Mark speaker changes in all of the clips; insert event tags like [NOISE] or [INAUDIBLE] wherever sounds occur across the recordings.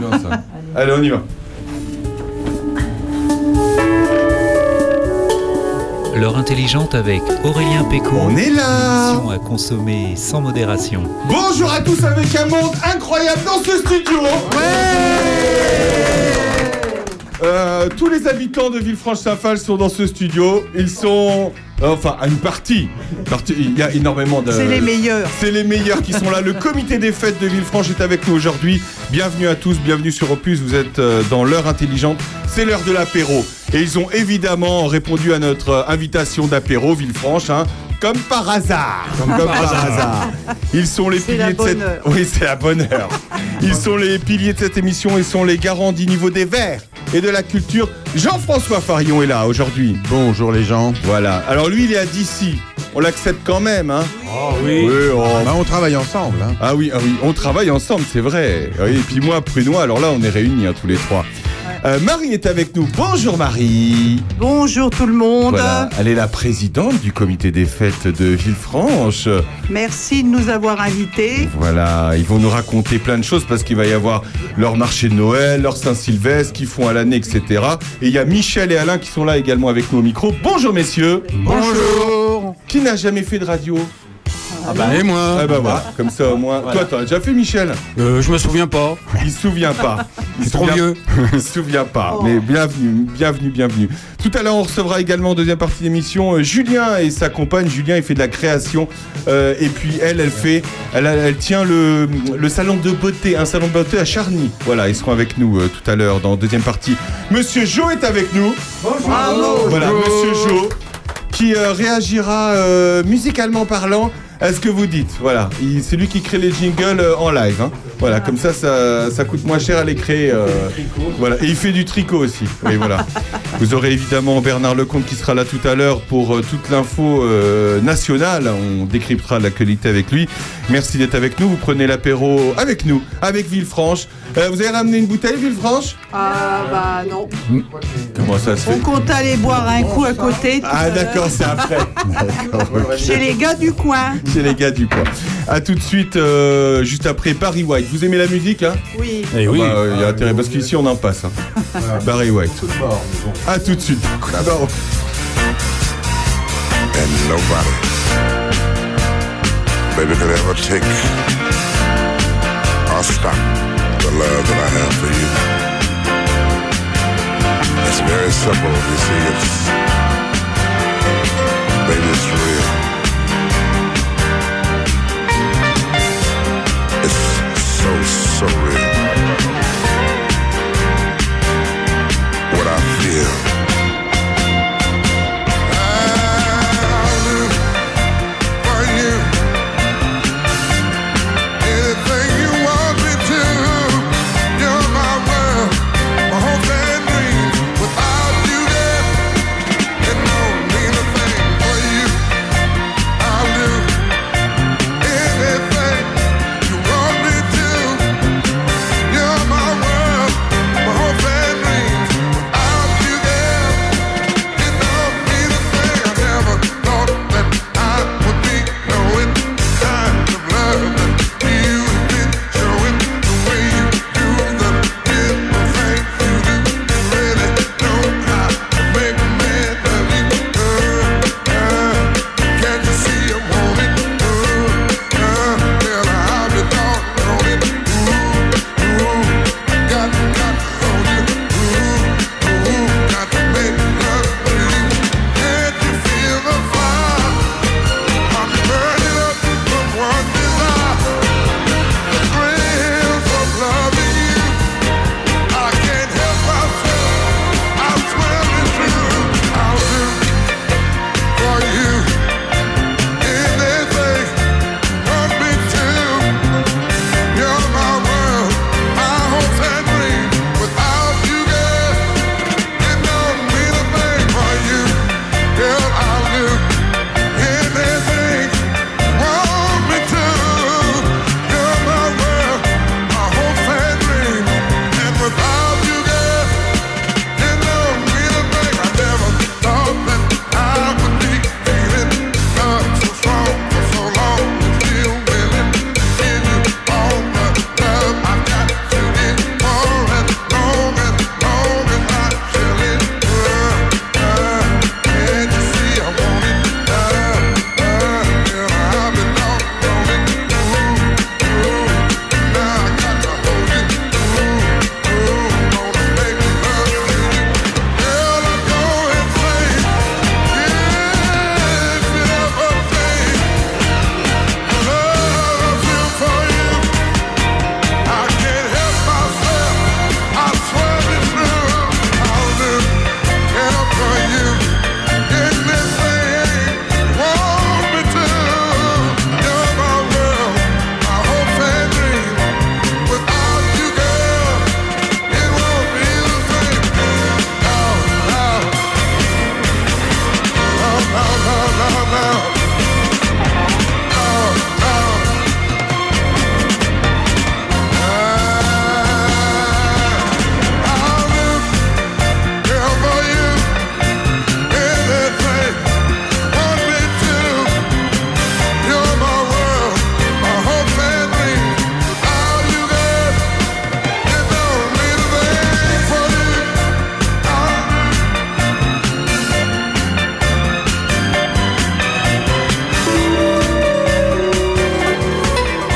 Speaker 1: bien ça.
Speaker 2: Allez, on y va.
Speaker 3: L'heure intelligente avec Aurélien Péco.
Speaker 2: On est là
Speaker 3: Émission à consommer sans modération.
Speaker 2: Bonjour à tous avec un monde incroyable dans ce studio Euh, Tous les habitants de Villefranche-Saint-Phal sont dans ce studio. Ils sont... Enfin, à une partie. Partie- Il y a énormément de...
Speaker 4: C'est les meilleurs.
Speaker 2: C'est les meilleurs qui sont là. Le comité des fêtes de Villefranche est avec nous aujourd'hui. Bienvenue à tous, bienvenue sur Opus. Vous êtes euh, dans l'heure intelligente. C'est l'heure de l'apéro. Et ils ont évidemment répondu à notre euh, invitation d'apéro Villefranche, hein, comme par hasard. Comme, comme par hasard. Ils sont les
Speaker 4: C'est la
Speaker 2: piliers de
Speaker 4: bonne
Speaker 2: cette.
Speaker 4: heure.
Speaker 2: Oui, c'est la bonne
Speaker 4: [LAUGHS]
Speaker 2: heure. Ils sont les piliers de cette émission et sont les garants du niveau des verts et de la culture. Jean-François Farion est là aujourd'hui.
Speaker 5: Bonjour les gens.
Speaker 2: Voilà. Alors lui, il est à d'ici. On l'accepte quand même, hein.
Speaker 1: Oui.
Speaker 2: oh,
Speaker 5: Ah Bah, on travaille ensemble. Hein.
Speaker 2: ah oui, ah oui, on travaille ensemble, c'est vrai. Ah Oui, et puis moi, Prunois, alors là, on est réunis hein, tous les trois. Euh, Marie est avec nous. Bonjour Marie.
Speaker 4: Bonjour tout le monde.
Speaker 2: Voilà, elle est la présidente du comité des fêtes de Villefranche.
Speaker 4: Merci de nous avoir invités.
Speaker 2: Voilà, ils vont nous raconter plein de choses parce qu'il va y avoir leur marché de Noël, leur Saint-Sylvestre, qu'ils font à l'année, etc. Et il y a Michel et Alain qui sont là également avec nous au micro. Bonjour messieurs.
Speaker 5: Bonjour.
Speaker 2: Qui n'a jamais fait de radio
Speaker 5: Ah bah, et moi
Speaker 2: Ah bah voilà, comme ça au moins. Toi, t'en as déjà fait Michel
Speaker 5: Euh, Je me souviens pas.
Speaker 2: Il se
Speaker 5: [LAUGHS]
Speaker 2: souvient pas. Il
Speaker 5: C'est
Speaker 2: se
Speaker 5: trop
Speaker 2: souvient
Speaker 5: vieux.
Speaker 2: [LAUGHS] Il se souvient pas,
Speaker 4: Oh.
Speaker 2: mais bienvenue, bienvenue, bienvenue. Tout à l'heure, on recevra également en deuxième partie d'émission euh, Julien et sa compagne. Julien, il fait de la création euh, et puis elle, elle fait, elle, elle- elle tient le, le salon de beauté, un salon de beauté à Charny. Voilà, ils seront avec nous euh, tout à l'heure dans la deuxième partie. Monsieur Jo est avec nous.
Speaker 4: Bravo.
Speaker 2: Voilà, Monsieur Jo, qui euh, réagira euh, musicalement parlant à ce que vous dites. Voilà, Il- c'est lui qui crée les jingles euh, en live. hein. Voilà, comme ça, ça, ça coûte moins cher à les créer. euh, voilà, et il fait du tricot aussi.
Speaker 4: [LAUGHS]
Speaker 2: Oui, voilà. vous aurez évidemment Bernard Lecomte qui sera là tout à l'heure pour euh, toute l'info euh, nationale. On décryptera l'actualité avec lui. Merci d'être avec nous. Vous prenez l'apéro avec nous, avec Villefranche. Euh, vous avez ramené une bouteille, Villefranche
Speaker 4: Ah bah non.
Speaker 2: Comment ça se
Speaker 4: On
Speaker 2: fait
Speaker 4: compte aller boire un coup à côté tout à
Speaker 2: Ah
Speaker 4: l'heure,
Speaker 2: d'accord,
Speaker 4: [LAUGHS]
Speaker 2: c'est après.
Speaker 4: chez les gars du coin.
Speaker 2: C'est les gars du coin. A tout de suite, euh, juste après Barry White. Vous aimez la musique là
Speaker 4: Oui.
Speaker 5: Et
Speaker 2: Ah bah, euh, Il y a intérêt, parce qu'ici on en passe. hein. Barry White. A tout de suite. Bon.
Speaker 6: and nobody, baby, could ever take or stop the love that I have for you. It's very simple, you see. It's baby, it's real. It's so so real. What I feel.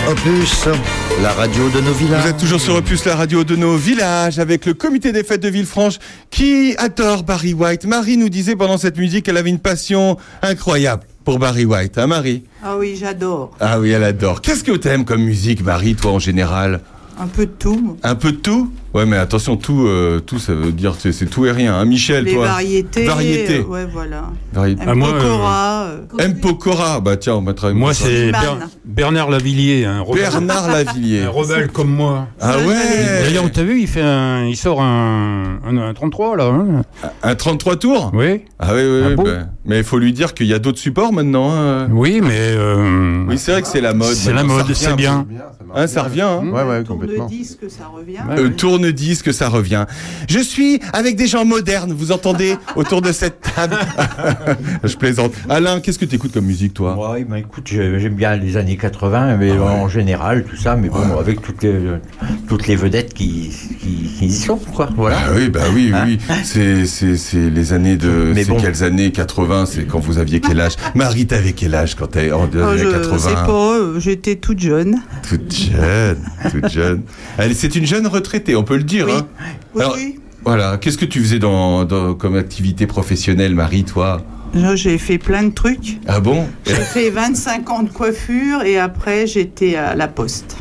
Speaker 1: Opus, la radio de nos villages.
Speaker 2: Vous êtes toujours sur Opus, la radio de nos villages, avec le comité des fêtes de Villefranche, qui adore Barry White. Marie nous disait pendant cette musique qu'elle avait une passion incroyable pour Barry White. Hein, Marie
Speaker 4: Ah oui, j'adore.
Speaker 2: Ah oui, elle adore. Qu'est-ce que t'aimes comme musique, Marie, toi, en général
Speaker 4: Un peu de tout.
Speaker 2: Un peu de tout Ouais, mais attention, tout, euh, tout ça veut dire c'est c'est tout et rien. Hein, Michel,
Speaker 4: Les
Speaker 2: toi
Speaker 4: variétés.
Speaker 2: Variétés.
Speaker 4: euh, ouais, voilà.
Speaker 2: Variété.
Speaker 4: M.
Speaker 7: Ah, moi, euh,
Speaker 4: Pokora, euh,
Speaker 2: M. Pokora, bah tiens, on mettra une
Speaker 7: Moi,
Speaker 2: Pokora.
Speaker 7: c'est
Speaker 4: Iman.
Speaker 7: Ber- Bernard Lavillier, hein. un rebelle,
Speaker 2: Bernard Lavillier.
Speaker 7: un rebelle comme moi.
Speaker 2: Ah
Speaker 7: D'ailleurs,
Speaker 2: ouais
Speaker 7: t'as vu, il, fait un, il sort un, un, un 33 là. hein
Speaker 2: Un 33 tours
Speaker 7: oui,
Speaker 2: Ah oui, oui,
Speaker 7: Ah
Speaker 2: oui,
Speaker 7: bon
Speaker 2: bah, Mais il faut lui dire qu'il y a d'autres supports maintenant. hein.
Speaker 7: oui, mais euh,
Speaker 2: Oui, c'est vrai que c'est la mode.
Speaker 7: c'est la
Speaker 2: maintenant, ça
Speaker 7: mode,
Speaker 2: revient.
Speaker 7: c'est bien.
Speaker 2: Hein, ça revient. hein.
Speaker 5: Ouais, ouais,
Speaker 4: tourne
Speaker 5: complètement.
Speaker 4: disque, ça revient.
Speaker 7: Ouais.
Speaker 2: Euh, tourne-disque, ça revient. Je suis avec des gens modernes, vous entendez, autour de cette
Speaker 7: [LAUGHS]
Speaker 2: table. [LAUGHS] Je plaisante. Alain, qu'est-ce que tu écoutes comme musique, toi Ah
Speaker 1: Moi, eh ben, écoute, j'ai- j'aime bien les années 80, mais en général, tout ça, mais bon, avec toutes les, euh, toutes les vedettes qui, qui, qui y sont, quoi. Hein Voilà.
Speaker 2: Ah oui, bah oui, oui.
Speaker 1: [LAUGHS]
Speaker 4: Hein
Speaker 2: C'est, c'est, c'est les années de.
Speaker 1: Mais
Speaker 2: c'est
Speaker 1: bon.
Speaker 2: quelles années 80 C'est quand vous aviez
Speaker 4: [LAUGHS]
Speaker 2: quel âge Marie, t'avais quel âge quand t'es en
Speaker 4: Oh, je
Speaker 2: 80
Speaker 4: sais pas, euh, j'étais toute jeune.
Speaker 2: Toute jeune, toute jeune. Elle, c'est une jeune retraitée, on peut le dire.
Speaker 4: Oui.
Speaker 2: hein.
Speaker 4: Oui,
Speaker 2: Alors-
Speaker 4: oui.
Speaker 2: Voilà. Qu'est-ce que tu faisais dans, dans- comme activité professionnelle, Marie, toi
Speaker 4: Là, J'ai fait plein de trucs.
Speaker 2: Ah bon
Speaker 4: J'ai
Speaker 2: [LAUGHS]
Speaker 4: fait 25 ans de coiffure et après j'étais à la poste.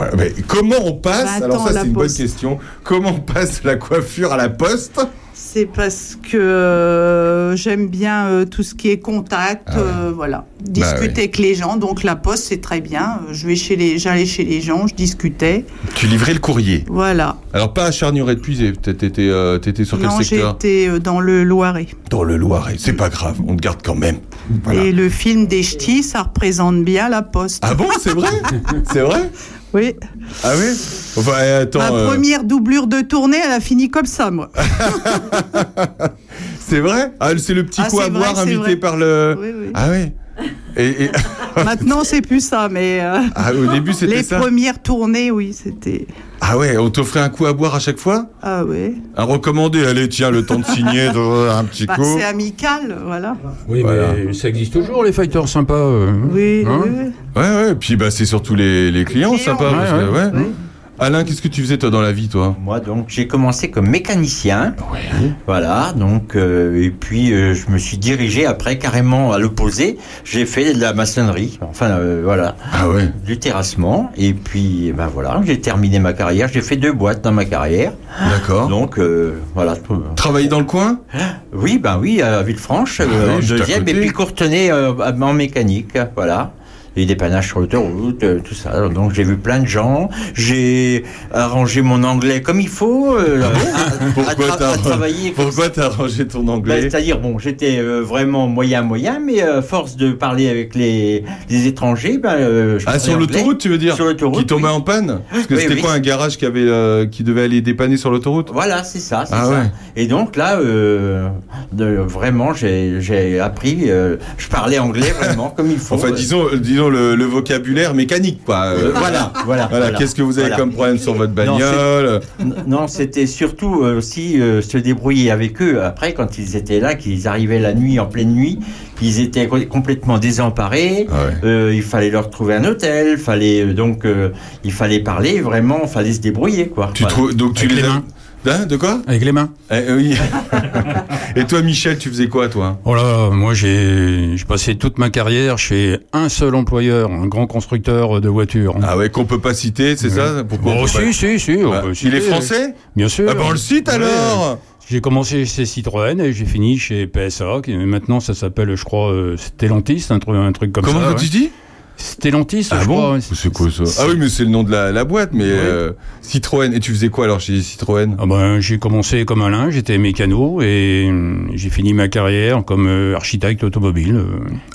Speaker 2: Ouais, [LAUGHS] mais comment on passe
Speaker 4: Bah,
Speaker 2: Alors
Speaker 4: attends,
Speaker 2: ça,
Speaker 4: la
Speaker 2: c'est une
Speaker 4: poste.
Speaker 2: bonne question. Comment on passe la coiffure à la poste
Speaker 4: C'est parce que euh, j'aime bien euh, tout ce qui est
Speaker 2: Ah
Speaker 4: contact, euh, voilà. Discuter
Speaker 2: oui.
Speaker 4: avec les gens, donc la poste c'est très bien. Euh, Je vais chez les, j'allais chez les gens, je discutais,
Speaker 2: Tu livrais le courrier.
Speaker 4: voilà.
Speaker 2: Alors pas à Charnieret de Puisé. T'étais, euh, t'étais sur quel
Speaker 4: Ah. non,
Speaker 2: secteur
Speaker 4: j'étais euh, dans le Loiret.
Speaker 2: Dans le Loiret. C'est pas grave. On te garde quand même. Voilà.
Speaker 4: Et le film des ch'tis, ça représente bien la poste.
Speaker 2: Ah bon, c'est vrai C'est vrai
Speaker 4: oui.
Speaker 2: Ah oui Enfin, euh,
Speaker 4: [LAUGHS]
Speaker 2: attends,
Speaker 4: Ma
Speaker 2: euh,
Speaker 4: première doublure de tournée, elle a fini comme ça,
Speaker 2: [LAUGHS]
Speaker 4: moi.
Speaker 2: c'est vrai Ah, c'est le petit
Speaker 4: Ah,
Speaker 2: coup à
Speaker 4: c'est vrai,
Speaker 2: boire
Speaker 4: c'est
Speaker 2: invité
Speaker 4: vrai.
Speaker 2: par le...
Speaker 4: Oui, oui.
Speaker 2: Ah oui
Speaker 4: [LAUGHS]
Speaker 2: et, et-
Speaker 4: Maintenant, c'est plus ça, mais euh,
Speaker 2: Ah, au début, c'était
Speaker 4: les
Speaker 2: ça
Speaker 4: premières tournées, oui, c'était.
Speaker 2: Ah ouais, on t'offrait un coup à boire à chaque fois
Speaker 4: Ah ouais.
Speaker 2: Un recommandé, allez, tiens, le temps
Speaker 4: [LAUGHS]
Speaker 2: de signer, un petit
Speaker 4: Bah,
Speaker 2: coup.
Speaker 4: c'est amical, voilà.
Speaker 7: Oui, mais ça existe toujours les fighters sympas. euh.
Speaker 4: Oui,
Speaker 7: Hein
Speaker 4: oui, oui.
Speaker 2: Ouais, ouais, et puis bah, c'est surtout les, les clients,
Speaker 4: clients,
Speaker 2: sympa.
Speaker 4: ouais,
Speaker 2: parce que,
Speaker 7: ouais.
Speaker 2: ouais. Alain, qu'est-ce que tu faisais, toi, dans la vie, toi
Speaker 1: Moi, donc, j'ai commencé comme mécanicien. Voilà, donc, euh, et puis euh, je me suis dirigé après carrément à l'opposé. J'ai fait de la maçonnerie, enfin, euh, voilà,
Speaker 2: Ah ouais
Speaker 1: du terrassement. Et puis, ben voilà, j'ai terminé ma carrière. J'ai fait deux boîtes dans ma carrière.
Speaker 2: D'accord.
Speaker 1: Donc, euh, voilà. tout-
Speaker 2: Travailler dans le coin
Speaker 1: Oui, ben oui, à Villefranche, euh,
Speaker 2: oui,
Speaker 1: en
Speaker 2: juste à
Speaker 1: deuxième,
Speaker 2: côté.
Speaker 1: et puis Courtenay euh, en mécanique, voilà. Et des panaches sur l'autoroute, euh, tout ça. Alors, Donc j'ai vu plein de gens, j'ai arrangé mon anglais comme il faut.
Speaker 2: [LAUGHS]
Speaker 1: euh, à- à,
Speaker 2: Pourquoi
Speaker 1: tra- à travailler.
Speaker 2: t'as
Speaker 1: comme ça.
Speaker 2: Pourquoi t'as arrangé ton
Speaker 1: Ben,
Speaker 2: anglais
Speaker 1: C'est-à-dire, bon, j'étais euh, vraiment moyen, moyen, mais euh, force de parler avec les, les étrangers, ben, euh, je
Speaker 2: Ah,
Speaker 1: parlais
Speaker 2: sur
Speaker 1: anglais.
Speaker 2: l'autoroute, tu veux dire
Speaker 1: Sur l'autoroute,
Speaker 2: Qui tombait
Speaker 1: oui.
Speaker 2: en panne Parce que
Speaker 1: Oui,
Speaker 2: c'était
Speaker 1: oui.
Speaker 2: quoi, un garage qui, avait, euh, qui devait aller dépanner sur l'autoroute
Speaker 1: Voilà, c'est ça, c'est
Speaker 2: Ah
Speaker 1: ça.
Speaker 2: ouais.
Speaker 1: Et donc là, euh, de- vraiment, j'ai j'ai appris, euh, je parlais anglais vraiment comme il faut.
Speaker 2: Enfin,
Speaker 1: Euh,
Speaker 2: disons, disons le, le vocabulaire mécanique, quoi. Euh,
Speaker 1: euh,
Speaker 2: [LAUGHS]
Speaker 1: voilà, voilà.
Speaker 2: Voilà, qu'est-ce que vous avez
Speaker 1: voilà.
Speaker 2: comme problème sur votre
Speaker 1: Non, c'est-
Speaker 2: bagnole
Speaker 1: N- Non, c'était surtout euh, aussi euh, se débrouiller avec eux. Après, quand ils étaient là, qu'ils arrivaient la nuit, en pleine nuit, qu'ils étaient co- complètement désemparés.
Speaker 2: Ah ouais.
Speaker 1: Euh, il fallait leur trouver un hôtel, fallait euh, donc euh, il fallait parler vraiment, fallait se débrouiller quoi.
Speaker 2: Tu
Speaker 1: Voilà.
Speaker 2: trouves donc tu
Speaker 7: Avec
Speaker 2: les
Speaker 7: les
Speaker 2: as-
Speaker 7: mains.
Speaker 2: Hein, de quoi
Speaker 7: Avec les mains.
Speaker 1: [LAUGHS]
Speaker 2: Eh, oui. Et toi Michel, tu faisais quoi toi
Speaker 7: Oh là, moi j'ai j'ai passé toute ma carrière chez un seul employeur, un grand constructeur de voitures.
Speaker 2: Ah ouais, qu'on peut pas citer, c'est ça Pourquoi on
Speaker 7: Oh,
Speaker 2: peut pas-
Speaker 7: si, si, si. on
Speaker 2: Ah,
Speaker 7: peut
Speaker 2: il
Speaker 7: citer.
Speaker 2: est français
Speaker 7: Bien sûr.
Speaker 2: Ah bah on le cite
Speaker 7: Ouais.
Speaker 2: alors
Speaker 7: J'ai commencé chez Citroën et j'ai fini chez PSA, qui maintenant ça s'appelle, je crois, euh, Stellantis, un truc, un truc comme
Speaker 2: Comment
Speaker 7: ça.
Speaker 2: que
Speaker 7: ouais.
Speaker 2: tu dis Ah
Speaker 7: Stellantis, je crois. ouais.
Speaker 2: C'est quoi ça Ah oui, mais c'est le nom de la, la boîte, mais euh, Citroën. Et tu faisais quoi alors chez Citroën
Speaker 7: Ah ben, j'ai commencé comme Alain, j'étais mécano et hum, j'ai fini ma carrière comme euh, architecte automobile, euh,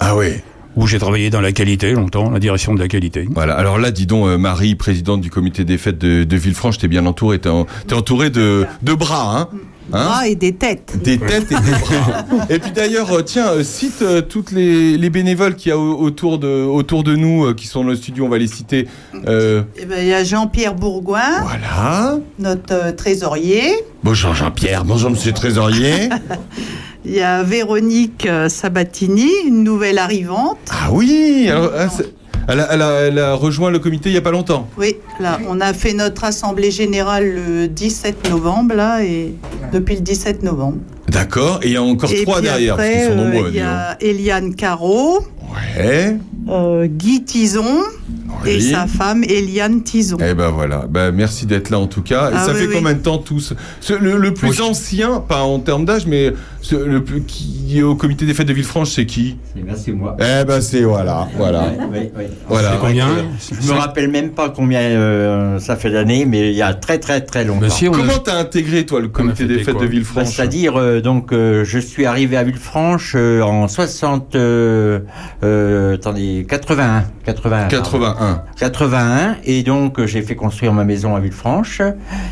Speaker 2: Ah ouais.
Speaker 7: où j'ai travaillé dans la qualité longtemps, la direction de la qualité.
Speaker 2: Voilà. Alors là, dis donc, euh, Marie, présidente du comité des fêtes de, de Villefranche, t'es bien entourée. T'es en- t'es entourée de, de bras, hein Hein
Speaker 4: Ah, et des têtes.
Speaker 2: Des têtes et des bras. Et puis d'ailleurs, euh, tiens, euh, cite euh, toutes les, les bénévoles qu'il y a au- autour de, autour de nous, euh, qui sont dans le studio, on va les citer. Euh,
Speaker 4: Eh ben, Il y a Jean-Pierre Bourgoin,
Speaker 2: voilà.
Speaker 4: notre euh, trésorier.
Speaker 2: Bonjour Jean-Pierre, bonjour Monsieur Trésorier.
Speaker 4: [LAUGHS] Il y a Véronique euh, Sabatini, une nouvelle arrivante.
Speaker 2: Ah oui alors, ah, c'est- Elle a, elle a- elle a rejoint le comité il n'y a pas longtemps.
Speaker 4: Oui, là, on a fait notre assemblée générale le 17 novembre, là, et depuis le 17 novembre.
Speaker 2: D'accord, et il y a encore
Speaker 4: et
Speaker 2: trois
Speaker 4: puis
Speaker 2: derrière,
Speaker 4: après,
Speaker 2: parce qu'ils sont
Speaker 4: euh, il
Speaker 2: nombreux. Eh
Speaker 4: y
Speaker 2: dis donc.
Speaker 4: a Eliane Caro,
Speaker 2: Ouais.
Speaker 4: euh, Guy Tison et
Speaker 2: Oui.
Speaker 4: sa femme Eliane Tison.
Speaker 2: Eh ben voilà, ben, merci d'être là en tout cas. Et
Speaker 4: Ah
Speaker 2: ça
Speaker 4: oui,
Speaker 2: fait
Speaker 4: oui.
Speaker 2: combien de temps tous Ce- le, le plus ancien, pas en termes d'âge, mais ce- le plus qui est au comité des fêtes de Villefranche, c'est qui
Speaker 1: Eh ben, c'est moi.
Speaker 2: Eh ben c'est voilà, voilà,
Speaker 1: Ouais, ouais, ouais.
Speaker 2: voilà.
Speaker 7: Combien
Speaker 1: Je me rappelle même pas combien euh, ça fait d'années, mais il y a très très très longtemps.
Speaker 7: Bah si, on a-
Speaker 2: Comment t'as intégré toi le comité
Speaker 7: a
Speaker 2: des
Speaker 7: fêté
Speaker 2: fêtes
Speaker 7: quoi
Speaker 2: de Villefranche
Speaker 1: Bah, C'est-à-dire, euh, donc, euh, je suis arrivé à Villefranche euh, en 60. euh, euh, attendez, 81. 81. pardon.
Speaker 2: 81.
Speaker 1: 81 et donc euh, j'ai fait construire ma maison à Villefranche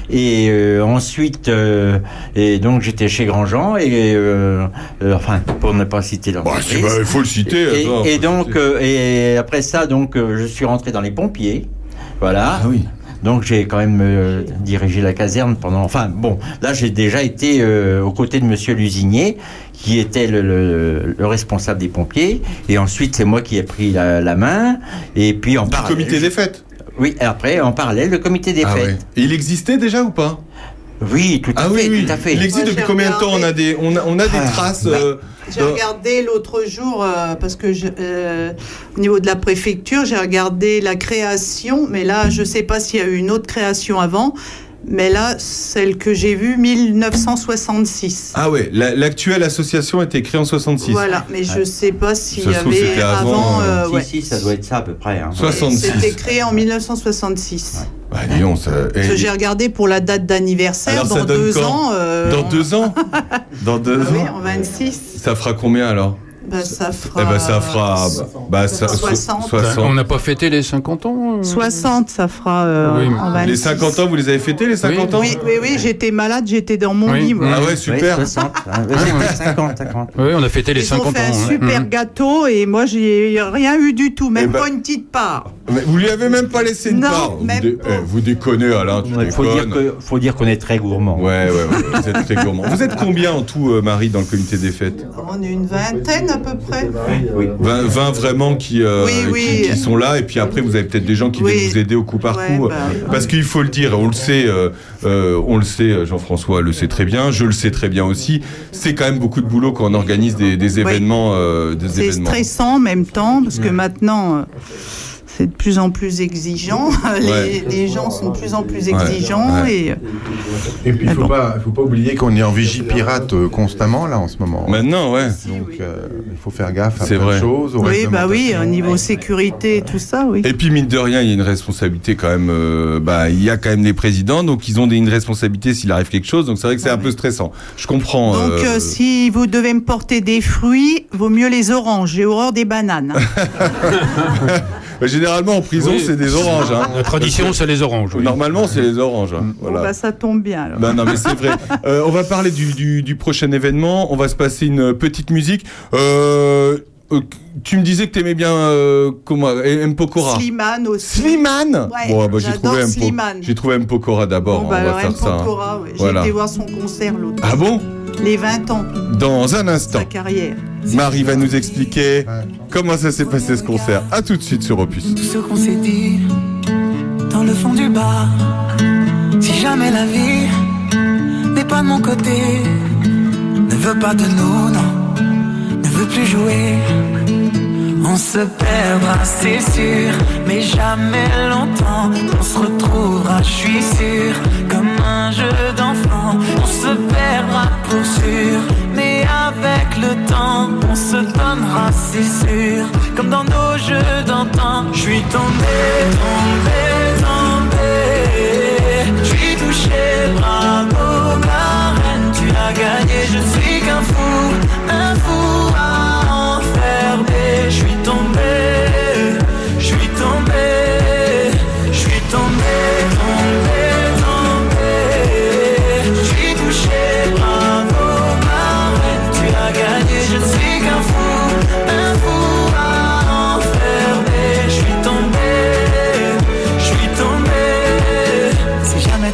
Speaker 1: et euh, ensuite euh, et donc j'étais chez Grandjean et euh, euh, enfin pour ne pas citer
Speaker 2: Bah,
Speaker 1: l'entreprise.
Speaker 2: c'est- bah, il faut le citer.
Speaker 1: et,
Speaker 2: attends,
Speaker 1: et
Speaker 2: faut le
Speaker 1: donc
Speaker 2: citer.
Speaker 1: euh, et après ça donc euh, je suis rentré dans les pompiers voilà
Speaker 2: ah oui.
Speaker 1: donc j'ai quand même euh, dirigé la caserne pendant. Enfin bon, là j'ai déjà été euh, aux côtés de Monsieur Lusinier, qui était le, le- le responsable des pompiers, et ensuite c'est moi qui ai pris la, la main, et puis en
Speaker 2: Du
Speaker 1: parallèle.
Speaker 2: comité des fêtes.
Speaker 1: Oui, et après en parallèle le comité des
Speaker 2: Ah ouais.
Speaker 1: fêtes.
Speaker 2: Et Il existait déjà ou pas
Speaker 1: Oui, tout à
Speaker 2: Ah
Speaker 1: fait,
Speaker 2: oui, oui.
Speaker 1: tout à fait.
Speaker 2: Il existe
Speaker 4: Moi,
Speaker 2: depuis
Speaker 4: j'ai
Speaker 2: combien de temps On a
Speaker 4: regardé. Bah,
Speaker 2: des, on a, on a des
Speaker 1: Ah,
Speaker 2: traces.
Speaker 1: ouais.
Speaker 2: euh,
Speaker 4: J'ai
Speaker 2: dans-
Speaker 4: regardé l'autre jour, euh, parce que je- euh, au niveau de la préfecture, j'ai regardé la création, mais là, je ne sais pas s'il y a eu une autre création avant, mais là, celle que j'ai vue, 1966.
Speaker 2: Ah ouais, la- l'actuelle association a été créée en 66.
Speaker 4: voilà, mais je ne sais pas s'il
Speaker 2: Ça
Speaker 4: y
Speaker 2: se trouve,
Speaker 4: avait
Speaker 2: c'était
Speaker 4: avant.
Speaker 2: avant,
Speaker 4: euh,
Speaker 1: si,
Speaker 4: ouais.
Speaker 1: si, ça doit être ça à peu près. hein.
Speaker 2: Soit- 66.
Speaker 4: C'était créé en 1966.
Speaker 2: Bah, dis donc, ça-
Speaker 4: Parce que
Speaker 2: et-
Speaker 4: J'ai regardé pour la date d'anniversaire,
Speaker 2: Alors, ça
Speaker 4: dans
Speaker 2: donne
Speaker 4: deux
Speaker 2: quand
Speaker 4: ans. euh,
Speaker 2: Dans
Speaker 4: on-
Speaker 2: deux ans Dans deux
Speaker 4: Ah oui,
Speaker 2: ans
Speaker 4: en 26.
Speaker 2: Ça fera combien alors
Speaker 4: Bah, ça fera.
Speaker 2: Eh ben ça fera. Bah, ça, so-
Speaker 4: 60.
Speaker 2: 60.
Speaker 5: On n'a pas fêté les 50 ans euh
Speaker 4: 60, ça fera euh,
Speaker 5: Oui, mais-
Speaker 4: en 26.
Speaker 2: Les 50 ans, vous les avez fêtés les 50 ans
Speaker 4: Oui, oui, oui, j'étais malade, j'étais dans mon
Speaker 5: Oui. Ah
Speaker 4: lit. moi.
Speaker 2: Ah ouais,
Speaker 1: Oui,
Speaker 2: super.
Speaker 1: 60, hein. Oui, c'est 50, 50.
Speaker 5: Oui, on a fêté les
Speaker 4: Ils ont
Speaker 5: 50 ans.
Speaker 4: fait un
Speaker 5: ouais.
Speaker 4: super
Speaker 7: Mm.
Speaker 5: Mhm.
Speaker 4: gâteau et moi, j'ai rien eu du tout, même
Speaker 2: Eh ben-
Speaker 4: pas une petite part.
Speaker 2: Mais vous lui avez même pas laissé une
Speaker 4: Non,
Speaker 2: part. Vous,
Speaker 4: même
Speaker 2: dé-
Speaker 4: pas.
Speaker 2: eh, vous déconnez Alain, tu
Speaker 1: Il faut
Speaker 2: déconnes.
Speaker 1: dire que- faut dire qu'on est très gourmand.
Speaker 2: Ouais, ouais, ouais, vous êtes très gourmand. Vous êtes combien en tout, euh, Marie, dans le comité des fêtes
Speaker 4: On est une vingtaine à peu près.
Speaker 2: 20, 20 vraiment qui, euh,
Speaker 4: Oui,
Speaker 2: qui-
Speaker 4: oui.
Speaker 2: Qui, sont là, et puis après, vous avez peut-être des gens qui
Speaker 4: Oui.
Speaker 2: viennent vous aider au coup par
Speaker 4: Ouais,
Speaker 2: coup.
Speaker 4: bah,
Speaker 2: Parce qu'il faut le dire, on le sait, euh, euh, on le sait, Jean-François le sait très bien, je le sais très bien aussi. C'est quand même beaucoup de boulot quand on organise des, des événements, euh, des
Speaker 4: C'est
Speaker 2: événements. Mm.
Speaker 4: stressant en même temps, parce que maintenant, euh, c'est de plus en plus exigeant. [LAUGHS] Les,
Speaker 2: Ouais.
Speaker 4: les gens sont de plus en plus
Speaker 2: Ouais,
Speaker 4: exigeants.
Speaker 2: ouais.
Speaker 4: Et, euh,
Speaker 8: Et puis, il
Speaker 4: Ah
Speaker 8: ne faut,
Speaker 4: bon.
Speaker 8: pas, faut pas oublier qu'on est en vigie pirate euh, constamment, là, en ce moment.
Speaker 2: Maintenant, ouais.
Speaker 8: Donc, euh, il faut faire gaffe à
Speaker 2: C'est
Speaker 8: plein
Speaker 2: vrai.
Speaker 8: de choses. aux
Speaker 4: oui, bah oui, au
Speaker 8: réglementations.
Speaker 4: niveau sécurité et tout ça, oui.
Speaker 2: Et puis mine de rien, il y a une responsabilité quand même. euh, bah, il y a quand même les présidents, donc ils ont des- une responsabilité s'il arrive quelque chose. Donc c'est vrai que c'est un peu stressant. Je comprends.
Speaker 4: Donc, euh,
Speaker 2: euh, [LAUGHS]
Speaker 4: si vous devez me porter des fruits, vaut mieux les oranges. J'ai horreur des
Speaker 2: [LAUGHS]
Speaker 4: bananes.
Speaker 2: bah, généralement en prison,
Speaker 7: Oui.
Speaker 2: c'est des oranges. hein.
Speaker 7: La tradition, c'est les oranges. oui.
Speaker 2: Normalement, c'est les oranges. hein. Voilà.
Speaker 4: Bon, bah, ça tombe bien. alors.
Speaker 2: Non, non, mais c'est vrai. Euh, on va parler du, du- du prochain événement. On va se passer une petite musique. Euh, euh, tu me disais que t'aimais bien euh, comment M Pokora.
Speaker 4: Slimane aussi.
Speaker 2: Ah. Slimane.
Speaker 4: Ouais,
Speaker 2: bon, ah bah, j'ai
Speaker 4: j'adore
Speaker 2: trouvé M Po-
Speaker 4: Slimane.
Speaker 2: J'ai trouvé M Pokora d'abord.
Speaker 4: Bon,
Speaker 2: hein,
Speaker 4: bah,
Speaker 2: on
Speaker 4: alors,
Speaker 2: va faire
Speaker 4: M.
Speaker 2: ça. hein.
Speaker 4: Pokora, ouais.
Speaker 2: Voilà.
Speaker 4: J'ai été voir son concert l'autre.
Speaker 2: Ah bon
Speaker 4: Les 20 ans,
Speaker 2: Dans un instant.
Speaker 4: sa carrière.
Speaker 2: Marie va nous expliquer comment ça s'est passé ce concert. A tout de suite sur Opus.
Speaker 9: tout ce qu'on s'est dit dans le fond du bar. Si jamais la vie n'est pas de mon côté, ne veut pas de nous, non, ne veut plus jouer. On se perdra, c'est sûr, mais jamais longtemps. On se retrouvera, je suis sûr, comme un jeu d'enfant. On se perdra pour sûr, mais avec le temps, on se donnera, c'est sûr, comme dans nos jeux d'antan. Je suis tombé, tombé, tombé. Je suis touché, bravo, ma reine, tu as gagné. Je suis qu'un fou, un fou à enfermer. Je suis tombé, je suis tombé, je suis tombé, tombé, tombé. Je suis touché, bravo, ma reine, tu as gagné. Je ne suis qu'un fou, un fou à enfermer. Je suis tombé, je suis tombé. Si jamais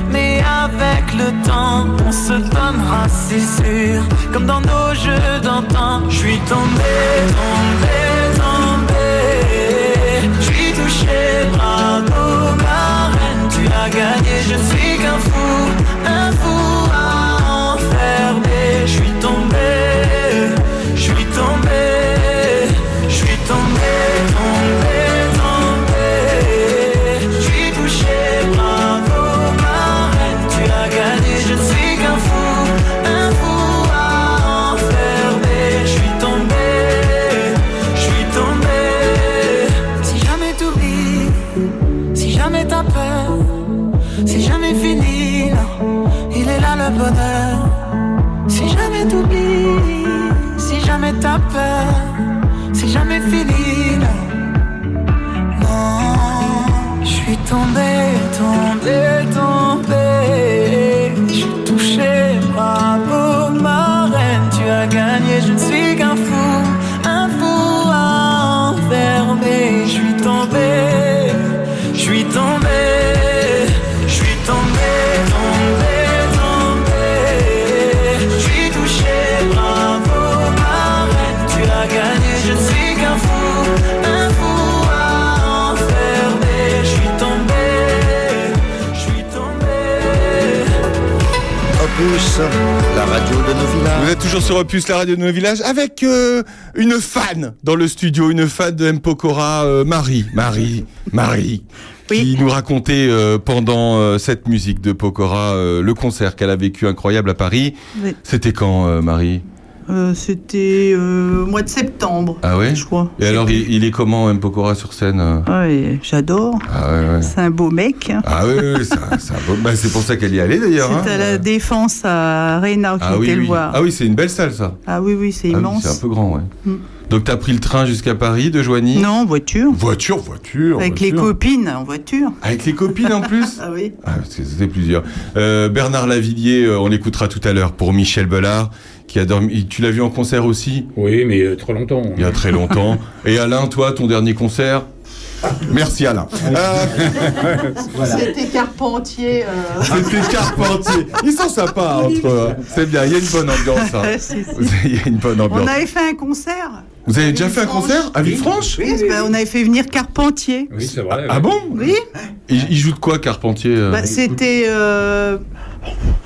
Speaker 9: mais avec le temps, on se donnera, c'est sûr, comme dans nos jeux d'antan. Je suis tombé, tombé, tombé. Je suis touché, bravo, ma reine, tu as gagné. Je suis qu'un fou, un fou à enfermer. Je suis tombé, je suis tombé, je suis tombé, tombé, tombé. Je suis touché, bravo, ma reine, tu as gagné. Je ne suis qu'un fou, un fou à enfermer. Je suis tombé, je suis tombé. Si jamais t'oublies, si jamais t'as peur, si jamais fini, non, il est là le bonheur. Si jamais t'oublies, si jamais t'as peur, si jamais fini, non. Non, je suis tombé, tombé, tombé. Je suis touché, bravo, ma reine, tu as gagné. Je ne suis qu'un fou, un fou à enfermer. Je suis tombé, je suis tombé, je suis tombé, tombé, tombé. Je suis touché, bravo, ma reine, tu as gagné. Je ne suis qu'un fou, un fou à enfermer. Je suis tombé, je suis tombé.
Speaker 10: Opus, la radio de nos villages.
Speaker 2: Vous êtes toujours sur Opus, la radio de nos villages, avec euh, une fan dans le studio, une fan de M. Pokora, euh, Marie, Marie, Marie, qui nous racontait euh, pendant euh, cette musique de Pokora euh, le concert qu'elle a vécu incroyable à Paris.
Speaker 4: Oui.
Speaker 2: C'était quand, euh, Marie
Speaker 4: Euh, C'était euh, au mois de septembre,
Speaker 2: Ah ouais
Speaker 4: je crois.
Speaker 2: Et alors, il, il est comment, M. Pokora, sur scène euh
Speaker 4: Ouais, j'adore.
Speaker 2: Ah ouais, ouais.
Speaker 4: C'est un beau mec. hein.
Speaker 2: Ah oui, oui, oui, c'est un- c'est un beau- bah, c'est pour ça qu'elle y allait d'ailleurs. hein.
Speaker 4: C'était à la Défense à Reynard qui
Speaker 2: Ah oui,
Speaker 4: était le
Speaker 2: oui.
Speaker 4: voir.
Speaker 2: Ah oui, c'est une belle salle ça.
Speaker 4: Ah oui, oui, c'est
Speaker 2: Ah oui,
Speaker 4: immense.
Speaker 2: c'est un peu grand, ouais.
Speaker 4: Mm.
Speaker 2: Donc t'as pris le train jusqu'à Paris de Joigny
Speaker 4: Non, en voiture.
Speaker 2: Voiture, voiture.
Speaker 4: Avec les
Speaker 2: voiture.
Speaker 4: copines, en voiture.
Speaker 2: Avec les copines en plus
Speaker 4: [LAUGHS] Ah oui.
Speaker 2: Ah, parce que c'était plusieurs. Euh, Bernard Lavillier, euh, on l'écoutera tout à l'heure pour Michel Bellard, qui a dormi. Tu l'as vu en concert aussi
Speaker 7: Oui, mais euh, trop longtemps.
Speaker 2: il y a
Speaker 7: [LAUGHS]
Speaker 2: très longtemps. Et Alain, toi, ton dernier concert
Speaker 7: Ah.
Speaker 2: Merci Alain. Euh,
Speaker 4: C'était Carpentier. euh.
Speaker 2: C'était Carpentier. Ils sont sympas entre eux. hein. C'est bien, il y a une bonne
Speaker 4: [LAUGHS]
Speaker 2: ambiance. hein. Il y a une bonne
Speaker 4: On
Speaker 2: ambiance.
Speaker 4: avait fait un concert.
Speaker 2: Vous avez déjà fait un
Speaker 4: Villefranche.
Speaker 2: concert à Villefranche
Speaker 4: Oui, bah, on avait fait venir Carpentier.
Speaker 7: Oui, c'est vrai.
Speaker 2: Ah bon
Speaker 4: Oui,
Speaker 2: il, il joue de quoi, Carpentier euh
Speaker 4: bah, c'était euh,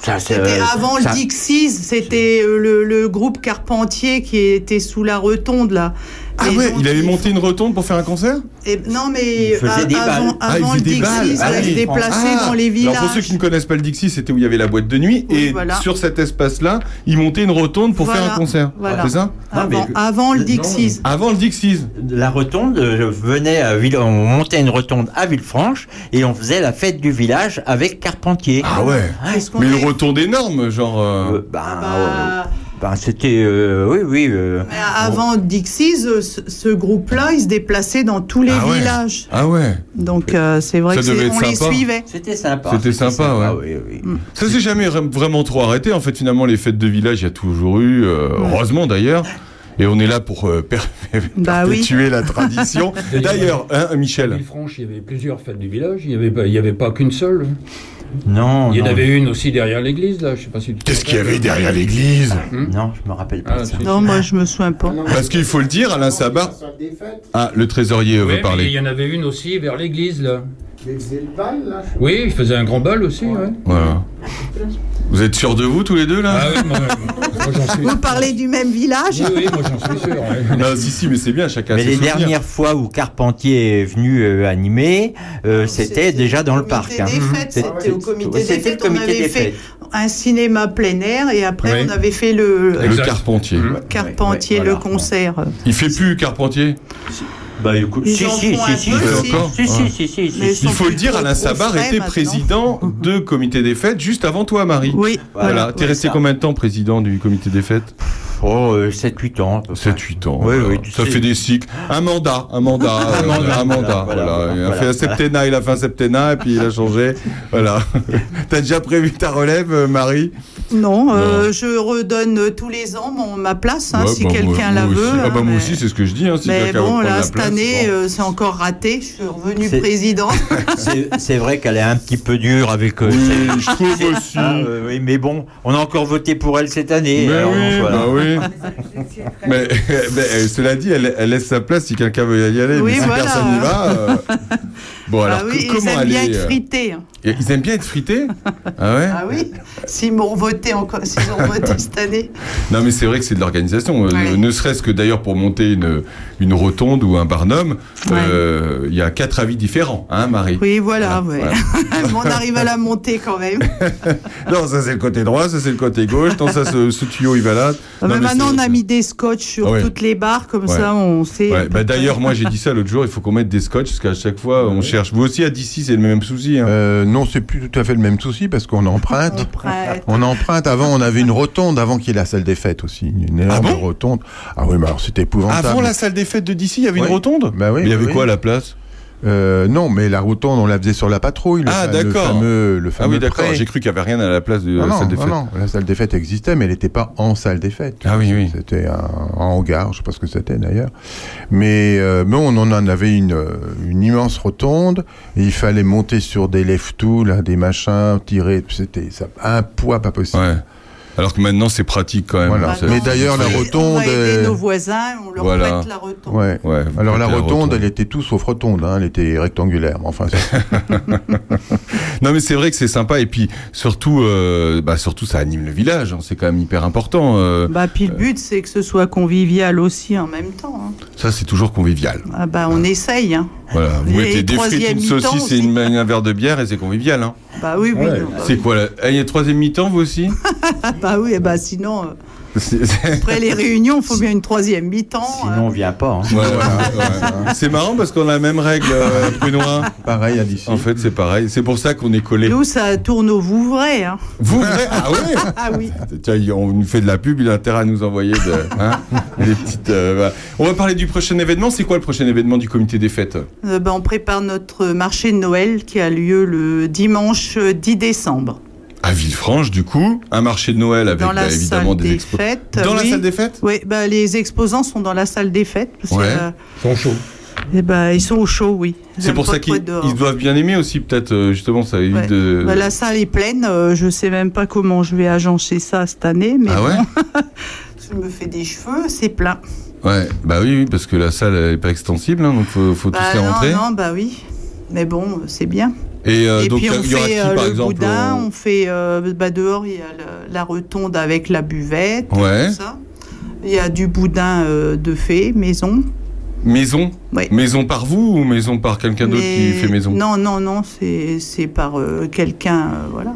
Speaker 1: Ça, c'est,
Speaker 4: c'était
Speaker 1: euh,
Speaker 4: avant
Speaker 1: ça-
Speaker 4: le Dixies, c'était euh, le, le groupe Carpentier qui était sous la rotonde là.
Speaker 2: Ah
Speaker 4: Et
Speaker 2: ouais,
Speaker 4: donc,
Speaker 2: il avait
Speaker 4: ils-
Speaker 2: monté une rotonde pour faire un concert
Speaker 4: Eh, non mais
Speaker 1: Il faisait
Speaker 4: a-
Speaker 1: des
Speaker 4: avant,
Speaker 1: balles.
Speaker 2: Ah, il
Speaker 4: avant
Speaker 2: faisait
Speaker 4: le
Speaker 2: des
Speaker 4: Dixies,
Speaker 2: balles. Ah
Speaker 4: ouais,
Speaker 2: oui.
Speaker 4: se déplaçait
Speaker 2: Ah.
Speaker 4: dans les
Speaker 2: Alors pour ceux
Speaker 4: villages.
Speaker 2: qui ne connaissent pas le Dixie, c'était où il y avait la boîte de nuit
Speaker 4: Oui,
Speaker 2: et
Speaker 4: voilà.
Speaker 2: sur cet espace-là, ils montaient une rotonde pour faire
Speaker 4: Voilà,
Speaker 2: un concert.
Speaker 4: voilà.
Speaker 2: C'est ça
Speaker 1: Non, mais-
Speaker 4: Avant, avant le
Speaker 1: Non,
Speaker 4: Dixies.
Speaker 2: Avant le Dixie.
Speaker 1: La rotonde euh, venait à Ville, on montait une rotonde à Villefranche et on faisait la fête du village avec Carpentier.
Speaker 2: Ah ouais.
Speaker 4: Parce qu'on
Speaker 2: Mais
Speaker 4: avait-
Speaker 2: une rotonde énorme, genre. euh,
Speaker 1: Euh, ben, euh,
Speaker 4: Bah,
Speaker 1: ben, c'était euh, oui oui. euh,
Speaker 4: mais avant Dixies, euh, ce, ce groupe-là, il se déplaçait dans tous les
Speaker 2: Ah ouais.
Speaker 4: villages.
Speaker 2: Ah ouais.
Speaker 4: Donc euh, c'est vrai
Speaker 2: Ça
Speaker 4: que
Speaker 2: devait
Speaker 4: c'est-
Speaker 2: être
Speaker 4: on les
Speaker 2: sympa.
Speaker 4: suivait.
Speaker 1: C'était sympa.
Speaker 2: C'était sympa,
Speaker 1: oui, oui.
Speaker 4: Hmm.
Speaker 2: Ça s'est jamais ra- vraiment trop arrêté. En fait, finalement, les fêtes de village, il y a toujours eu, euh,
Speaker 4: Hmm.
Speaker 2: heureusement d'ailleurs. Et on est là pour euh, per- [LAUGHS]
Speaker 4: Bah oui.
Speaker 2: perpétuer
Speaker 4: [LAUGHS]
Speaker 2: la tradition. [LAUGHS] D'ailleurs, hein, Michel.
Speaker 7: Villefranche, il y avait plusieurs fêtes du village. Il n'y avait, pas- il y avait pas qu'une seule. hein.
Speaker 1: Non,
Speaker 7: Il y en
Speaker 1: non,
Speaker 7: avait une aussi derrière l'église, là. Je sais pas si tu te
Speaker 2: Qu'est-ce qu'il y
Speaker 7: rappelles. Hum.
Speaker 2: avait derrière l'église
Speaker 1: non, je me rappelle pas
Speaker 7: Ah,
Speaker 1: de ça.
Speaker 7: si.
Speaker 4: Non, moi je me souviens pas.
Speaker 2: Parce qu'il faut le dire, Alain Sabat. Ah, le trésorier
Speaker 7: Ouais,
Speaker 2: veut
Speaker 7: mais Il
Speaker 2: parler.
Speaker 7: y en avait une aussi vers l'église, là. Oui, il faisait un grand bal aussi. ouais.
Speaker 2: Voilà. Vous êtes sûrs de vous tous les deux
Speaker 7: Ah
Speaker 2: là
Speaker 7: oui,
Speaker 2: [LAUGHS]
Speaker 7: moi, moi, j'en suis.
Speaker 4: Vous parlez du même village
Speaker 7: Oui, oui, moi j'en suis sûr. ouais.
Speaker 2: Non, Ah, si, si, mais c'est bien, chacun
Speaker 1: Mais
Speaker 2: ses
Speaker 1: les
Speaker 2: souvenirs.
Speaker 1: dernières fois où Carpentier est venu euh, animer, euh, c'était déjà dans le parc.
Speaker 4: Ah, comité
Speaker 1: hein.
Speaker 4: des
Speaker 2: Mhm.
Speaker 4: fêtes,
Speaker 1: C'était-
Speaker 2: Ah
Speaker 4: C'était au comité des
Speaker 1: C'était le
Speaker 4: fêtes. On
Speaker 1: comité
Speaker 4: avait
Speaker 1: des
Speaker 4: fait
Speaker 1: fêtes.
Speaker 4: un cinéma plein air et après
Speaker 7: Oui.
Speaker 4: on avait fait le
Speaker 2: Le
Speaker 7: Exact.
Speaker 2: Carpentier.
Speaker 7: Mhm.
Speaker 4: Carpentier,
Speaker 1: Ouais, ouais,
Speaker 4: le
Speaker 1: voilà.
Speaker 4: concert.
Speaker 2: Il fait plus Carpentier.
Speaker 1: Bah, écoute,
Speaker 4: Ils
Speaker 1: si,
Speaker 4: en
Speaker 1: si,
Speaker 4: font
Speaker 1: si,
Speaker 4: un
Speaker 1: si,
Speaker 4: peu,
Speaker 1: si,
Speaker 4: si.
Speaker 2: Encore
Speaker 1: si,
Speaker 2: Ouais.
Speaker 1: si, si, si,
Speaker 4: Mais
Speaker 1: si,
Speaker 4: ils
Speaker 2: Il
Speaker 4: sont
Speaker 2: faut le
Speaker 4: plus
Speaker 2: dire,
Speaker 4: trop
Speaker 2: Alain
Speaker 4: trop
Speaker 2: Sabar
Speaker 4: frais
Speaker 2: était
Speaker 4: maintenant.
Speaker 2: président de comité des fêtes juste avant toi, Marie.
Speaker 4: Oui,
Speaker 2: Voilà,
Speaker 1: Voilà,
Speaker 2: t'es
Speaker 1: ouais,
Speaker 2: resté
Speaker 1: ça.
Speaker 2: combien de temps président du comité des fêtes
Speaker 1: oh, 7-8 ans.
Speaker 2: 7-8 ans.
Speaker 1: Oui,
Speaker 2: voilà.
Speaker 1: oui, tu
Speaker 2: ça
Speaker 1: sais.
Speaker 2: fait des cycles. Un mandat, un mandat, euh, un mandat. voilà. Il a fait un septennat, il a fait un septennat, et puis il a changé. Voilà. T'as déjà prévu ta relève, euh, Marie
Speaker 4: Non, euh, je redonne euh, tous les ans mon- ma place, hein,
Speaker 2: Ouais,
Speaker 4: si
Speaker 2: bah, moi-
Speaker 4: quelqu'un la
Speaker 2: moi
Speaker 4: veut.
Speaker 2: aussi. Ah
Speaker 4: hein,
Speaker 2: bah, moi
Speaker 4: mais-
Speaker 2: aussi, c'est ce que je dis, hein, si
Speaker 4: mais
Speaker 2: quelqu'un veut
Speaker 4: bon,
Speaker 2: prendre
Speaker 4: là,
Speaker 2: la
Speaker 4: cette [LAUGHS]
Speaker 2: place,
Speaker 4: année, euh, c'est encore raté. Je suis revenue
Speaker 1: C'est-
Speaker 4: présidente.
Speaker 1: C'est- C'est vrai qu'elle est un petit peu dure avec. euh,
Speaker 2: Oui, je trouve aussi.
Speaker 1: Ah, oui, mais bon, on a encore voté pour elle cette année.
Speaker 2: Mais
Speaker 1: alors,
Speaker 2: oui,
Speaker 1: voilà.
Speaker 2: bah oui. mais, mais, euh, cela dit, elle, elle laisse sa place si quelqu'un veut y aller.
Speaker 4: Oui,
Speaker 2: mais si
Speaker 4: voilà.
Speaker 2: personne n'y
Speaker 4: [LAUGHS]
Speaker 2: va. euh, [LAUGHS] Bon, alors,
Speaker 4: ah oui,
Speaker 2: co- comment
Speaker 4: ils aiment
Speaker 2: elle
Speaker 4: bien
Speaker 2: est,
Speaker 4: être
Speaker 2: euh,
Speaker 4: frités. hein.
Speaker 2: Ils aiment bien
Speaker 4: [LAUGHS]
Speaker 2: être frités Ah ouais
Speaker 4: Ah oui, s'ils m'ont voté encore, s'ils ont
Speaker 2: [LAUGHS]
Speaker 4: voté cette année.
Speaker 2: Non, mais c'est vrai que c'est de l'organisation. Euh,
Speaker 4: Ouais.
Speaker 2: Ne serait-ce que d'ailleurs pour monter une, une rotonde ou un barnum,
Speaker 4: Ouais.
Speaker 2: euh, il y a quatre avis différents, hein, Marie
Speaker 4: Oui, voilà, ouais. [LAUGHS] Mais on arrive à la monter quand même.
Speaker 2: [LAUGHS] Non, ça c'est le côté droit, ça c'est le côté gauche, non, ça ce, ce tuyau il va là. Non,
Speaker 4: Ah, mais
Speaker 2: mais
Speaker 4: maintenant,
Speaker 2: c'est-
Speaker 4: on a mis des scotch sur
Speaker 2: Ah ouais.
Speaker 4: toutes les barres, comme
Speaker 2: Ouais.
Speaker 4: ça, on sait.
Speaker 2: Ouais,
Speaker 4: [LAUGHS]
Speaker 2: bah, d'ailleurs, moi j'ai dit ça l'autre jour, il faut qu'on mette des scotch parce qu'à chaque fois on cherche. Vous aussi à d'ici, c'est le même souci. hein.
Speaker 8: Euh, non, c'est plus tout à fait le même souci parce qu'on emprunte.
Speaker 4: Après,
Speaker 8: On emprunte. Avant, on avait une rotonde avant qu'il y ait la salle des fêtes aussi. Une énorme
Speaker 2: Ah bon
Speaker 8: rotonde. Ah oui, mais alors c'était épouvantable.
Speaker 2: Avant la salle des fêtes de d'ici, il y avait
Speaker 8: Oui.
Speaker 2: une rotonde
Speaker 8: Bah oui,
Speaker 2: Mais Il y avait
Speaker 8: oui.
Speaker 2: quoi à la place
Speaker 8: Euh, non, mais la rotonde, on la faisait sur la patrouille. Le
Speaker 2: Ah,
Speaker 8: fa- Le
Speaker 2: d'accord.
Speaker 8: fameux, le
Speaker 2: Ah
Speaker 8: fameux
Speaker 2: oui, d'accord,
Speaker 8: pré.
Speaker 2: j'ai cru qu'il n'y avait rien à la place de
Speaker 8: Non,
Speaker 2: la
Speaker 8: Ah non,
Speaker 2: salle des
Speaker 8: non,
Speaker 2: fêtes.
Speaker 8: non, la salle des fêtes existait, mais elle n'était pas en salle des fêtes.
Speaker 2: Ah oui, oui.
Speaker 8: C'était un, un hangar, je ne sais pas ce que c'était d'ailleurs. Mais, euh, mais on en en avait une, euh, une immense rotonde. et il fallait monter sur des lève-tout, là, des machins, tirer. C'était ça, un poids pas possible.
Speaker 2: Ouais. Alors que maintenant c'est pratique quand même.
Speaker 8: Voilà.
Speaker 2: Ça-
Speaker 8: Mais d'ailleurs, la
Speaker 4: on va-
Speaker 8: rotonde,
Speaker 4: On va aider
Speaker 8: euh,
Speaker 4: nos voisins, on leur
Speaker 2: voilà.
Speaker 4: prête la rotonde.
Speaker 8: Ouais.
Speaker 2: Ouais,
Speaker 8: Alors la
Speaker 2: la
Speaker 8: rotonde,
Speaker 2: rotonde.
Speaker 8: elle était tout sauf rotonde, hein, elle était rectangulaire. mais Enfin, c'est-
Speaker 2: [LAUGHS] Non mais c'est vrai que c'est sympa et puis surtout, euh, bah surtout ça anime le village. hein. C'est quand même hyper important. euh,
Speaker 4: Bah, puis le but, c'est que ce soit convivial aussi en même temps. hein.
Speaker 2: ça c'est toujours convivial.
Speaker 4: Ah bah, on essaye. hein. [LAUGHS]
Speaker 2: Voilà. Vous
Speaker 4: Et
Speaker 2: mettez des frites,
Speaker 4: troisième
Speaker 2: une
Speaker 4: mi-temps
Speaker 2: saucisse et
Speaker 4: aussi.
Speaker 2: une- un verre de bière et c'est convivial. Hein.
Speaker 4: Bah oui, oui. non, bah,
Speaker 2: C'est quoi là Eh, Il y a troisième mi-temps vous aussi
Speaker 4: ah bah oui, bah sinon, euh,
Speaker 2: C'est- c'est-
Speaker 4: après les réunions, il faut bien une troisième mi-temps.
Speaker 1: Sinon, on
Speaker 4: hein.
Speaker 1: vient pas. hein.
Speaker 2: Ouais, ouais, ouais. C'est marrant parce qu'on a la même règle, euh, Prunois.
Speaker 8: pareil à d'ici.
Speaker 2: En fait, c'est pareil. C'est pour ça qu'on est collés.
Speaker 4: Nous, ça tourne au Vouvray. hein.
Speaker 2: Vous, vrai Ah ouais
Speaker 4: [LAUGHS] Ah oui.
Speaker 2: Tiens, il- on nous fait de la pub, il a intérêt à nous envoyer de, hein, des petites. euh, voilà. On va parler du prochain événement. C'est quoi le prochain événement du comité des fêtes
Speaker 4: Euh, bah, on prépare notre marché de Noël qui a lieu le dimanche euh, 10 décembre.
Speaker 2: À Villefranche, du coup, un marché de Noël avec
Speaker 4: dans la
Speaker 2: bah, évidemment
Speaker 4: salle
Speaker 2: des,
Speaker 4: des,
Speaker 2: expos.
Speaker 4: fêtes.
Speaker 2: Dans la
Speaker 4: oui.
Speaker 2: salle des fêtes
Speaker 4: Oui, bah, les exposants sont dans la salle des fêtes. Parce que,
Speaker 2: Ouais.
Speaker 4: euh,
Speaker 11: Son show.
Speaker 4: eh bah, ils sont au chaud, oui. Ils
Speaker 2: C'est
Speaker 4: aiment
Speaker 2: pour
Speaker 4: pas
Speaker 2: ça
Speaker 4: trop
Speaker 2: qu'ils
Speaker 4: être dehors.
Speaker 2: ils doivent bien aimer aussi, peut-être, euh, justement, ça évite
Speaker 4: Ouais.
Speaker 2: de.
Speaker 4: Bah, la salle est pleine. euh, je sais même pas comment je vais agencer ça cette année, mais
Speaker 2: ah ouais
Speaker 4: [LAUGHS] je me fais des cheveux, c'est plein.
Speaker 2: Ouais, bah oui, oui, parce que la salle n'est pas extensible, hein, donc faut, faut
Speaker 4: Bah,
Speaker 2: tous les rentrer.
Speaker 4: non, non, bah oui. Mais bon, euh, c'est bien.
Speaker 2: Et, euh,
Speaker 4: Et
Speaker 2: donc,
Speaker 4: puis on
Speaker 2: il y aura qui,
Speaker 4: fait euh,
Speaker 2: par
Speaker 4: le
Speaker 2: exemple
Speaker 4: boudin,
Speaker 2: au-
Speaker 4: on fait euh, bah, dehors, il y a la, la rotonde avec la buvette,
Speaker 2: Ouais.
Speaker 4: tout ça. Il y a du boudin euh, de fée, maison.
Speaker 2: Maison
Speaker 4: Ouais.
Speaker 2: Maison par vous ou maison par quelqu'un d'autre qui
Speaker 4: Mais-
Speaker 2: fait maison
Speaker 4: Non, non, non, c'est c'est par euh, quelqu'un, euh, voilà,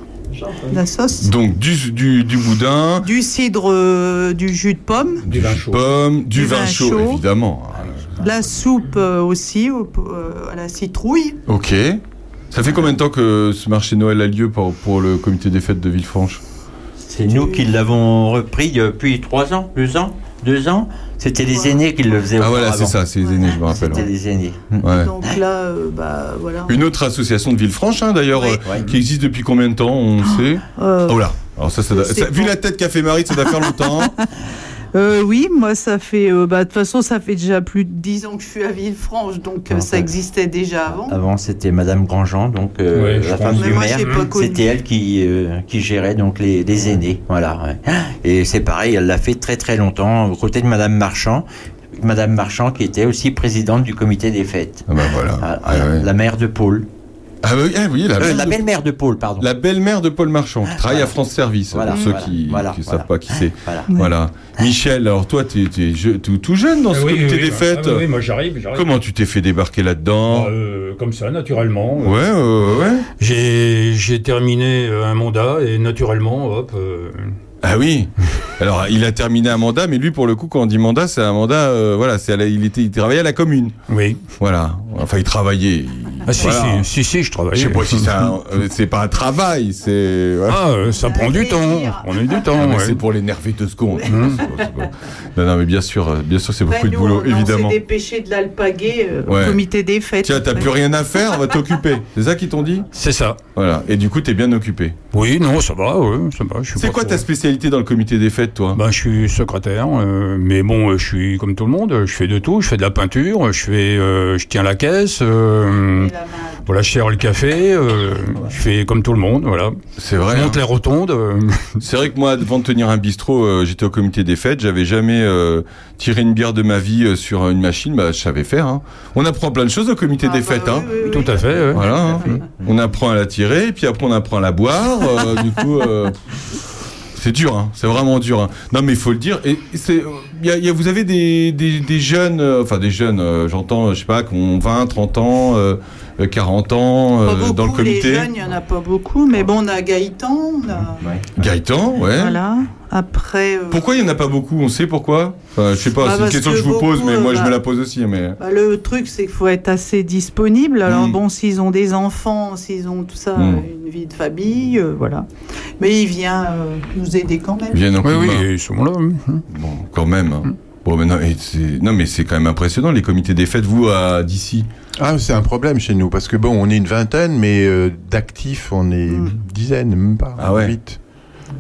Speaker 4: la sauce.
Speaker 2: Donc, du, du, du boudin,
Speaker 4: Du cidre, euh, du jus de pomme,
Speaker 11: Du vin chaud.
Speaker 2: pommes, du,
Speaker 4: Du
Speaker 2: vin,
Speaker 4: vin
Speaker 2: chaud,
Speaker 4: chaud.
Speaker 2: évidemment.
Speaker 4: la soupe euh, aussi, au- euh, à la citrouille.
Speaker 2: Ok. Ça fait combien de temps que ce marché Noël a lieu pour, pour le comité des fêtes de Villefranche
Speaker 1: C'est nous qui l'avons repris depuis 3 ans, 2 ans, 2 ans. C'était les aînés qui le faisaient
Speaker 2: Ah voilà,
Speaker 1: auparavant.
Speaker 2: c'est ça, c'est les aînés, je me rappelle.
Speaker 1: C'était
Speaker 2: ouais.
Speaker 1: les aînés.
Speaker 2: Ouais.
Speaker 4: Donc là, euh, bah voilà.
Speaker 2: Une autre association de Villefranche, hein, d'ailleurs,
Speaker 4: Ouais.
Speaker 2: euh, qui existe depuis combien de temps On
Speaker 1: Ah,
Speaker 2: sait.
Speaker 4: Euh,
Speaker 2: Oh là Alors ça, ça doit-
Speaker 4: C'est
Speaker 2: ça- vu
Speaker 4: bon.
Speaker 2: la tête qu'a fait Marie, ça doit faire longtemps. hein.
Speaker 1: [LAUGHS]
Speaker 4: euh, oui, moi ça fait, euh, bah de toute façon ça fait déjà plus de 10 ans que je suis à Villefranche, donc euh,
Speaker 1: Ah,
Speaker 4: ça
Speaker 1: ouais.
Speaker 4: existait déjà avant.
Speaker 1: Avant, c'était Madame Grandjean, donc euh,
Speaker 11: Ouais, je
Speaker 1: la
Speaker 11: pense.
Speaker 1: femme
Speaker 4: Mais
Speaker 1: du
Speaker 4: moi,
Speaker 1: maire.
Speaker 4: j'ai pas connu.
Speaker 1: C'était elle qui, euh, qui gérait donc les, les aînés. Voilà. ouais. Et c'est pareil, elle l'a fait très très longtemps aux côtés de Madame Marchand. Madame Marchand qui était aussi présidente du comité des fêtes.
Speaker 2: Ah bah voilà.
Speaker 1: Ah,
Speaker 2: Ah, ouais.
Speaker 1: La mère de Paul.
Speaker 2: Ah bah oui, ah oui, la,
Speaker 1: Euh,
Speaker 2: belle-
Speaker 1: la belle-mère de Paul, pardon. Ah,
Speaker 2: la belle-mère de Paul Marchand, qui travaille à France Service,
Speaker 1: Voilà,
Speaker 2: pour ceux
Speaker 1: voilà,
Speaker 2: qui ne
Speaker 1: voilà,
Speaker 2: savent
Speaker 1: voilà.
Speaker 2: pas qui c'est.
Speaker 1: Voilà.
Speaker 2: Voilà. Michel, alors toi, tu es, tout, tout jeune dans
Speaker 11: Ah
Speaker 2: ce
Speaker 11: oui,
Speaker 2: comité
Speaker 11: oui,
Speaker 2: des
Speaker 11: oui.
Speaker 2: fêtes.
Speaker 11: Ah oui, oui, moi j'arrive, j'arrive.
Speaker 2: Comment tu t'es fait débarquer là-dedans
Speaker 7: Bah,
Speaker 11: Euh, Comme ça, naturellement.
Speaker 2: Ouais, ouais, ouais.
Speaker 7: J'ai euh. j'ai terminé euh, un mandat et naturellement, hop. euh,
Speaker 2: Ah oui. Alors, il a terminé un mandat, mais lui, pour le coup, quand on dit mandat, c'est un mandat. euh, voilà, c'est à la- il était, il travaillait à la commune.
Speaker 7: oui.
Speaker 2: Voilà. Enfin, il travaillait. Il-
Speaker 7: Ah, si, si, si, si, je travaille.
Speaker 2: Je sais pas si c'est un- euh, c'est pas un travail, c'est.
Speaker 7: Ah, euh, ça prend du temps. On a eu du temps.
Speaker 2: Ah, mais
Speaker 7: ouais. Mmh.
Speaker 2: C'est pour l'énerver deux secondes. Non, non, mais bien sûr, euh, bien sûr, c'est beaucoup
Speaker 4: Ben,
Speaker 2: de
Speaker 4: nous,
Speaker 2: boulot,
Speaker 4: on- On
Speaker 2: évidemment.
Speaker 4: s'est dépêché de l'alpaguer euh,
Speaker 2: Ouais.
Speaker 4: au comité des fêtes.
Speaker 2: Tiens, t'as plus rien à faire, on
Speaker 4: [LAUGHS]
Speaker 2: va t'occuper. C'est ça qu'ils t'ont dit
Speaker 7: C'est ça.
Speaker 2: Voilà. Et du coup, t'es bien occupé.
Speaker 7: Oui, non, ça va, ouais, ça va.
Speaker 2: C'est quoi ta spécialité dans le comité des fêtes, toi
Speaker 7: ben, Je suis secrétaire, euh, mais bon, euh, je suis comme tout le monde, euh, je fais de tout, je fais de la peinture, euh, je, fais, euh, je tiens la caisse, euh, voilà, je sers le café, euh, je fais comme tout le monde, voilà.
Speaker 2: C'est vrai. hein.
Speaker 7: Je monte les rotondes. euh,
Speaker 2: C'est vrai que moi, avant de tenir un bistrot, euh, j'étais au comité des fêtes. J'avais jamais euh, tiré une bière de ma vie euh, sur une machine. Bah, je savais faire. hein. On apprend plein de choses au comité des fêtes. hein.
Speaker 7: Tout à fait. ouais.
Speaker 2: Voilà. hein. On apprend à la tirer, et puis après on apprend à la boire. euh, du coup, euh, c'est dur. hein. C'est vraiment dur. hein. Non, mais il faut le dire. Et c'est, il y a- il y a- vous avez des, des- des jeunes, euh, enfin des jeunes. euh, J'entends, je sais pas, qui ont 20, 30 ans, euh, euh, 40 ans euh, dans le
Speaker 4: Pour les
Speaker 2: comité.
Speaker 4: jeunes, il n'y en a pas beaucoup, mais bon, on a Gaëtan, on a-
Speaker 2: Gaëtan, ouais.
Speaker 4: Voilà. Après, euh,
Speaker 2: Pourquoi il n'y en a pas beaucoup On sait pourquoi Enfin, Je sais pas,
Speaker 4: Bah,
Speaker 2: c'est une
Speaker 4: parce
Speaker 2: question que,
Speaker 4: que
Speaker 2: je vous pose,
Speaker 4: beaucoup,
Speaker 2: mais
Speaker 4: euh,
Speaker 2: moi je
Speaker 4: bah-
Speaker 2: me la pose aussi. Mais...
Speaker 4: bah, le truc, c'est qu'il faut être assez disponible. Alors,
Speaker 2: Mm.
Speaker 4: bon, s'ils ont des enfants, s'ils ont tout ça,
Speaker 2: Mm.
Speaker 4: une vie de famille, euh, voilà. Mais il vient euh, nous aider quand même.
Speaker 2: Ils viennent en
Speaker 7: Oui,
Speaker 2: coup
Speaker 7: oui,
Speaker 2: de main.
Speaker 7: ils sont là. oui.
Speaker 8: Hum.
Speaker 2: Bon, quand même. hein. Bon, mais non, et c'est- non, mais c'est quand même impressionnant, les comités des fêtes, vous, à d'ici.
Speaker 8: Ah, c'est un problème chez nous, parce que bon, on est une vingtaine, mais euh, d'actifs, on est une dizaine, même pas.
Speaker 2: Mmh. Ah ouais.
Speaker 8: Huit.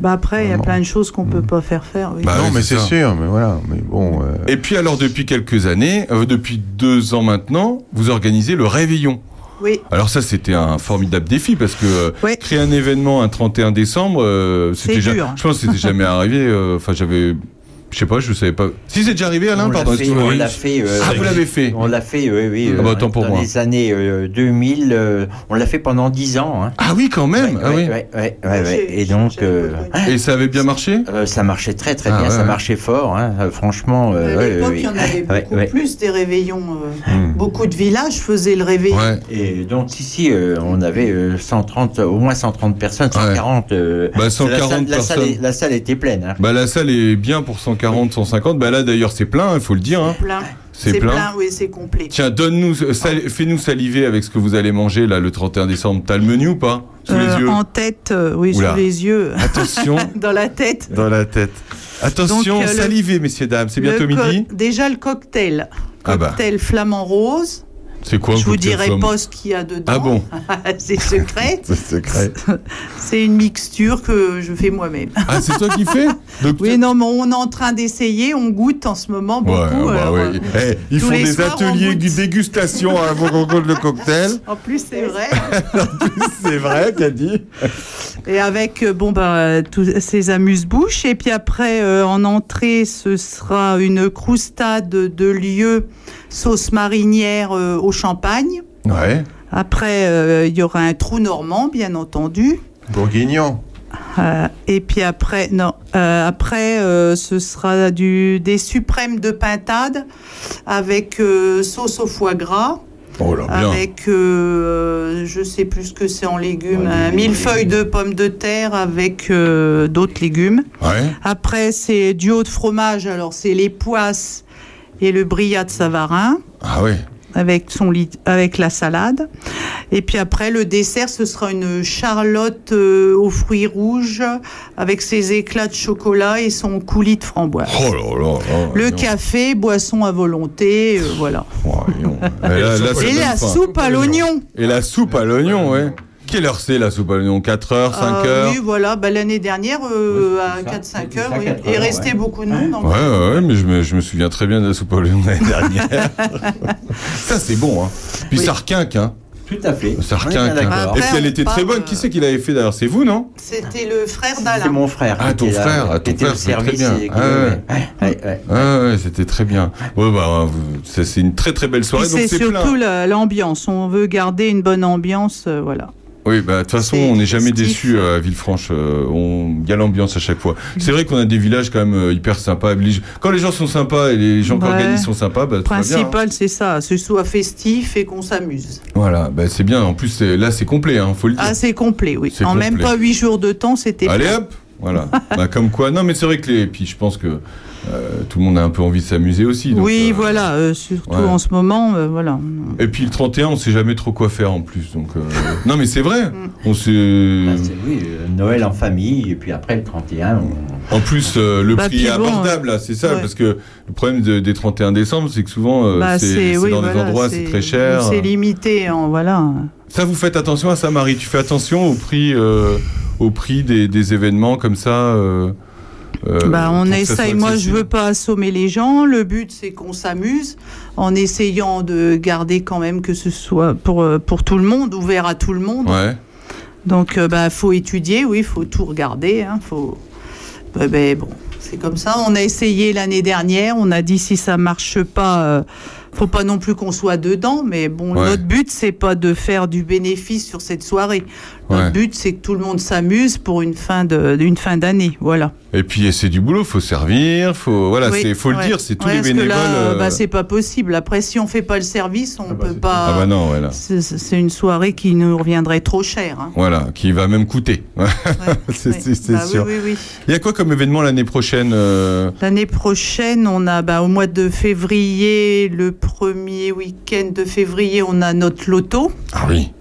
Speaker 4: Bah, après, il y a plein de choses qu'on ne peut pas faire faire. oui.
Speaker 2: Bah
Speaker 8: non,
Speaker 2: oui,
Speaker 8: mais
Speaker 2: c'est
Speaker 8: c'est
Speaker 2: ça.
Speaker 8: sûr, mais voilà. Mais bon, euh,
Speaker 2: Et puis alors, depuis quelques années, euh, depuis deux ans maintenant, vous organisez le réveillon.
Speaker 4: Oui.
Speaker 2: Alors ça, c'était un formidable défi parce que euh, créer un événement un 31 décembre, euh,
Speaker 4: C'est
Speaker 2: c'était ja-
Speaker 4: dur.
Speaker 2: je pense que c'était jamais arrivé. euh, Enfin, j'avais, je sais pas, je savais pas. Si c'est déjà arrivé, Alain,
Speaker 1: On
Speaker 2: pardon.
Speaker 1: l'a fait,
Speaker 2: excuse-moi.
Speaker 1: on l'a fait, euh,
Speaker 2: ah, vous l'avez fait.
Speaker 1: On l'a fait, oui, oui. euh,
Speaker 2: Ah bah, autant pour
Speaker 1: dans
Speaker 2: moi.
Speaker 1: les années euh, 2000, euh, on l'a fait pendant 10 ans. hein.
Speaker 2: Ah oui, quand même. ah oui.
Speaker 1: Ouais, ouais, ouais, ouais. Et donc, euh,
Speaker 2: Et ça avait bien marché
Speaker 1: euh, ça marchait très très
Speaker 2: Ah,
Speaker 1: bien,
Speaker 2: ouais,
Speaker 1: ça
Speaker 2: ouais.
Speaker 1: marchait fort, hein, euh, franchement. euh,
Speaker 4: À
Speaker 1: ouais,
Speaker 4: l'époque,
Speaker 1: ouais,
Speaker 4: il y en
Speaker 1: ouais.
Speaker 4: avait
Speaker 1: Ouais,
Speaker 4: beaucoup
Speaker 1: ouais.
Speaker 4: plus des réveillons. euh,
Speaker 2: Hmm.
Speaker 4: Beaucoup de villages faisaient le réveillon.
Speaker 2: Ouais.
Speaker 1: Et donc ici, euh, on avait euh, 130, au moins 130 personnes, 140. euh,
Speaker 2: Bah,
Speaker 1: la salle-
Speaker 2: 140
Speaker 1: la salle,
Speaker 2: personnes.
Speaker 1: est- la salle était pleine. hein.
Speaker 2: Bah la salle est bien pour 140, 150. Bah là d'ailleurs c'est plein, il faut le dire. hein.
Speaker 4: Plein.
Speaker 2: C'est plein.
Speaker 4: oui, c'est complet.
Speaker 2: Tiens, donne-nous, sal- fais-nous saliver avec ce que vous allez manger là le 31 décembre. T'as le menu ou pas Sous
Speaker 4: Euh,
Speaker 2: les yeux.
Speaker 4: En tête, euh, oui,
Speaker 2: Oula.
Speaker 4: sous les yeux.
Speaker 2: Attention.
Speaker 4: [LAUGHS] Dans la tête.
Speaker 2: Dans la tête. Attention,
Speaker 4: Donc, euh, le-
Speaker 2: salivez messieurs dames. C'est bientôt
Speaker 4: Le co-
Speaker 2: midi.
Speaker 4: Déjà le cocktail.
Speaker 2: Ah bah.
Speaker 4: Cocktail flamand rose.
Speaker 2: C'est quoi un
Speaker 4: Je vous
Speaker 2: cocktail
Speaker 4: dirai
Speaker 2: flamme
Speaker 4: pas ce qu'il y a dedans.
Speaker 2: Ah bon
Speaker 4: [LAUGHS] C'est secret.
Speaker 2: C'est secret.
Speaker 4: Ah, C'est une mixture que je fais moi-même.
Speaker 2: Ah c'est toi qui
Speaker 4: [LAUGHS]
Speaker 2: fais Donc,
Speaker 4: Oui, non, mais on est en train d'essayer. On goûte en ce moment
Speaker 2: Ouais,
Speaker 4: beaucoup.
Speaker 2: bah
Speaker 4: alors,
Speaker 2: ouais.
Speaker 4: euh,
Speaker 2: Eh, ils
Speaker 4: tous
Speaker 2: font
Speaker 4: les
Speaker 2: des
Speaker 4: soirs, on
Speaker 2: ateliers
Speaker 4: goûte.
Speaker 2: de dégustation avant qu'on goûte le cocktail.
Speaker 4: En plus, c'est
Speaker 2: [LAUGHS]
Speaker 4: vrai.
Speaker 2: C'est vrai, t'as dit.
Speaker 4: Et avec euh, bon bah euh, tous ces amuse-bouches et puis après euh, en entrée ce sera une croustade de lieu sauce marinière euh, au champagne.
Speaker 2: Ouais.
Speaker 4: Après euh, il y aura un trou normand bien entendu.
Speaker 8: Bourguignon.
Speaker 4: Euh, et puis après non euh, après euh, ce sera du des suprêmes de pintade avec euh, sauce au foie gras.
Speaker 2: Oh là, bien.
Speaker 4: Avec, euh, je sais plus ce que c'est en légumes, un millefeuille de pommes de terre avec euh, d'autres légumes.
Speaker 2: Ouais.
Speaker 4: Après, c'est du haut de fromage, alors c'est les poisses et le brillat de Savarin
Speaker 2: Ah ouais.
Speaker 4: avec, son lit, avec la salade. Et puis après, le dessert, ce sera une charlotte euh, aux fruits rouges avec ses éclats de chocolat et son coulis de framboise.
Speaker 2: Oh là là. là,
Speaker 4: Le
Speaker 2: non.
Speaker 4: café, boisson à volonté, euh, voilà.
Speaker 2: Eh, là, là, ça
Speaker 4: et
Speaker 2: donne
Speaker 4: la
Speaker 2: faim.
Speaker 4: soupe à l'oignon.
Speaker 2: Et la soupe à l'oignon, ouais. Quelle heure c'est la soupe à l'oignon 4 heures, 5
Speaker 4: Euh,
Speaker 2: heures
Speaker 4: Oui, voilà, bah, l'année dernière, euh, à 4-5 heures, oui. il restait beaucoup de monde.
Speaker 2: Ouais,
Speaker 4: encore.
Speaker 2: ouais, ouais, mais je me, je me souviens très bien de la soupe à l'oignon de l'année
Speaker 1: [LAUGHS]
Speaker 2: dernière. ça, c'est bon, hein. Puis ça requinque, hein.
Speaker 1: Tout à fait.
Speaker 2: Ça
Speaker 1: On est
Speaker 2: requinque.
Speaker 1: bien
Speaker 2: hein.
Speaker 1: d'accord.
Speaker 2: Et
Speaker 4: Après,
Speaker 2: puis elle
Speaker 4: on
Speaker 2: était très
Speaker 4: parle-
Speaker 2: bonne. Qui c'est qui l'avait fait d'ailleurs C'est vous, non
Speaker 4: C'était le frère
Speaker 1: C'est
Speaker 4: d'Alain.
Speaker 1: mon frère. hein,
Speaker 2: Ah,
Speaker 1: qui
Speaker 2: ton
Speaker 1: était là,
Speaker 2: frère, ah,
Speaker 1: qui
Speaker 2: ton
Speaker 1: était au
Speaker 2: frère, c'est très
Speaker 1: service
Speaker 2: bien.
Speaker 1: et qui-
Speaker 2: Ah, ouais.
Speaker 1: ouais, ouais.
Speaker 2: Ouais, ouais, c'était très bien. Ouais, bah, vous- ça, c'est une très très belle
Speaker 4: Puis
Speaker 2: soirée. donc
Speaker 4: c'est
Speaker 2: c'est plein.
Speaker 4: surtout la- l'ambiance. On veut garder une bonne ambiance, euh, voilà.
Speaker 2: Oui, bah, de toute façon,
Speaker 4: C'est
Speaker 2: on n'est jamais
Speaker 4: festif.
Speaker 2: déçu à Villefranche. euh, on- Il y a l'ambiance à chaque fois.
Speaker 4: Mm-hmm.
Speaker 2: C'est vrai qu'on a des villages quand même euh, hyper sympas. Les- Quand les gens sont sympas et les gens qui
Speaker 4: Ouais.
Speaker 2: organisent sont sympas, bah,
Speaker 4: Le
Speaker 2: tout va bien. hein.
Speaker 4: principal, c'est ça, ce soit festif et qu'on s'amuse.
Speaker 2: Voilà, bah, c'est bien. En plus, c'est- là, c'est complet, hein, faut le dire.
Speaker 4: Ah, c'est complet, oui.
Speaker 2: C'est
Speaker 4: En même
Speaker 2: complet.
Speaker 4: pas huit jours de temps, c'était.
Speaker 2: Allez
Speaker 4: plein.
Speaker 2: hop Voilà. bah, comme quoi, non, mais c'est vrai que les. Et puis je pense que euh, tout le monde a un peu envie de s'amuser aussi. donc,
Speaker 4: oui,
Speaker 2: euh,
Speaker 4: voilà, euh, surtout
Speaker 2: ouais.
Speaker 4: en ce moment, euh, voilà.
Speaker 2: Et puis le 31, on sait jamais trop quoi faire en plus. Donc,
Speaker 4: [LAUGHS]
Speaker 2: euh, non, mais c'est vrai.
Speaker 4: Mm.
Speaker 2: On sait.
Speaker 1: oui, euh, Noël en famille, et puis après le 31.
Speaker 2: En plus, euh, le
Speaker 1: Bah,
Speaker 2: prix
Speaker 1: puis
Speaker 2: est
Speaker 4: hein.
Speaker 1: bon,
Speaker 2: abordable, là, c'est ça,
Speaker 1: ouais.
Speaker 2: parce que le problème de- des 31 décembre, c'est que souvent, euh,
Speaker 4: Bah,
Speaker 2: c'est c'est
Speaker 4: oui,
Speaker 2: dans des
Speaker 4: voilà,
Speaker 2: endroits, c'est très cher.
Speaker 4: C'est limité, en, voilà.
Speaker 2: Ça, vous faites attention à ça, Marie. Tu fais attention au prix, euh, au prix des, des événements comme ça. euh, euh,
Speaker 4: bah, on
Speaker 2: pour que ça
Speaker 4: essaye.
Speaker 2: soit
Speaker 4: Moi, je
Speaker 2: accessible.
Speaker 4: veux pas assommer les gens. Le but, c'est qu'on s'amuse en essayant de garder quand même que ce soit pour, euh, pour tout le monde, ouvert à tout le monde.
Speaker 2: Ouais.
Speaker 4: Donc, il bah, faut étudier, oui, faut tout regarder. Hein, faut... Bah, ben, bon, c'est comme ça. On a essayé l'année dernière. On a dit si ça marche pas, euh, faut pas non plus qu'on soit dedans. Mais bon,
Speaker 12: Ouais.
Speaker 4: notre but, c'est pas de faire du bénéfice sur cette soirée. Notre
Speaker 2: Ouais.
Speaker 4: but, c'est que tout le monde s'amuse pour une fin de- d'une fin d'année. Voilà.
Speaker 2: Et puis, c'est du boulot, faut servir, faut, voilà,
Speaker 4: Oui,
Speaker 2: c'est, faut
Speaker 4: ouais.
Speaker 2: le dire, c'est tous
Speaker 4: Ouais,
Speaker 2: les
Speaker 4: parce
Speaker 2: bénévoles.
Speaker 4: Que là, euh,
Speaker 2: euh,
Speaker 4: bah, c'est pas possible. Après, si on fait pas le service, on peut pas.
Speaker 2: ah bah non, ouais, là.
Speaker 4: C'est- C'est une soirée qui nous reviendrait trop cher. hein.
Speaker 2: Voilà, qui va même coûter. [LAUGHS] c'est c'est- c'est
Speaker 4: Bah oui,
Speaker 2: sûr.
Speaker 4: oui, oui.
Speaker 2: Il y a quoi comme événement l'année prochaine euh,
Speaker 4: L'année prochaine, on a bah, au mois de février, le premier week-end de février, on a notre loto.
Speaker 2: Ah oui.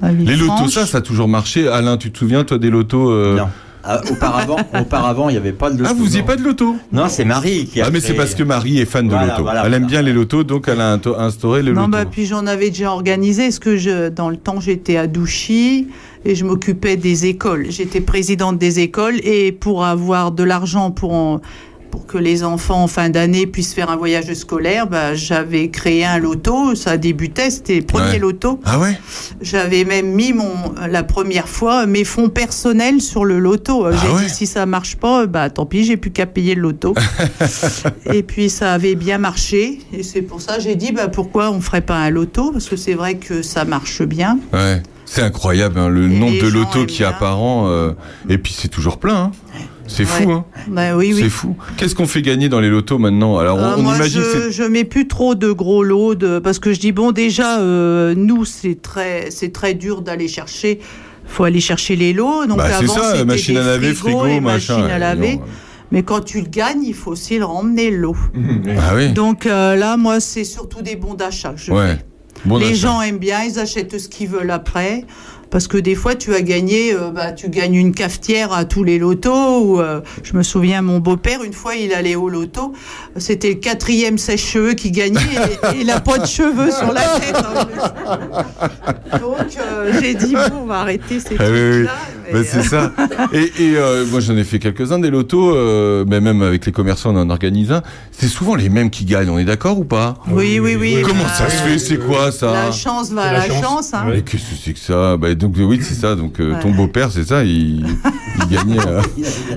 Speaker 4: à
Speaker 2: Les lotos,
Speaker 4: Villefranche.
Speaker 2: ça, ça a toujours marché. Alain, tu te souviens, toi, des lotos Non.
Speaker 1: Ah,
Speaker 2: [LAUGHS]
Speaker 1: auparavant, auparavant, il n'y avait pas de loto.
Speaker 2: Ah, vous n'y pas de loto
Speaker 1: Non, c'est Marie qui a
Speaker 2: Ah, mais c'est
Speaker 1: créé-
Speaker 2: parce que Marie est fan de
Speaker 1: Voilà,
Speaker 2: loto.
Speaker 1: voilà,
Speaker 2: elle aime bien les lotos, donc elle a into- instauré les
Speaker 4: Non,
Speaker 2: lotos.
Speaker 4: bah, puis j'en avais déjà organisé, parce que je, dans le temps, j'étais à Douchy et je m'occupais des écoles. J'étais présidente des écoles et pour avoir de l'argent pour, en- pour que les enfants en fin d'année puissent faire un voyage scolaire, bah, j'avais créé un loto. Ça débutait, c'était le premier
Speaker 2: Ouais.
Speaker 4: loto.
Speaker 13: À,
Speaker 2: Ah ouais
Speaker 4: J'avais même mis mon, la première fois mes fonds personnels sur le
Speaker 2: Ah
Speaker 4: loto. j'ai dit si ça marche pas, bah tant pis, j'ai plus qu'à payer le
Speaker 2: [LAUGHS]
Speaker 4: loto. et puis ça avait bien marché et c'est pour ça que j'ai dit bah pourquoi on ferait pas un loto parce que c'est vrai que ça marche bien.
Speaker 2: Ouais. C'est incroyable, hein, le nombre de lotos qu'il y a par an. euh, et puis, c'est toujours plein. hein. C'est fou,
Speaker 4: Ouais.
Speaker 2: hein
Speaker 4: Bah oui oui.
Speaker 2: C'est fou. Qu'est-ce qu'on fait gagner dans les lotos maintenant Alors, on,
Speaker 4: Euh,
Speaker 2: on
Speaker 4: moi,
Speaker 2: imagine.
Speaker 4: je,
Speaker 2: c'est-
Speaker 4: je mets plus trop de gros lots de, parce que je dis bon déjà euh, nous c'est très c'est très dur d'aller chercher. Faut aller chercher les lots. Donc
Speaker 2: Bah, c'est
Speaker 4: avant,
Speaker 2: ça,
Speaker 4: c'était
Speaker 2: machine
Speaker 4: des
Speaker 2: à laver,
Speaker 4: frigos
Speaker 2: frigo,
Speaker 4: et
Speaker 2: machin,
Speaker 4: machine à
Speaker 2: ouais,
Speaker 4: laver.
Speaker 2: non, ouais.
Speaker 4: Mais quand tu le gagnes, il faut aussi le remmener le lot.
Speaker 2: [LAUGHS] Ah oui.
Speaker 4: Donc euh, là, moi, c'est surtout des bons d'achat. que je
Speaker 2: ouais.
Speaker 4: fais.
Speaker 2: Bon
Speaker 4: les
Speaker 2: achat.
Speaker 4: gens aiment bien, ils achètent ce qu'ils veulent après. Parce que des fois, tu as gagné, euh, bah, tu gagnes une cafetière à tous les lotos. Ou, euh, je me souviens, mon beau-père, une fois, il allait au loto. C'était le quatrième sèche-cheveux qui gagnait et, et il n'a pas de cheveux sur la tête. hein. Donc, euh, j'ai dit, bon, on va arrêter ces
Speaker 2: Ah oui, oui.
Speaker 4: trucs-là.
Speaker 2: Bah, c'est ça. Et, et, euh, moi, j'en ai fait quelques-uns des lotos, euh, mais même avec les commerçants, on en organise un. C'est souvent les mêmes qui gagnent, on est d'accord ou pas
Speaker 4: Oui, oui, oui.
Speaker 2: Comment
Speaker 4: bah,
Speaker 2: ça se fait C'est quoi ça
Speaker 4: La chance va à la, chance. hein.
Speaker 2: Mais qu'est-ce que c'est que ça bah, Donc oui, c'est ça. Donc euh,
Speaker 4: Ouais.
Speaker 2: ton beau-père, c'est ça, il, il gagnait.
Speaker 4: [LAUGHS]
Speaker 2: euh,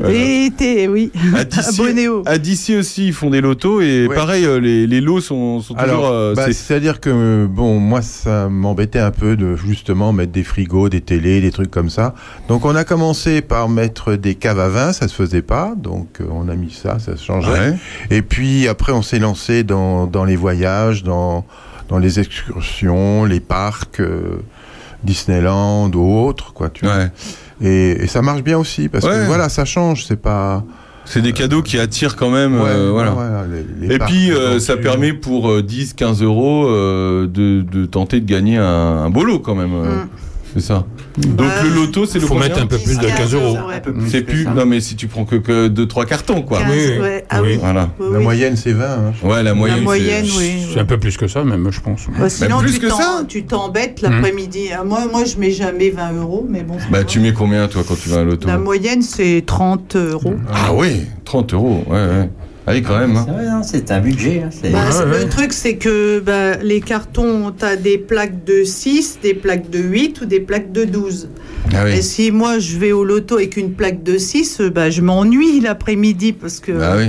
Speaker 2: euh,
Speaker 4: Et t'es, oui.
Speaker 2: À Dissy, à Dissy aussi, ils font des lotos et
Speaker 8: Ouais.
Speaker 2: pareil, euh, les, les lots sont, sont toujours. euh,
Speaker 8: bah,
Speaker 2: c'est-
Speaker 8: c'est-à-dire que euh, bon, moi, ça m'embêtait un peu de justement mettre des frigos, des télés, des trucs comme ça. Donc, on a commencé par mettre des caves à vin, ça se faisait pas, donc euh, on a mis ça, ça se changeait.
Speaker 2: Ouais.
Speaker 8: Et puis après, on s'est lancé dans, dans les voyages, dans dans les excursions, les parcs, euh, Disneyland ou autres, quoi. Tu vois. Et, et ça marche bien aussi parce
Speaker 2: Ouais.
Speaker 8: que voilà, ça change, c'est pas.
Speaker 2: C'est des cadeaux qui attirent quand même.
Speaker 8: Ouais,
Speaker 2: euh, voilà.
Speaker 8: voilà, les- les
Speaker 2: et
Speaker 8: parcs
Speaker 2: puis,
Speaker 8: de
Speaker 2: euh,
Speaker 7: hein.
Speaker 2: ça
Speaker 8: l'aventure.
Speaker 2: permet pour euh, 10, 15 euros euh, de, de tenter de gagner un, un beau lot quand même. euh,
Speaker 4: Mm.
Speaker 2: C'est ça. Donc
Speaker 4: Bah,
Speaker 2: le loto, c'est le
Speaker 7: Faut
Speaker 2: combien
Speaker 7: mettre un peu plus de 15 euros. Un peu plus
Speaker 2: C'est
Speaker 7: que
Speaker 2: plus.
Speaker 7: ça.
Speaker 2: Non, mais si tu prends que, 2-3 cartons, quoi.
Speaker 7: 15, Oui, oui.
Speaker 4: ouais. Ah oui.
Speaker 2: Voilà.
Speaker 4: Oui, oui.
Speaker 8: moyenne, c'est hein. 20.
Speaker 2: Ouais, la moyenne. c'est-
Speaker 4: moyenne, oui,
Speaker 7: C'est un peu plus que ça, même, je pense.
Speaker 4: Bah, sinon, tu t'en- tu t'embêtes l'après-midi. Ah, Moi, moi, je mets jamais 20 euros, mais bon.
Speaker 2: Bah, tu mets combien, toi, quand tu vas à l'auto
Speaker 4: La moyenne, c'est 30 euros.
Speaker 2: Ah oui, 30 euros. Ouais, ouais. Allez, quand même. hein.
Speaker 1: C'est un budget. hein, c'est-
Speaker 4: Bah, c'est- Le truc, c'est que bah, les cartons, tu as des plaques de 6, des plaques de 8 ou des plaques de 12.
Speaker 2: Ah oui.
Speaker 4: Et si moi, je vais au loto avec une plaque de 6, euh, bah, je m'ennuie l'après-midi parce que.
Speaker 2: Bah oui.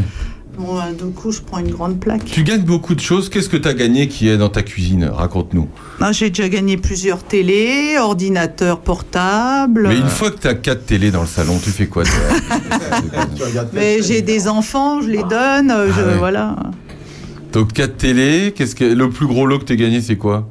Speaker 4: Bon, euh, du coup, je prends une grande plaque.
Speaker 2: Tu gagnes beaucoup de choses. Qu'est-ce que tu as gagné qui est dans ta cuisine Raconte-nous.
Speaker 4: Non, J'ai déjà gagné plusieurs télés, ordinateurs portables.
Speaker 2: Mais une fois que tu as 4 télés dans le salon, tu fais quoi toi
Speaker 4: [LAUGHS] Euh, Mais j'ai des enfants, je les donne, euh, je,
Speaker 2: Ah ouais.
Speaker 4: voilà.
Speaker 2: Donc 4 télés, qu'est-ce que le plus gros lot que t'as gagné c'est quoi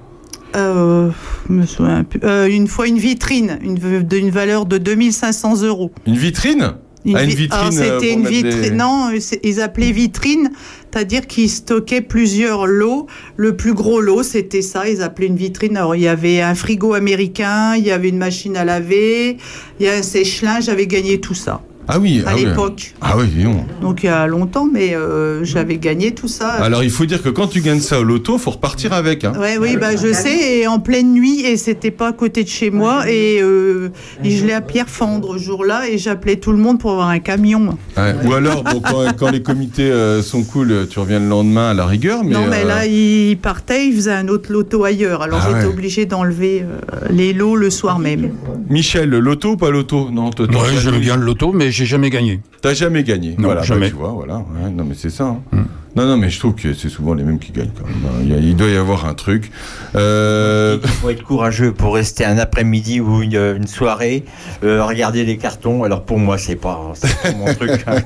Speaker 4: Euh, je me souviens plus. Euh, une fois une vitrine, une, v- d'une valeur de 2500 euros.
Speaker 2: Une vitrine
Speaker 4: Une
Speaker 2: Ah, une
Speaker 4: vi-
Speaker 2: vitrine,
Speaker 4: alors,
Speaker 2: euh,
Speaker 4: c'était
Speaker 2: pour
Speaker 4: une
Speaker 2: mettre
Speaker 4: vitrine.
Speaker 2: des-
Speaker 4: Non, euh, c'est- ils appelaient vitrine, c'est-à-dire qu'ils stockaient plusieurs lots. Le plus gros lot, c'était ça. Ils appelaient une vitrine. Alors, il y avait un frigo américain, il y avait une machine à laver, il y a un sèche-linge. J'avais gagné tout ça.
Speaker 2: Ah oui,
Speaker 4: À
Speaker 2: ah oui.
Speaker 4: l'époque.
Speaker 2: Ah oui, dis donc.
Speaker 4: Donc, il y a longtemps, mais euh, j'avais gagné tout ça.
Speaker 2: Alors il faut dire que quand tu gagnes ça au loto, faut repartir avec. Hein.
Speaker 4: Ah. Ouais, oui, bah, je sais, et en pleine nuit, et c'était pas à côté de chez moi, et, euh, et je l'ai à pierre fendre jour-là, et j'appelais tout le monde pour avoir un camion.
Speaker 2: Ouais. Ou alors,
Speaker 4: [LAUGHS]
Speaker 2: bon, quand, quand les comités euh, sont cool, euh, tu reviens le lendemain à la rigueur. Mais,
Speaker 4: non, mais
Speaker 2: euh,
Speaker 4: là, il partait, il faisait un autre loto ailleurs, alors
Speaker 2: Ah
Speaker 4: j'étais
Speaker 2: ouais.
Speaker 4: obligée d'enlever euh, les lots le soir même.
Speaker 2: Michel, le loto ou pas loto Non, toi,
Speaker 7: Ouais, j'aime bien le loto, mais j'ai jamais [LAUGHS] gagné.
Speaker 2: T'as jamais gagné
Speaker 7: Non,
Speaker 2: voilà, bah,
Speaker 7: jamais. Mm.
Speaker 2: tu vois, voilà. ouais, non, mais c'est ça. hein. Non, non, mais je trouve que c'est souvent les mêmes qui gagnent quand même. hein. Il, y a- il doit y avoir un truc. Euh...
Speaker 1: Il faut être courageux pour rester un après-midi ou une, une soirée, euh, regarder les cartons. Alors pour moi, c'est pas, c'est pas mon truc. hein.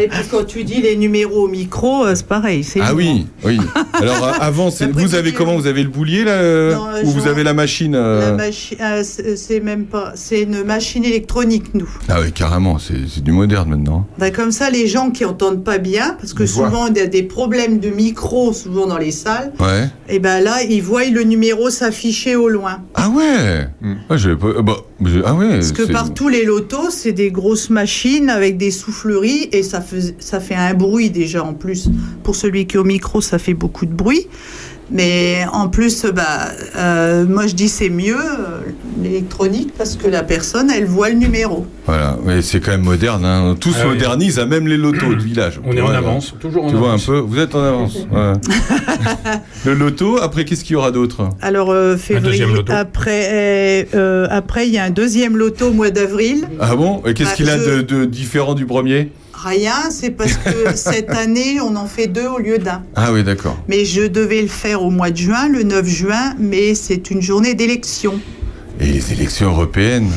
Speaker 4: Et puis quand tu dis les numéros au micro, euh, c'est pareil. c'est
Speaker 2: Ah
Speaker 4: lourd.
Speaker 2: oui, oui. Alors euh, avant, c'est- vous avez comment Vous avez le boulier là euh,
Speaker 4: Non, euh,
Speaker 2: Ou vous
Speaker 4: genre-
Speaker 2: avez la machine euh,
Speaker 4: La machi- ah, c'est c'est même pas, c'est une machine électronique, nous.
Speaker 2: Ah oui, carrément, c'est c'est du moderne maintenant.
Speaker 4: Ben, comme ça, les gens qui entendent pas bien, parce que
Speaker 2: Ils voient.
Speaker 4: souvent il y a des problèmes de micro, souvent dans les salles,
Speaker 2: Ouais.
Speaker 4: et ben là, ils voient le numéro s'afficher au loin.
Speaker 2: Ah ouais
Speaker 7: Mm.
Speaker 2: ah, j'avais pas- euh, bah, je- ah ouais
Speaker 4: Parce que
Speaker 2: c'est-
Speaker 4: partout les lotos, c'est des grosses machines avec des souffleries et ça fait, ça fait un bruit déjà en plus. Pour celui qui est au micro, ça fait beaucoup de bruit. Mais en plus, bah, euh, moi je dis c'est mieux euh, l'électronique parce que la personne, elle voit le numéro.
Speaker 2: Voilà, mais c'est quand même moderne. Hein. Tout se
Speaker 7: Ah oui. Mm.
Speaker 2: modernise, à même les lotos du village.
Speaker 7: On est en
Speaker 2: Ouais,
Speaker 7: avance,
Speaker 2: ouais.
Speaker 7: toujours en
Speaker 2: Tu vois un
Speaker 7: avance.
Speaker 2: peu, vous êtes en avance.
Speaker 4: [LAUGHS]
Speaker 2: ouais. le loto, après, qu'est-ce qu'il y aura d'autre
Speaker 4: Alors euh, février,
Speaker 2: deuxième loto.
Speaker 4: après, euh, après il y a un deuxième loto au mois d'avril.
Speaker 2: Ah bon Et qu'est-ce
Speaker 4: Bah,
Speaker 2: qu'il a
Speaker 4: je-
Speaker 2: de, de différent du premier
Speaker 4: Rien, c'est parce
Speaker 2: [LAUGHS]
Speaker 4: que cette année, on en fait deux au lieu d'un.
Speaker 2: Ah oui, d'accord.
Speaker 4: Mais je devais le faire au mois de juin, le 9 juin, mais c'est une journée d'élection.
Speaker 2: Et les élections européennes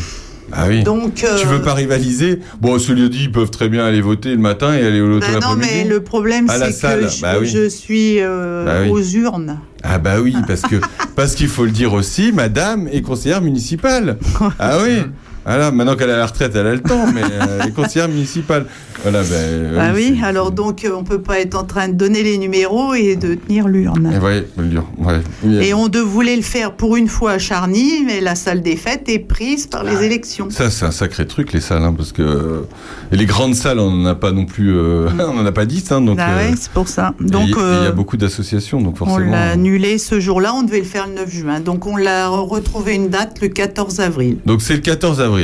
Speaker 2: Ah oui.
Speaker 4: Donc, euh,
Speaker 2: Tu veux pas rivaliser Bon, ce lieu dit, ils peuvent très bien aller voter le matin et aller au loto
Speaker 4: Bah non,
Speaker 2: l'après-midi.
Speaker 4: mais le problème,
Speaker 2: À la
Speaker 4: c'est
Speaker 2: salle,
Speaker 4: que je,
Speaker 2: bah oui.
Speaker 4: je suis euh,
Speaker 2: Bah oui.
Speaker 4: aux urnes.
Speaker 2: Ah bah oui,
Speaker 4: [LAUGHS]
Speaker 2: parce que parce qu'il faut le dire aussi, madame est conseillère municipale. Ah oui. Voilà, maintenant qu'elle est à la retraite, elle a le temps, mais euh, elle est conseillère municipale. Voilà, ben. euh,
Speaker 4: Bah oui, alors donc euh, on peut pas être en train de donner les numéros et de tenir l'urne.
Speaker 2: Et ouais, faut le dire, ouais. Oui,
Speaker 4: Et on de, voulait le faire pour une fois à Charny, mais la salle des fêtes est prise par les élections.
Speaker 2: Ça, c'est un sacré truc, les salles, hein, parce que euh, et les grandes salles, on n'en a pas non plus, euh, [LAUGHS] on n'en a pas 10, hein, donc.
Speaker 4: Mm. Bah
Speaker 2: euh,
Speaker 4: ouais, c'est pour ça.
Speaker 2: et
Speaker 4: Donc
Speaker 2: il y- et il y
Speaker 4: euh,
Speaker 2: a beaucoup d'associations, donc
Speaker 4: on
Speaker 2: forcément. hein.
Speaker 4: l'a annulé ce jour-là, on devait le faire le 9 juin. Donc on l'a retrouvé une date le 14 avril.
Speaker 2: Donc c'est le 14 avril.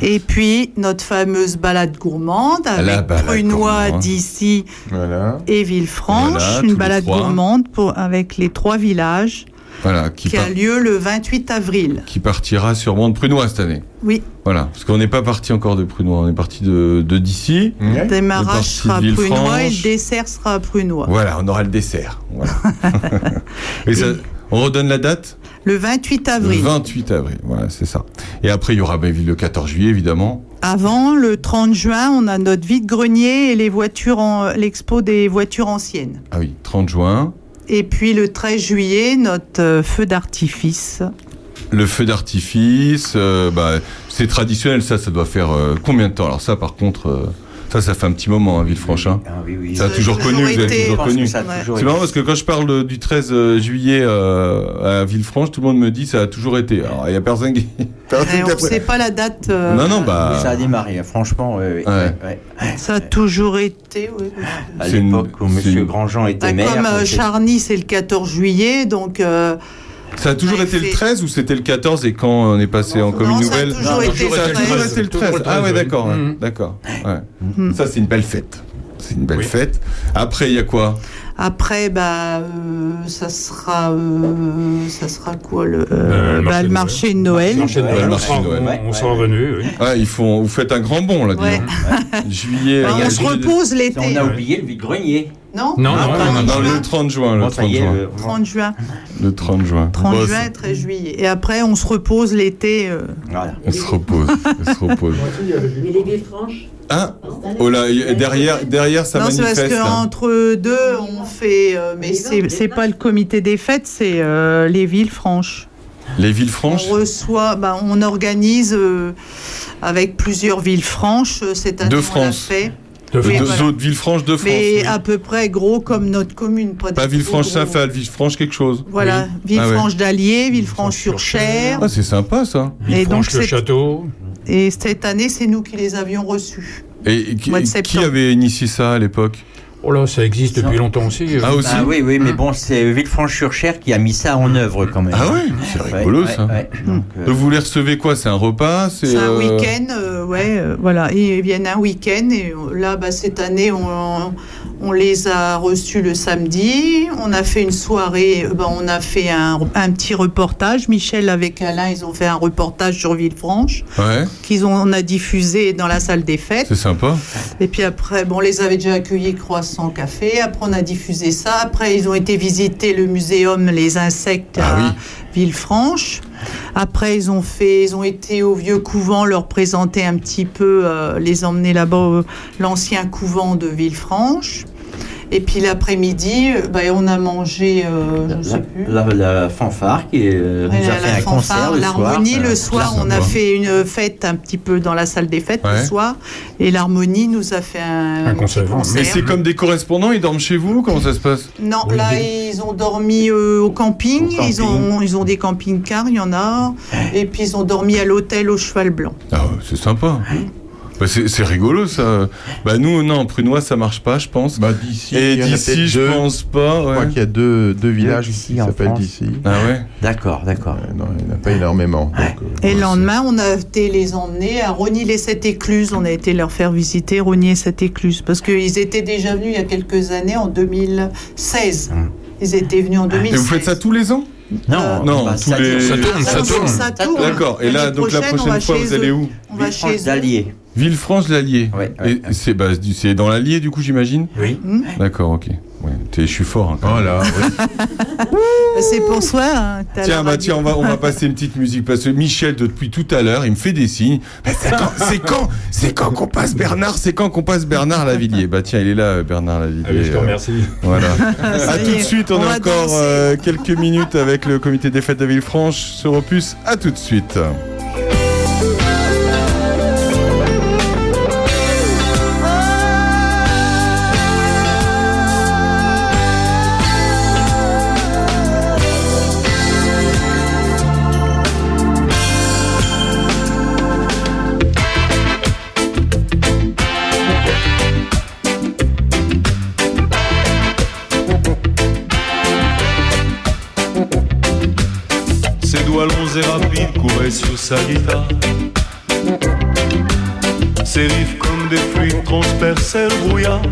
Speaker 4: Et puis notre fameuse balade gourmande
Speaker 2: La
Speaker 4: avec
Speaker 2: balade
Speaker 4: Prunois
Speaker 2: gourmande.
Speaker 4: d'ici
Speaker 2: Voilà.
Speaker 4: et Villefranche,
Speaker 2: Voilà, tous les
Speaker 4: une balade
Speaker 2: trois.
Speaker 4: gourmande pour, avec les trois villages
Speaker 2: Voilà, qui,
Speaker 4: qui, a
Speaker 2: par-
Speaker 4: lieu le 28 avril.
Speaker 2: qui partira sûrement de Prunois cette année.
Speaker 4: Oui,
Speaker 2: Voilà, parce qu'on n'est pas parti encore de Prunois, on est parti de, de d'ici.
Speaker 4: le
Speaker 2: On est
Speaker 4: démarrage
Speaker 2: parti
Speaker 4: sera à
Speaker 2: de
Speaker 4: Prunois et
Speaker 2: Villefranche.
Speaker 4: le dessert sera à Prunois.
Speaker 2: Voilà, on aura le dessert. Voilà.
Speaker 4: [LAUGHS]
Speaker 2: Et ça- on redonne la date
Speaker 4: Le 28
Speaker 2: Le
Speaker 4: avril.
Speaker 2: 28 avril, voilà, c'est ça. Et après, il y aura bah, le 14 juillet, évidemment.
Speaker 4: Avant, le 30 juin, on a notre vide-grenier et les voitures en- l'expo des voitures anciennes.
Speaker 2: Ah oui, 30 juin.
Speaker 4: Et puis le 13 juillet, notre euh, feu d'artifice.
Speaker 2: Le feu d'artifice, euh, bah, c'est traditionnel, ça, ça doit faire euh, combien de temps Alors ça, par contre, euh, ça, ça fait un petit moment, hein, Villefranche. hein. Ça a
Speaker 1: Ah Ça a
Speaker 2: toujours
Speaker 1: toujours
Speaker 2: connu, vous
Speaker 1: été,
Speaker 2: avez
Speaker 1: je
Speaker 2: toujours
Speaker 1: pense
Speaker 2: connu.
Speaker 1: que ça a Ouais. toujours
Speaker 2: C'est
Speaker 1: été.
Speaker 2: marrant parce que quand je parle euh, du 13 juillet euh, à Villefranche, tout le monde me dit ça a toujours été. Alors, il n'y a personne qui... [LAUGHS]
Speaker 4: Et on ne sait pas la date. euh,
Speaker 2: Non, non, bah...
Speaker 1: Ça a démarré, hein, franchement. euh, oui,
Speaker 2: Ouais.
Speaker 1: ouais.
Speaker 4: Ça a toujours été. oui.
Speaker 1: À
Speaker 2: C'est une-
Speaker 1: l'époque où
Speaker 2: c'est
Speaker 1: M.
Speaker 2: une-
Speaker 1: Grandjean était
Speaker 4: Bah,
Speaker 1: maire.
Speaker 4: comme euh,
Speaker 1: c'était-
Speaker 4: Charny, c'est le 14 juillet, donc euh,
Speaker 2: Ça a toujours
Speaker 4: Ouais,
Speaker 2: été le
Speaker 4: c'est-
Speaker 2: 13 ou c'était le 14 et quand on est passé en commune
Speaker 4: non, ça a
Speaker 2: nouvelle
Speaker 4: toujours été le
Speaker 2: ça a
Speaker 4: 13.
Speaker 2: toujours été le 13. Ah ouais,
Speaker 7: oui.
Speaker 2: d'accord, ouais,
Speaker 4: Mm.
Speaker 7: Mhm.
Speaker 2: d'accord. ouais. Ça c'est une belle fête. C'est une belle fête. Après il y a quoi
Speaker 4: après, bah, euh, ça sera, euh, ça sera quoi le,
Speaker 7: Euh, le
Speaker 4: bah, le marché de Noël.
Speaker 7: Marché de
Speaker 2: Ouais,
Speaker 7: Noël,
Speaker 2: le
Speaker 7: on
Speaker 2: marché de
Speaker 7: sera-
Speaker 2: Noël. Ouais,
Speaker 7: on on sera revenu. oui.
Speaker 2: Ah, ils font, vous faites un grand bond là. dis
Speaker 4: Ouais.
Speaker 2: donc. Juillet.
Speaker 4: Bah,
Speaker 2: il y
Speaker 4: on
Speaker 2: a le
Speaker 4: se
Speaker 2: juillet-
Speaker 4: repose Ah,
Speaker 1: On
Speaker 4: l'été,
Speaker 1: a oublié le vide-grenier.
Speaker 4: euh, non
Speaker 7: Non, non, non,
Speaker 2: Non,
Speaker 7: non,
Speaker 2: le 30 juin, le
Speaker 1: Bon, ça
Speaker 2: 30
Speaker 1: y est,
Speaker 2: juin.
Speaker 1: euh,
Speaker 4: 30 juin,
Speaker 2: Le 30 juin.
Speaker 4: 30
Speaker 2: Bon,
Speaker 4: juin,
Speaker 2: c'est-
Speaker 4: 13 juillet. Et après, on se repose l'été. euh.
Speaker 1: voilà.
Speaker 2: Elle se repose, elle
Speaker 4: [LAUGHS]
Speaker 2: se repose.
Speaker 12: Mais les Villefranche,
Speaker 2: Hein Oh là, il y a- derrière, derrière ça
Speaker 4: Non, c'est parce
Speaker 2: manifeste. hein.
Speaker 4: qu'entre deux, on fait. euh, mais c'est c'est pas le comité des fêtes, c'est euh, les villes franches.
Speaker 2: Les villes franches
Speaker 4: On reçoit, bah, on organise euh, avec plusieurs villes franches euh, cette année.
Speaker 2: De
Speaker 4: on l'a
Speaker 2: France.
Speaker 4: fait.
Speaker 2: De
Speaker 4: Oui,
Speaker 2: Deux
Speaker 4: voilà.
Speaker 2: autres villes franches de France.
Speaker 4: Mais
Speaker 2: oui.
Speaker 4: à peu près gros comme notre commune. près de-
Speaker 2: Pas Villefranche
Speaker 4: gros, gros.
Speaker 2: Saint-Phal, Villefranche quelque chose.
Speaker 4: Voilà,
Speaker 2: Oui. Ah ouais.
Speaker 4: Villefranche d'Allier, Villefranche sur Cher.
Speaker 2: Ah, c'est sympa ça.
Speaker 4: Et donc, c'est-
Speaker 7: château.
Speaker 4: Et cette année, c'est nous qui les avions reçus.
Speaker 2: Et qui,
Speaker 4: Mois de
Speaker 2: qui
Speaker 4: septembre.
Speaker 2: avait initié ça à l'époque
Speaker 7: Oh là, ça existe depuis longtemps aussi. euh.
Speaker 2: Ah, aussi
Speaker 1: Bah oui, oui, mais bon, c'est Villefranche-sur-Cher qui a mis ça en œuvre quand même.
Speaker 2: Ah oui, c'est rigolo ça. Donc, Vous les recevez quoi C'est un repas
Speaker 4: C'est un
Speaker 2: euh,
Speaker 4: week-end, euh, ouais, euh, voilà. Ils viennent un week-end et euh, là, bah, cette année, on, on les a reçus le samedi. On a fait une soirée, euh, bah, on a fait un, un petit reportage. Michel avec Alain, ils ont fait un reportage sur
Speaker 13: À,
Speaker 4: Villefranche
Speaker 2: Ouais,
Speaker 4: qu'ils ont on a diffusé dans la salle des fêtes.
Speaker 2: c'est sympa.
Speaker 4: Et puis après, bon, on les avait déjà accueillis croissant café. Après, on a diffusé ça. Après, ils ont été visiter le muséum Les Insectes
Speaker 1: Ah
Speaker 4: à Villefranche. Après, ils ont fait, ils ont été au vieux couvent, leur présenter un petit peu, euh, les emmener là-bas, euh, l'ancien couvent de Villefranche. Et puis l'après-midi, euh, ben, on a mangé, euh, je ne sais plus.
Speaker 1: La, la fanfare qui euh, nous a
Speaker 4: La-
Speaker 1: fait
Speaker 4: la
Speaker 1: un concert
Speaker 4: fanfare,
Speaker 1: le soir.
Speaker 4: l'harmonie
Speaker 2: Ah,
Speaker 1: Euh,
Speaker 4: le soir, on a
Speaker 1: sympa.
Speaker 4: fait une fête un petit peu dans la salle des fêtes
Speaker 2: Ouais.
Speaker 4: le soir, et l'harmonie nous a fait un, petit concert.
Speaker 2: Mais c'est comme des correspondants, ils dorment chez vous Comment ça se passe
Speaker 4: Non, là ils ont dormi euh, au, camping.
Speaker 2: Au
Speaker 4: ils ont ils ont des camping-cars, il y en a, et puis ils ont dormi à l'hôtel au Cheval Blanc.
Speaker 2: Ah, ouais, c'est sympa. Bah, c'est c'est rigolo ça. Bah nous non, Prunois ça marche pas, je pense. et
Speaker 8: Bah, il y en a peut-être
Speaker 2: d'ici je
Speaker 8: deux.
Speaker 2: pense pas.
Speaker 8: Je crois
Speaker 2: ouais.
Speaker 8: qu'il y a deux, deux villages
Speaker 2: d'ici,
Speaker 8: qui
Speaker 2: en
Speaker 8: s'appellent
Speaker 2: France.
Speaker 8: d'ici.
Speaker 2: Ah ouais
Speaker 1: D'accord, d'accord.
Speaker 8: non, il n'y en a pas énormément. donc, euh,
Speaker 4: Et le lendemain, on a été les emmener à Rogny les Sept Écluses. On a été leur faire visiter Rogny et Sept Écluses parce qu'ils étaient déjà venus il y a quelques années en 2016.
Speaker 1: Hum.
Speaker 4: Ils étaient venus en
Speaker 2: Et
Speaker 4: 2016.
Speaker 2: vous faites ça tous les ans
Speaker 1: Non,
Speaker 2: non,
Speaker 1: bah,
Speaker 2: tous
Speaker 1: ça
Speaker 2: les.
Speaker 1: tourne, ça
Speaker 4: Ça tourne, tourne. ça tourne.
Speaker 2: D'accord. Et là,
Speaker 4: L'année
Speaker 2: donc la
Speaker 4: prochaine, on
Speaker 2: prochaine
Speaker 4: va
Speaker 2: fois,
Speaker 4: chez
Speaker 2: vous allez
Speaker 4: eux.
Speaker 2: où
Speaker 4: On va chez eux.
Speaker 1: d'Allier.
Speaker 2: Villefranche l'Allier. Et c'est bah, du- c'est dans l'Allier du coup, j'imagine.
Speaker 1: Oui.
Speaker 2: D'accord, ok. Ouais, t'es- je suis fort. Hein, quand
Speaker 8: Oh
Speaker 2: même.
Speaker 4: Bah, C'est pour soi. hein, t'as
Speaker 2: Tiens,
Speaker 4: la
Speaker 2: bah,
Speaker 4: radio.
Speaker 2: tiens, on va, on va passer une petite musique parce que Michel, de- depuis tout à l'heure, il me fait des signes. Bah, c'est quand, c'est quand, c'est quand qu'on passe Bernard, c'est quand qu'on passe Bernard Lavillier. Bah tiens, il est là, euh, Bernard Lavillier.
Speaker 11: Allez, Ah je te
Speaker 2: Euh,
Speaker 11: remercie.
Speaker 2: Voilà.
Speaker 11: [LAUGHS] Ça
Speaker 2: à
Speaker 11: y
Speaker 2: tout
Speaker 11: est,
Speaker 2: de suite, on,
Speaker 11: on
Speaker 2: a
Speaker 11: va
Speaker 2: encore
Speaker 11: danser.
Speaker 2: euh, quelques minutes avec le comité des fêtes de Villefranche sur Opus. À tout de suite.
Speaker 14: Ses doigts longs et rapides couraient sur sa guitare. Ses riffs comme des fluides transperçaient le brouillard.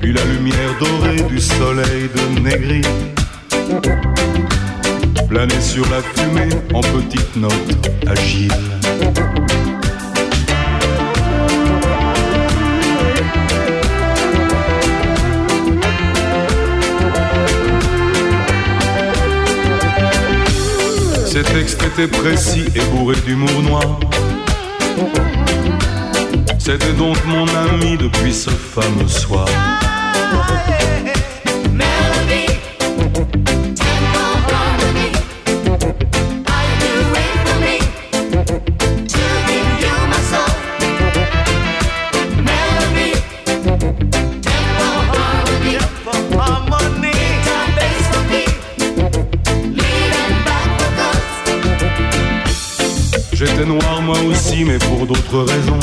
Speaker 14: Puis la lumière dorée du soleil de Négri planait sur la fumée en petites notes agiles. Ses textes étaient précis et bourrés d'humour noir. C'était donc mon ami depuis ce fameux soir. J'étais noir moi aussi, mais pour d'autres raisons.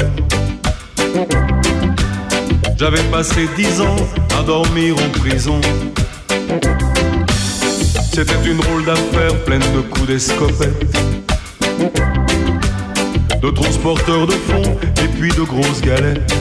Speaker 14: J'avais passé dix ans à dormir en prison. C'était une drôle d'affaire pleine de coups d'escopette, de transporteurs de fonds et puis de grosses galettes.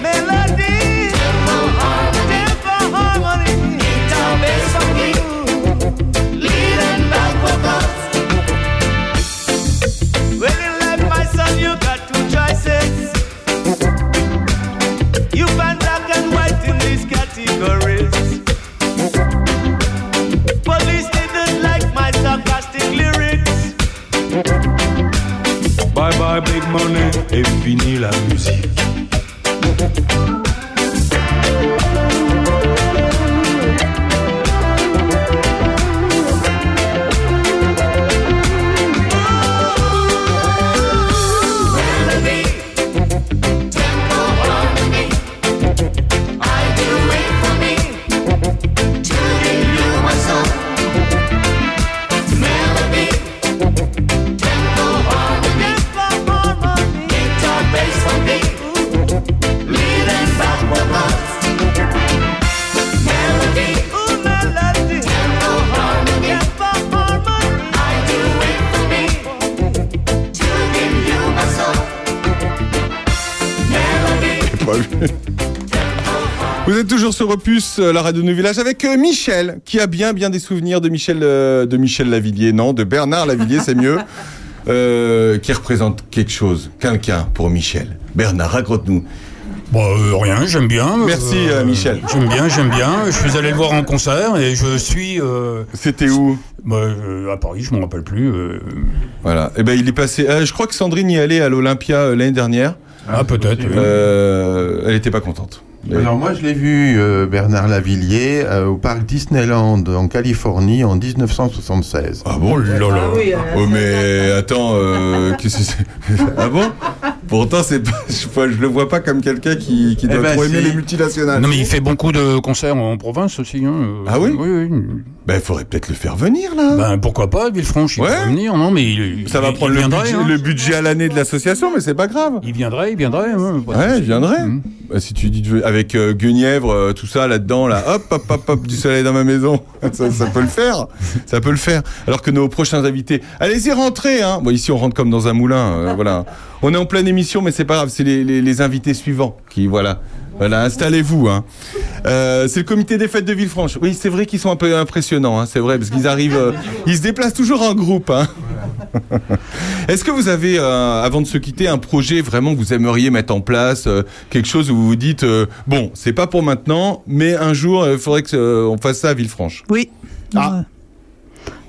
Speaker 9: Melody, tempo harmony, guitar, bass, funky.
Speaker 14: ma big money et fini la musique.
Speaker 2: Vous êtes toujours sur Opus, euh, la radio de Village, avec euh, Michel, qui a bien, bien des souvenirs de Michel, euh, de Michel Lavillier, non, de Bernard Lavillier,
Speaker 7: [LAUGHS]
Speaker 2: c'est mieux, euh, qui représente quelque chose, quelqu'un pour Michel. Bernard, raconte-nous.
Speaker 7: Bah, euh, rien, j'aime bien.
Speaker 2: Merci, euh, Michel.
Speaker 7: J'aime bien, j'aime bien. Je suis allé le voir en concert et je suis. euh,
Speaker 2: C'était où
Speaker 7: bah, euh, À Paris, je m'en rappelle plus. euh.
Speaker 2: Voilà. Et ben, il est passé. euh, je crois que Sandrine y allait à l'Olympia euh, l'année dernière.
Speaker 7: Ah, peut-être.
Speaker 2: Euh, elle n'était pas contente.
Speaker 8: Alors moi je l'ai vu euh, Bernard Lavillier euh, au parc Disneyland en Californie en 1976.
Speaker 2: Ah bon là là.
Speaker 8: Ah oui, euh,
Speaker 2: Oh mais attends, euh, qu'est-ce que c'est [LAUGHS] Ah bon Pourtant c'est pas, je, pas- je le vois pas comme quelqu'un qui,
Speaker 7: Eh
Speaker 2: qui
Speaker 7: ben,
Speaker 2: doit trop aimer les multinationales.
Speaker 7: Non, mais il fait beaucoup de concerts en province aussi. hein.
Speaker 2: Ah oui
Speaker 7: Oui, oui.
Speaker 2: Ben, il faudrait peut-être le faire venir, là.
Speaker 7: Ben, pourquoi pas, Villefranche Il
Speaker 2: Ouais.
Speaker 7: pourrait venir, non, mais il. hein.
Speaker 2: Ça va prendre le budget, le budget à l'année de l'association, mais c'est pas grave.
Speaker 7: Il viendrait, il viendrait. hein, pas de
Speaker 2: Ouais, je
Speaker 7: souci.
Speaker 2: viendrai. Bah, si tu dis de- avec euh, Guenièvre, euh, tout ça là-dedans, là, hop, hop, hop, hop, du soleil dans ma maison, [LAUGHS] ça, ça peut le faire, ça peut le faire. Alors que nos prochains invités, allez-y rentrer. Hein. Bon, ici on rentre comme dans un moulin, euh, voilà. On est en pleine émission, mais c'est pas grave, c'est les, les- les invités suivants qui, voilà, voilà, installez-vous. Hein. Euh, c'est le comité des fêtes de Villefranche. Oui, c'est vrai qu'ils sont un peu impressionnants, hein, c'est vrai, parce qu'ils arrivent, euh, ils se déplacent toujours en groupe. Hein. [LAUGHS] Est-ce que vous avez, euh, avant de se quitter, un projet vraiment que vous aimeriez mettre en place euh, Quelque chose où vous vous dites, euh, bon, c'est pas pour maintenant, mais un jour, euh, il faudrait qu'on fasse ça à Villefranche
Speaker 4: Oui.
Speaker 2: Ah.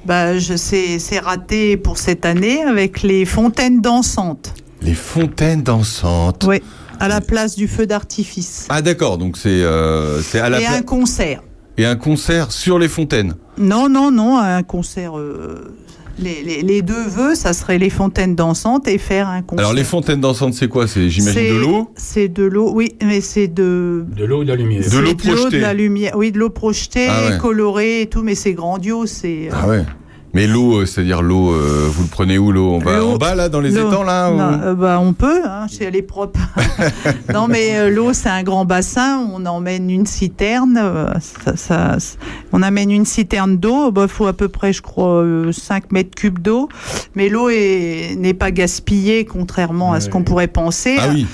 Speaker 4: Bah, je sais, c'est raté pour cette année avec les fontaines dansantes.
Speaker 2: Les fontaines dansantes.
Speaker 4: Oui. À la place du feu d'artifice.
Speaker 2: Ah d'accord, donc c'est euh, c'est à la
Speaker 4: Et
Speaker 2: pla-
Speaker 4: un concert.
Speaker 2: et un concert sur les fontaines.
Speaker 4: Non, non, non, un concert. euh, les, les- les deux vœux, ça serait les fontaines dansantes et faire un concert.
Speaker 2: Alors les fontaines dansantes, c'est quoi C'est j'imagine de
Speaker 4: C'est-
Speaker 2: l'eau
Speaker 4: C'est de l'eau, oui, mais c'est de.
Speaker 7: De l'eau et de la lumière.
Speaker 2: De l'eau
Speaker 4: c'est
Speaker 2: projetée.
Speaker 4: de la lumière, oui, de l'eau projetée,
Speaker 2: Ah ouais.
Speaker 4: colorée et tout, mais c'est grandiose. C'est. euh,
Speaker 2: Ah ouais. Mais l'eau, euh, c'est-à-dire l'eau, euh, vous le prenez où l'eau On va
Speaker 4: L'eau-
Speaker 2: en bas là, dans les
Speaker 4: l'eau-
Speaker 2: étangs là ou-
Speaker 4: Non, euh, bah, On peut, hein, si elle est
Speaker 2: [LAUGHS]
Speaker 4: propre. [LAUGHS] non, mais euh, l'eau, c'est un grand bassin. On emmène une citerne. euh, ça- ça- c- on amène une citerne d'eau. Il faut à peu près, je crois, 5 mètres cubes d'eau. Mais l'eau est- n'est pas gaspillée, contrairement à ce qu'on pourrait penser.
Speaker 2: Ah oui.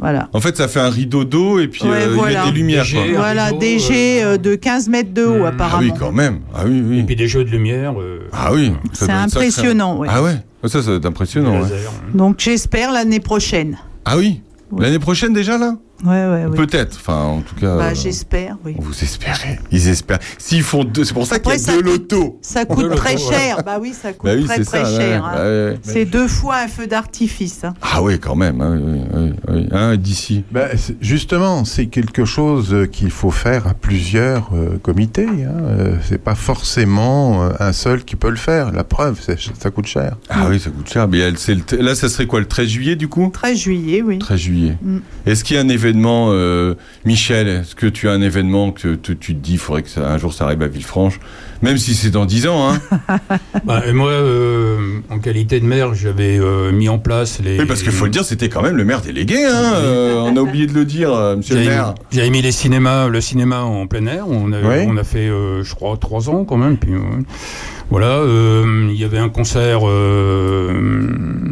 Speaker 4: Voilà.
Speaker 2: En fait, ça fait un rideau d'eau et puis
Speaker 4: Ouais,
Speaker 2: euh, ils
Speaker 4: voilà.
Speaker 2: mettent des lumières. quoi.
Speaker 4: Voilà, des jets euh, de 15 mètres de haut,
Speaker 2: Ah oui,
Speaker 4: apparemment.
Speaker 2: quand même. Ah oui, oui. Et puis
Speaker 7: des jeux de lumière.
Speaker 2: Ah oui.
Speaker 4: C'est
Speaker 2: ça doit être sacré.
Speaker 4: impressionnant, ouais.
Speaker 2: Ah ouais. Ça, ça doit être impressionnant. ouais.
Speaker 4: Donc, j'espère l'année prochaine.
Speaker 2: Ah oui. L'année prochaine déjà là
Speaker 4: Ouais, ouais, ouais.
Speaker 2: Peut-être. Enfin, en tout cas.
Speaker 4: Bah,
Speaker 2: euh,
Speaker 4: j'espère, oui.
Speaker 2: vous espérez. Ils espèrent. S'ils font deux, c'est pour ça qu'il y
Speaker 4: Après,
Speaker 2: a
Speaker 4: ça
Speaker 2: deux
Speaker 4: coûte-
Speaker 2: lotos.
Speaker 4: Ça coûte
Speaker 2: Deux
Speaker 4: très
Speaker 2: lotos,
Speaker 4: cher.
Speaker 2: voilà.
Speaker 4: Bah oui, ça coûte
Speaker 2: Bah oui,
Speaker 4: très
Speaker 2: c'est
Speaker 4: très
Speaker 2: ça, ouais,
Speaker 4: cher. hein.
Speaker 2: bah ouais.
Speaker 4: C'est deux fois un feu d'artifice. hein.
Speaker 2: Ah oui, quand même. hein, oui, oui, oui. Hein, d'ici.
Speaker 8: Ben, c'est- justement, c'est quelque chose euh, qu'il faut faire à plusieurs euh, comités. Hein. Euh, c'est pas forcément euh, un seul qui peut le faire. La preuve, c'est- ça coûte cher.
Speaker 2: Ah oui, ça coûte cher. Mais elle, c'est le t- là, ça serait quoi le 13 juillet du coup
Speaker 4: 13 juillet, oui.
Speaker 2: 13 juillet.
Speaker 4: Mm.
Speaker 2: Est-ce qu'il y a un événement, euh, Michel Est-ce que tu as un événement que tu, tu te dis, il faudrait que ça, un jour ça arrive à Villefranche, même si c'est dans 10 ans,
Speaker 4: [LAUGHS]
Speaker 2: hein
Speaker 7: Bah, et moi, euh, en qualité de maire, j'avais euh, mis en place les.
Speaker 2: Oui, parce qu'il faut le dire, c'était quand même le maire délégué, hein euh, On a oublié de le dire, euh, monsieur le
Speaker 7: J'avais-
Speaker 2: maire.
Speaker 7: J'avais mis les cinémas, le cinéma en plein air. On a,
Speaker 2: Ouais.
Speaker 7: on a fait, euh, je crois, trois ans quand même. Puis, euh, voilà, euh, il y avait un concert euh,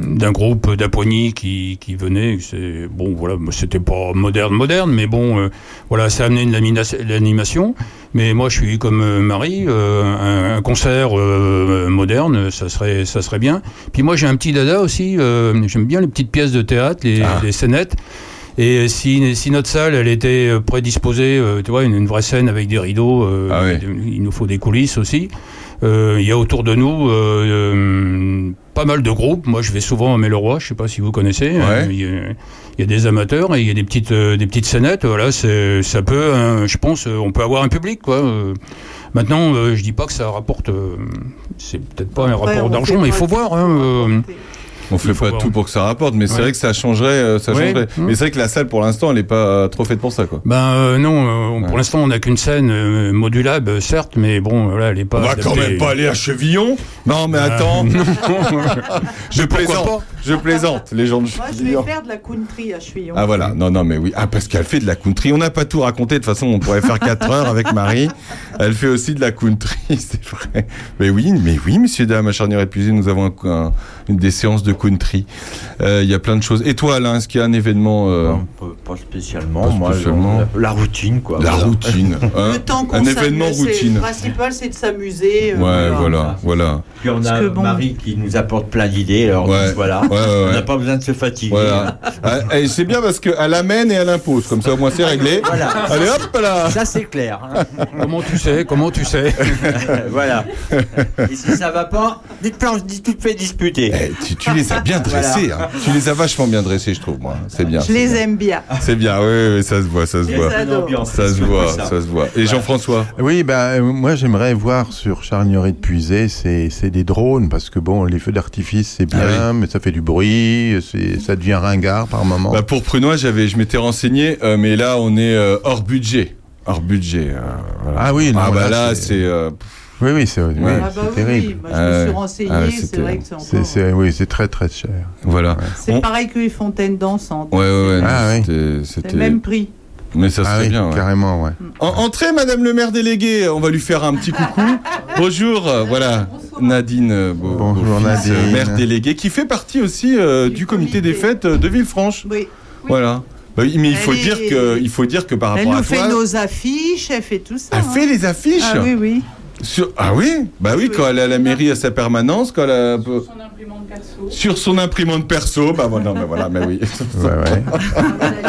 Speaker 7: d'un groupe d'Apoigny qui, qui venait. C'est- Bon, voilà, c'était pas moderne, moderne, mais bon, euh, voilà, ça a amené de l'amina- de l'animation. Mais moi, je suis comme euh, Marie, euh, un, un concert euh, moderne, ça serait, ça serait bien. Puis moi, j'ai un petit dada aussi. euh, J'aime bien les petites pièces de théâtre, les,
Speaker 2: Ah.
Speaker 7: les scénettes. Et euh, si, si notre salle, elle était euh, prédisposée, euh, tu vois, une, une vraie scène avec des rideaux, euh, des- il nous faut des coulisses aussi. euh, il y a autour de nous euh, pas mal de groupes. Moi, je vais souvent à Melleroy, je sais pas si vous connaissez. Euh, Il y, a- il y a des amateurs et il y a des petites, euh, des petites scénettes. Voilà, c'est- ça peut, hein, je pense, euh, on peut avoir un public, quoi. Euh, Maintenant, euh, je dis pas que ça rapporte. euh, c'est peut-être pas un
Speaker 2: Après,
Speaker 7: rapport
Speaker 2: on
Speaker 7: d'argent,
Speaker 2: fait
Speaker 7: mais il
Speaker 2: pas
Speaker 7: faut
Speaker 2: tout
Speaker 7: voir. hein, euh,
Speaker 2: On fait pas tout pour que ça rapporte, mais c'est
Speaker 7: Ouais.
Speaker 2: vrai que ça changerait. euh, ça
Speaker 7: Ouais.
Speaker 2: changerait.
Speaker 7: Mm.
Speaker 2: Mais c'est vrai que la salle, pour l'instant, elle est pas euh, trop faite pour ça, quoi.
Speaker 7: Ben euh, non, euh, on- pour l'instant on n'a qu'une scène euh, modulable, euh, certes, mais bon, voilà, elle est pas.
Speaker 2: On va
Speaker 7: adaptée.
Speaker 2: quand même pas aller à Chevillon Non, mais
Speaker 7: Ah, [LAUGHS]
Speaker 2: attends.
Speaker 7: non.
Speaker 2: je plaisante.
Speaker 7: pas
Speaker 2: Je plaisante. Les gens de
Speaker 4: Moi, je
Speaker 2: Chevillon.
Speaker 4: vais faire de la country à Chuyon.
Speaker 2: Ah voilà, non, non, mais oui. Ah, parce qu'elle fait de la country. On n'a pas tout raconté. De toute façon, on pourrait faire 4 heures avec Marie. Elle fait aussi de la country, [LAUGHS] c'est vrai. Mais oui, mais oui, messieurs, dames, à Charnière épuisée, nous avons un- un- une des séances de country. Euh, Il y a plein de choses. Et toi, Alain, est-ce qu'il y a un événement euh,
Speaker 1: Pas, pas spécialement,
Speaker 2: Pas
Speaker 1: moi,
Speaker 2: spécialement.
Speaker 1: la, la routine, quoi.
Speaker 2: La
Speaker 1: Voilà. [LAUGHS]
Speaker 2: routine. hein
Speaker 4: Le temps qu'on
Speaker 2: un
Speaker 4: s'amuse,
Speaker 2: événement
Speaker 4: c'est-
Speaker 2: routine.
Speaker 4: Le principal, c'est de s'amuser. euh,
Speaker 2: Ouais, voilà, voilà.
Speaker 1: Puis on
Speaker 4: Parce
Speaker 1: a
Speaker 4: que bon-
Speaker 1: Marie qui nous apporte plein d'idées, alors
Speaker 2: Ouais.
Speaker 1: voilà,
Speaker 2: Ouais, ouais, ouais.
Speaker 1: on n'a pas besoin de se fatiguer.
Speaker 2: Voilà. Ah, Et c'est bien parce qu'elle amène et elle impose. Comme ça, au moins, c'est réglé.
Speaker 1: Ah, Voilà.
Speaker 2: Allez, hop là
Speaker 1: Ça c'est clair.
Speaker 7: [LAUGHS] Comment tu sais Comment tu
Speaker 2: [LAUGHS]
Speaker 7: sais
Speaker 1: voilà. Et si ça va pas, dites-le, on se dit tout fait disputer.
Speaker 2: Eh, tu, tu les
Speaker 1: [LAUGHS]
Speaker 2: as bien dressés.
Speaker 1: Voilà.
Speaker 2: hein. Tu les as vachement bien dressés, je trouve, moi. C'est bien.
Speaker 4: Je les aime bien.
Speaker 2: C'est bien, oui, oui, ça se voit, ça se
Speaker 4: Les
Speaker 2: voit.
Speaker 4: ados.
Speaker 2: Ça se voit, ça se voit. Et Jean-François
Speaker 8: Oui, ben euh, moi j'aimerais voir sur Charnieret de Puisay, c'est c'est des drones parce que bon, les feux d'artifice c'est
Speaker 2: Ah
Speaker 8: bien, mais ça fait du bruit, c'est ça devient ringard par moment.
Speaker 2: Bah, pour Prunois, j'avais, je m'étais renseigné, euh, mais là, on est euh, hors budget. Hors budget. euh, voilà.
Speaker 8: Ah oui, non,
Speaker 2: Ah bah
Speaker 8: là,
Speaker 2: là,
Speaker 8: c'est-
Speaker 2: c'est. euh,
Speaker 8: oui, oui, c'est oui,
Speaker 2: Ouais.
Speaker 4: Ah
Speaker 8: c'est
Speaker 4: bah oui,
Speaker 8: terrible.
Speaker 4: moi, je me Ah suis ouais. renseignée,
Speaker 8: ouais,
Speaker 4: c'est vrai que c'est
Speaker 8: c'est c'est- oui, c'est très très cher.
Speaker 2: Voilà.
Speaker 4: C'est pareil que les fontaines dansantes.
Speaker 2: Ouais, ouais, ouais. non,
Speaker 8: Ah, oui.
Speaker 2: c'était-
Speaker 4: C'est
Speaker 2: C'était.
Speaker 4: le même prix.
Speaker 2: Mais ça
Speaker 8: Ah
Speaker 2: serait
Speaker 8: oui,
Speaker 2: bien. ouais.
Speaker 8: carrément, ouais.
Speaker 2: En- entrez, madame le maire délégué. On va lui faire un
Speaker 4: [LAUGHS]
Speaker 2: petit coucou. Bonjour. euh, voilà. Nadine euh, Beau-
Speaker 8: Bonjour,
Speaker 2: Beaufils, euh,
Speaker 8: Nadine.
Speaker 2: maire délégué, qui fait partie aussi euh, du comité des fêtes euh, de Villefranche.
Speaker 4: Oui.
Speaker 2: Voilà. Bah oui, Mais il faut,
Speaker 4: Elle
Speaker 2: dire
Speaker 4: est-
Speaker 2: que, il faut dire que par
Speaker 4: Elle
Speaker 2: rapport
Speaker 4: nous
Speaker 2: à
Speaker 4: fait
Speaker 2: toi.
Speaker 4: nos affiches, elle fait tout ça.
Speaker 2: Elle
Speaker 4: hein.
Speaker 2: fait les affiches
Speaker 4: Ah oui, oui.
Speaker 2: Sur- Ah oui Bah oui, quand elle est à la mairie à sa permanence, quand elle a- Sur son imprimante perso, bah voilà, bah voilà, mais oui. [LAUGHS]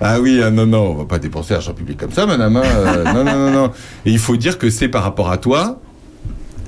Speaker 2: ah oui, ah non, non, on va pas dépenser l'argent public comme ça, madame. hein, euh, non, non, non, non. Et il faut dire que c'est par rapport à toi,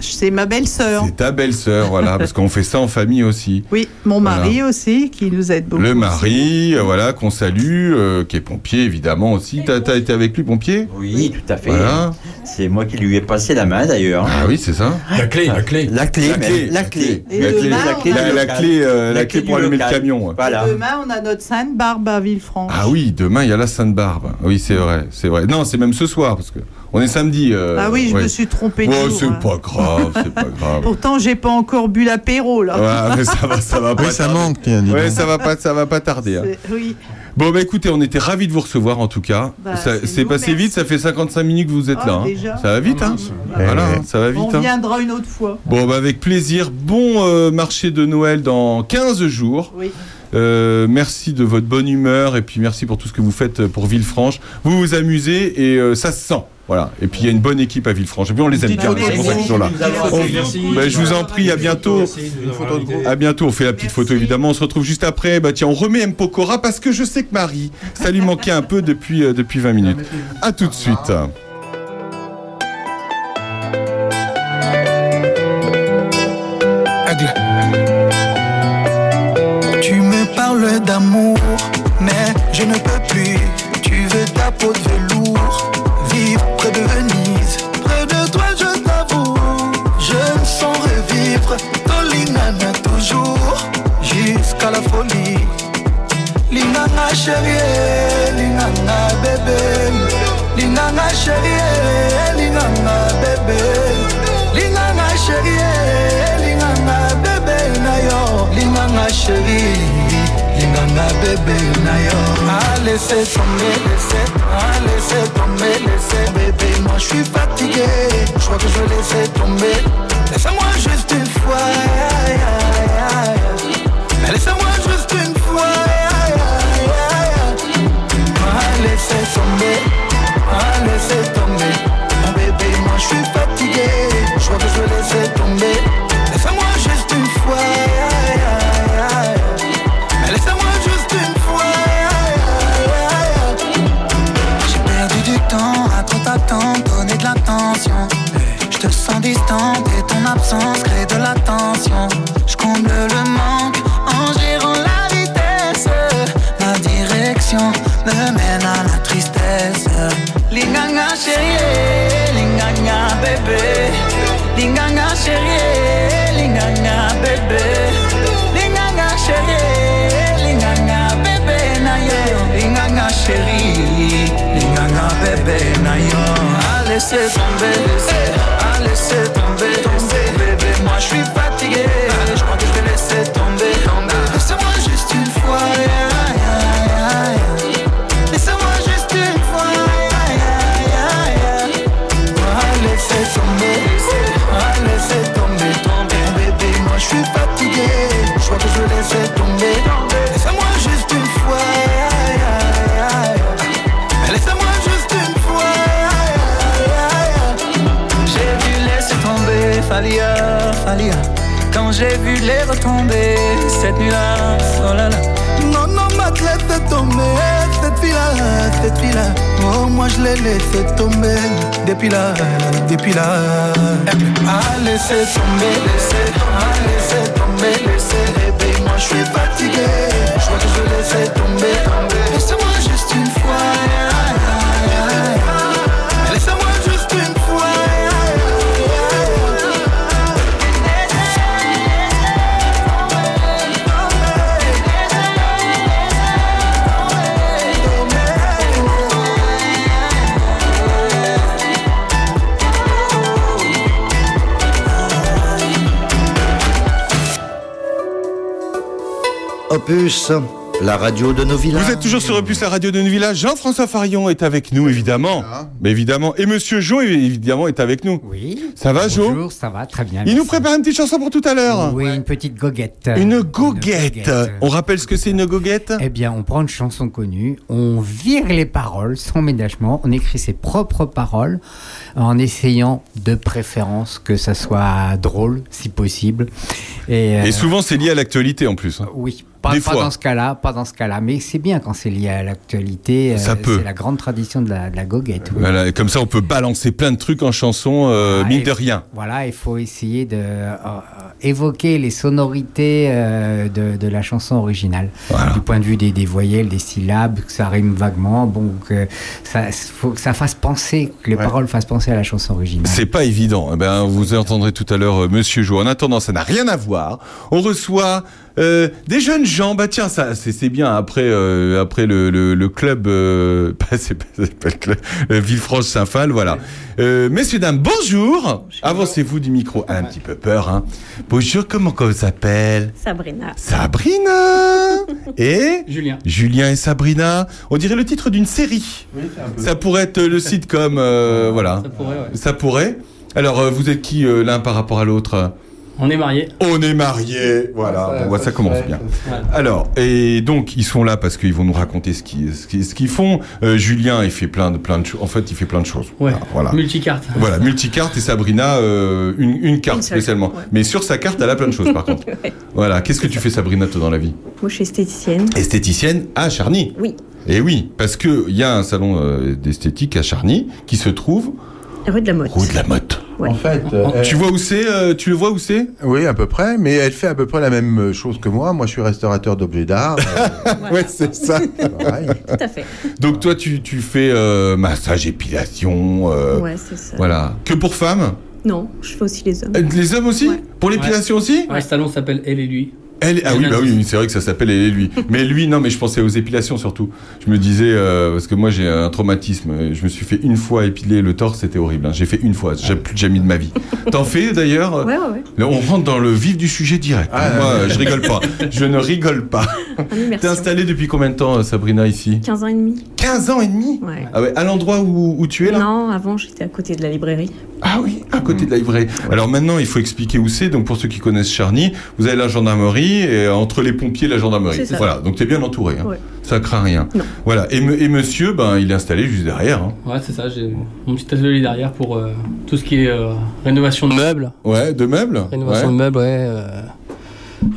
Speaker 4: C'est ma belle-sœur.
Speaker 2: c'est ta belle-sœur, voilà, parce qu'on fait ça en famille aussi.
Speaker 4: Oui, mon
Speaker 2: Voilà.
Speaker 4: mari aussi, qui nous aide beaucoup.
Speaker 2: Le mari, euh, voilà, qu'on salue, euh, qui est pompier évidemment aussi. T'as as été avec lui, pompier
Speaker 1: Oui, tout à fait.
Speaker 2: Voilà.
Speaker 1: C'est moi qui lui ai passé la main d'ailleurs.
Speaker 2: Hein Ah oui, c'est ça.
Speaker 7: La clé, la clé.
Speaker 1: La clé,
Speaker 2: La
Speaker 1: même.
Speaker 2: clé,
Speaker 1: la clé.
Speaker 4: Et La clé. demain,
Speaker 1: La
Speaker 4: on
Speaker 1: clé,
Speaker 4: a-
Speaker 1: du
Speaker 2: La- la
Speaker 1: local.
Speaker 2: clé, euh, la clé
Speaker 1: du
Speaker 2: pour allumer le
Speaker 1: local.
Speaker 2: camion, ouais.
Speaker 1: Voilà.
Speaker 4: Demain, on a notre Sainte-Barbe à Villefranche.
Speaker 2: Ah oui, demain il y a la Sainte-Barbe. Oui, c'est vrai, c'est vrai. Non, c'est même ce soir parce que on est samedi. euh,
Speaker 4: Ah oui, je
Speaker 2: ouais.
Speaker 4: me suis trompée de
Speaker 2: Ouais,
Speaker 4: jour,
Speaker 2: c'est
Speaker 4: hein.
Speaker 2: pas grave, c'est
Speaker 4: [LAUGHS]
Speaker 2: pas grave.
Speaker 4: Pourtant, j'ai pas encore bu l'apéro, là.
Speaker 2: Ah Ouais, mais ça va, ça va pas.
Speaker 8: Oui, ça
Speaker 2: tarder.
Speaker 8: manque, tiens, dis
Speaker 2: Ouais,
Speaker 8: donc.
Speaker 2: ça va pas, ça va pas tarder. hein.
Speaker 4: C'est- [LAUGHS] Oui.
Speaker 2: Bon, bah écoutez, on était ravis de vous recevoir en tout cas.
Speaker 4: Bah,
Speaker 2: Ça-
Speaker 4: c'est
Speaker 2: c'est
Speaker 4: nous,
Speaker 2: passé
Speaker 4: merci.
Speaker 2: vite, ça fait 55 minutes que vous êtes
Speaker 4: Ah,
Speaker 2: là. hein.
Speaker 4: déjà.
Speaker 2: Ça va vite, hein.
Speaker 8: Eh
Speaker 2: Voilà,
Speaker 8: ouais.
Speaker 2: hein, ça va vite.
Speaker 4: On
Speaker 2: hein.
Speaker 4: viendra une autre fois.
Speaker 2: Bon, bah avec plaisir. Bon euh, marché de Noël dans 15 jours.
Speaker 4: Oui.
Speaker 2: Euh, merci de votre bonne humeur et puis merci pour tout ce que vous faites euh, pour Villefranche. Vous vous amusez et euh, ça se sent. Voilà. Et puis il y a une bonne équipe à Villefranche. Et puis on les aime bien.
Speaker 4: Merci.
Speaker 2: C'est pour ça qu'ils sont là. On- Ben, je vous en prie, à bientôt. À bientôt. On fait la petite photo évidemment. On se retrouve juste après. Bah tiens, on remet M Pokora parce que je sais que Marie, ça lui manquait un peu depuis euh, depuis 20 minutes. À tout de suite.
Speaker 15: Tu me parles d'amour, mais je ne peux plus. Tu veux ta peau de velours, vivre près de Venise. Près de toi, je t'avoue, je me sens revivre. Tolinana toujours, jusqu'à la folie. Linana chérie, linana bébé. Linana chérie, linana bébé. Linana chérie, linana bébé na yo. Linana chérie, linana bébé na yo. Ah laissez tomber, laissez, ah laissez tomber, laissez bébé. Moi je suis fatigué, je crois que je vais laisser tomber. Laissez-moi juste une fois. aïe, aïe, aïe, aïe. Mais laissez-moi juste une fois aïe, aïe, aïe, aïe. M'a laissé tomber, m'a laissé tomber Mon bébé, moi je suis fatigué Je crois que je vais laisser tomber Laissez-moi juste une fois aïe, aïe, aïe, aïe. Mais laissez-moi juste une fois aïe, aïe, aïe, aïe. J'ai perdu du temps à trop t'attendre, donner de l'attention Je te sens distant Lingana chérie, lingana bébé Lingana chérie, lingana bébé na yo Lingana chérie, lingana bébé na yo A laisser tomber, à laisser tomber Tomber bébé, moi je suis fatigué Je crois que je vais laisser tomber Laisse-moi juste une fois, yeah, yeah, yeah, yeah. Laissez-moi juste une fois, aïe, aïe, aïe, aïe. Ah, laissez tomber, ah, laissez tomber, tomber, bébé. Moi, je suis fatigué, je crois que je vais laisser tomber. Laissez-moi juste une fois, aïe, aïe, aïe, aïe. Laissez-moi juste une fois, aïe, aïe, aïe, aïe. J'ai dû laisser tomber, Falia, Falia. Quand j'ai vu les retomber cette nuit-là, oh là là. Non, non, ma tête est tombée, cette fille-là, cette fille-là. Oh, moi je l'ai laissé tomber, depuis là, depuis là. Ah, laissez tomber, laissez tomber, laissez tomber, laissez bébé. Moi je suis fatigué, je crois que je vais laisser tomber, tomber. Laissez-moi juste une fois, aïe, aïe, aïe, aïe. Laissez-moi juste une fois, aïe, aïe, aïe, aïe.
Speaker 10: Opus, la radio de nos villages.
Speaker 2: Vous êtes toujours sur Opus, la radio de nos villages. Jean-François Farion est avec nous, évidemment. Mais évidemment. Et Monsieur Jo, évidemment, est avec nous.
Speaker 16: Oui.
Speaker 2: Ça va, Jo
Speaker 16: Bonjour, ça va, très bien.
Speaker 2: Il nous
Speaker 16: merci. Euh.
Speaker 2: prépare une petite chanson pour tout à l'heure.
Speaker 16: Oui, une petite goguette.
Speaker 2: Une goguette. On rappelle ce que c'est une goguette
Speaker 16: Eh bien, on prend une chanson connue, on vire les paroles sans ménagement, on écrit ses propres paroles en essayant de préférence que ça soit drôle, si possible. Et, euh,
Speaker 2: Et souvent, c'est lié à l'actualité en plus. hein.
Speaker 16: Oui. Pas,
Speaker 2: Des
Speaker 16: pas
Speaker 2: fois.
Speaker 16: dans ce cas-là, pas dans ce cas-là, mais c'est bien quand c'est lié à l'actualité. euh,
Speaker 2: Ça peut.
Speaker 16: C'est la grande tradition de la, de la goguette. oui.
Speaker 2: Voilà, et comme ça, on peut balancer plein de trucs en chanson, euh, mine
Speaker 16: Ah, et-
Speaker 2: de rien.
Speaker 16: Voilà, il faut essayer de euh, évoquer les sonorités euh, de, de la chanson originale. Du point de vue des, des voyelles, des syllabes, que ça rime vaguement, bon, que ça, faut que ça fasse penser, que les paroles fassent penser à la chanson originale.
Speaker 2: C'est pas évident. Eh ben, vous entendrez tout à l'heure euh, Monsieur Jo. En attendant, ça n'a rien à voir. On reçoit euh, des jeunes gens. Bah tiens, ça, c'est c'est bien. Après, euh, après le, le- le club, euh, [LAUGHS] pas- c'est pas, c'est pas le club, euh, Villefranche Saint-Phal, voilà. Euh, messieurs dames, bonjour. Avancez-vous du micro. Un petit peu peur. Hein. Bonjour. Comment qu'on s'appelle
Speaker 17: Sabrina. [LAUGHS]
Speaker 2: Sabrina et
Speaker 17: Julien.
Speaker 2: Julien et Sabrina. On dirait le titre d'une série. Ça pourrait être le sitcom, euh, voilà. Ça pourrait, Alors, euh, vous êtes qui euh, l'un par rapport à l'autre
Speaker 18: On est mariés.
Speaker 2: On est mariés, voilà.
Speaker 18: Ça,
Speaker 2: Bon, bah,
Speaker 18: ça,
Speaker 2: ça commence
Speaker 18: ça,
Speaker 2: bien.
Speaker 18: ça,
Speaker 2: Alors, et donc, ils sont là parce qu'ils vont nous raconter ce qu'ils ce qu'ils- ce qu'ils font. Euh, Julien, il fait plein de, plein de choses. En fait, il fait plein de choses. Ah,
Speaker 18: Ouais.
Speaker 2: Voilà.
Speaker 18: Multicarte.
Speaker 2: Voilà, multicarte et Sabrina, euh, une, une carte spécialement. Mais sur sa carte, elle a plein de [LAUGHS] choses, par contre.
Speaker 17: [LAUGHS] Ouais.
Speaker 2: Voilà, qu'est-ce que tu fais, Sabrina, toi, dans la vie
Speaker 17: Moi, je suis esthéticienne.
Speaker 2: Esthéticienne à Charny.
Speaker 17: Oui.
Speaker 2: Et Eh oui, parce que il y a un salon euh, d'esthétique à Charny qui se trouve
Speaker 17: Rue de la Motte.
Speaker 2: rue de la Motte.
Speaker 17: Ouais.
Speaker 8: En fait, euh,
Speaker 2: Tu vois où c'est euh, Tu le vois où c'est
Speaker 8: Oui, à peu près. Mais elle fait à peu près la même chose que moi. Moi, je suis restaurateur d'objets d'art.
Speaker 2: [LAUGHS]
Speaker 8: Euh,
Speaker 2: ouais, c'est ça.
Speaker 17: Tout à fait.
Speaker 2: Donc toi, tu, tu fais euh, massage, épilation. euh,
Speaker 17: Ouais, c'est ça.
Speaker 2: Voilà. Que pour femmes
Speaker 17: Non, je fais aussi les hommes.
Speaker 2: Euh, Les hommes aussi Pour l'épilation aussi
Speaker 18: Ouais, ce salon s'appelle Elle et lui.
Speaker 2: Elle, ah
Speaker 18: Il y
Speaker 2: oui,
Speaker 18: en a
Speaker 2: bah
Speaker 18: dix.
Speaker 2: oui, c'est vrai que ça s'appelle elle
Speaker 18: [LAUGHS]
Speaker 2: et lui. Mais lui, non, mais je pensais aux épilations surtout. Je me disais, euh, parce que moi j'ai un traumatisme, je me suis fait une fois épiler le torse, c'était horrible. hein. J'ai fait une fois, j'ai plus jamais de ma vie. T'en fais d'ailleurs
Speaker 17: Ouais, ouais, ouais.
Speaker 2: Là, on rentre dans le vif du sujet direct.
Speaker 8: Ah,
Speaker 2: Moi,
Speaker 8: ouais.
Speaker 2: euh, je rigole pas. [LAUGHS] Je ne rigole pas.
Speaker 17: Un immersion.
Speaker 2: T'es installée depuis combien de temps, euh, Sabrina, ici
Speaker 17: 15 ans et demi.
Speaker 2: 15 ans et demi
Speaker 17: Ouais.
Speaker 2: ah ouais, À l'endroit où, où tu es là
Speaker 17: Non, avant, j'étais à côté de la librairie.
Speaker 2: Ah oui, à côté de la librairie. Alors maintenant, il faut expliquer où c'est. Donc pour ceux qui connaissent Charny, vous avez la gendarmerie et euh, entre les pompiers et la gendarmerie.
Speaker 17: C'est ça.
Speaker 2: Voilà, donc t'es bien entouré. hein.
Speaker 17: Ouais.
Speaker 2: Ça craint rien.
Speaker 17: Non.
Speaker 2: Voilà, et, me- et monsieur, ben, il est installé juste derrière. hein.
Speaker 18: Ouais, c'est ça, j'ai mon petit atelier derrière pour euh, tout ce qui est euh, rénovation de meubles.
Speaker 2: Ouais, de meubles
Speaker 18: Rénovation
Speaker 2: ouais.
Speaker 18: de meubles, ouais. euh.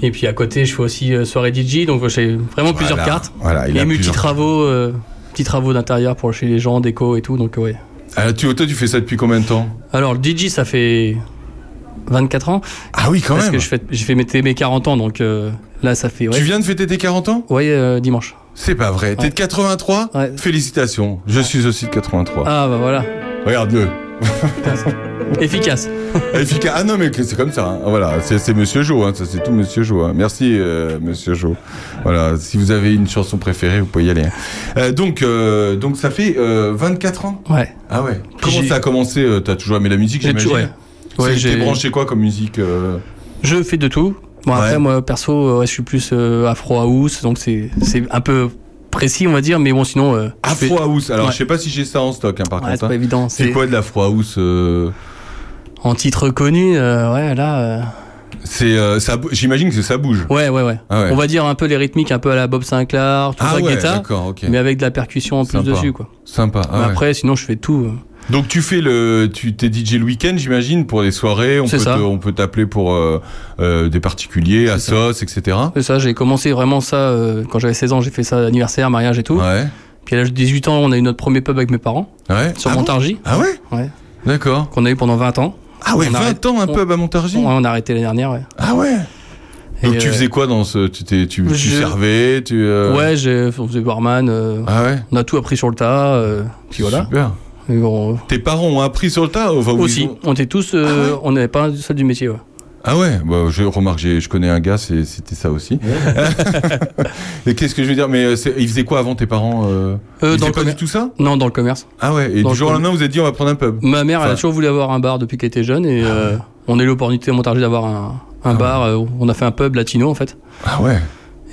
Speaker 18: Et puis à côté, je fais aussi euh, soirée DJ, donc j'ai vraiment plusieurs
Speaker 2: Voilà,
Speaker 18: cartes.
Speaker 2: voilà, il
Speaker 18: et
Speaker 2: a
Speaker 18: mes petits
Speaker 2: plusieurs
Speaker 18: travaux, euh, petits travaux d'intérieur pour chez les gens, déco et tout, donc ouais.
Speaker 2: Ah, tu, toi, tu fais ça depuis combien de temps
Speaker 18: Alors, le DJ, ça fait 24 ans.
Speaker 2: Ah oui, quand
Speaker 18: parce
Speaker 2: même.
Speaker 18: que je fête- j'ai fait mes, mes 40 ans, donc euh, là, ça fait. ouais.
Speaker 2: Tu viens de fêter tes 40 ans
Speaker 18: Ouais, euh, dimanche.
Speaker 2: C'est pas vrai. T'es de 83 Félicitations. Je suis aussi de 83.
Speaker 18: Ah bah voilà.
Speaker 2: Regarde-le.
Speaker 18: [LAUGHS] Efficace.
Speaker 2: [LAUGHS] Efficace. Ah non, mais que c'est comme ça. hein. Voilà, c'est c'est Monsieur Jo. hein. Ça, c'est tout Monsieur Jo. hein. Merci, euh, Monsieur Jo. Voilà, si vous avez une chanson préférée, vous pouvez y aller. hein. Euh, donc, euh, donc, ça fait euh, 24 ans
Speaker 18: Ouais.
Speaker 2: Ah ouais. Comment ça a commencé euh, T'as toujours aimé la musique,
Speaker 18: J'ai
Speaker 2: j'imagine
Speaker 18: toujours- ouais. Ouais,
Speaker 2: j'ai
Speaker 18: j'ai-
Speaker 2: branché quoi comme musique euh
Speaker 18: Je fais de tout. Bon, après, moi, perso, euh, ouais, je suis plus euh, afro house, donc c'est c'est un peu précis, on va dire, mais bon, sinon. euh, je fais-
Speaker 2: Afro House. Alors,
Speaker 18: Ouais.
Speaker 2: je sais pas si j'ai ça en stock, hein, par
Speaker 18: Ouais,
Speaker 2: contre.
Speaker 18: c'est pas
Speaker 2: hein.
Speaker 18: évident,
Speaker 2: C'est
Speaker 18: c'est-
Speaker 2: quoi de l'Afro House euh,
Speaker 18: En titre connu, euh, ouais, là. euh,
Speaker 2: C'est, euh, ça, bou- j'imagine que ça bouge.
Speaker 18: Ouais, ouais, ouais.
Speaker 2: Ah ouais.
Speaker 18: On va dire un peu les rythmiques, un peu à la Bob Sinclair, tout
Speaker 2: Ah
Speaker 18: ça,
Speaker 2: ouais,
Speaker 18: guetta,
Speaker 2: d'accord, ok.
Speaker 18: mais avec de la percussion en plus
Speaker 2: Sympa.
Speaker 18: dessus, quoi.
Speaker 2: Sympa. ah
Speaker 18: Mais
Speaker 2: ouais.
Speaker 18: après, sinon, je fais tout. euh.
Speaker 2: Donc tu fais le, tu t'es DJ le week-end, j'imagine, pour les soirées. On
Speaker 18: C'est
Speaker 2: peut,
Speaker 18: ça.
Speaker 2: te- on peut t'appeler pour euh, euh, des particuliers, à sauce, etc.
Speaker 18: C'est ça, j'ai commencé vraiment ça euh, quand j'avais 16 ans, j'ai fait ça anniversaire, mariage et tout. Puis à l'âge de 18 ans, on a eu notre premier pub avec mes parents.
Speaker 2: Ouais.
Speaker 18: Sur
Speaker 2: Ah bon
Speaker 18: Montargis.
Speaker 2: Ah ouais
Speaker 18: Ouais.
Speaker 2: D'accord.
Speaker 18: Qu'on a eu pendant 20 ans.
Speaker 2: Ah ouais,
Speaker 18: On
Speaker 2: 20
Speaker 18: arrête-
Speaker 2: ans un
Speaker 18: on-
Speaker 2: pub à Montargis
Speaker 18: Ouais, on a arrêté l'année dernière, ouais.
Speaker 2: Ah ouais Donc
Speaker 18: Et,
Speaker 2: tu
Speaker 18: euh,
Speaker 2: faisais quoi dans ce, tu t'es, tu, tu
Speaker 18: je-
Speaker 2: servais, tu. euh,
Speaker 18: Ouais, j'ai, on faisait barman. euh,
Speaker 2: Ah ouais.
Speaker 18: On a tout appris sur le tas. euh, puis voilà.
Speaker 2: Super.
Speaker 18: Et bon, euh,
Speaker 2: Tes parents ont appris sur le tas enfin, ou ils
Speaker 18: aussi,
Speaker 2: ont-
Speaker 18: on était tous, euh, on n'avait pas un seul du métier. Ouais.
Speaker 2: Ah ouais, bah, je remarque, j'ai- je connais un gars, c'est- c'était ça aussi. [LAUGHS] Et qu'est-ce que je veux dire Mais euh, c'est- ils faisaient quoi avant tes parents euh
Speaker 18: Euh, dans
Speaker 2: Ils faisaient
Speaker 18: le
Speaker 2: pas du
Speaker 18: commerce.
Speaker 2: tout ça
Speaker 18: Non, dans le commerce.
Speaker 2: Ah ouais, et
Speaker 18: Dans le
Speaker 2: du jour au
Speaker 18: commerce.
Speaker 2: lendemain, vous avez dit on va prendre un pub.
Speaker 18: Ma mère, elle
Speaker 2: Enfin. Ah
Speaker 18: a toujours voulu avoir un bar depuis qu'elle était jeune et euh, on a eu l'opportunité à Montargis d'avoir un, un bar. euh, on a fait un pub latino en fait.
Speaker 2: Ah ouais.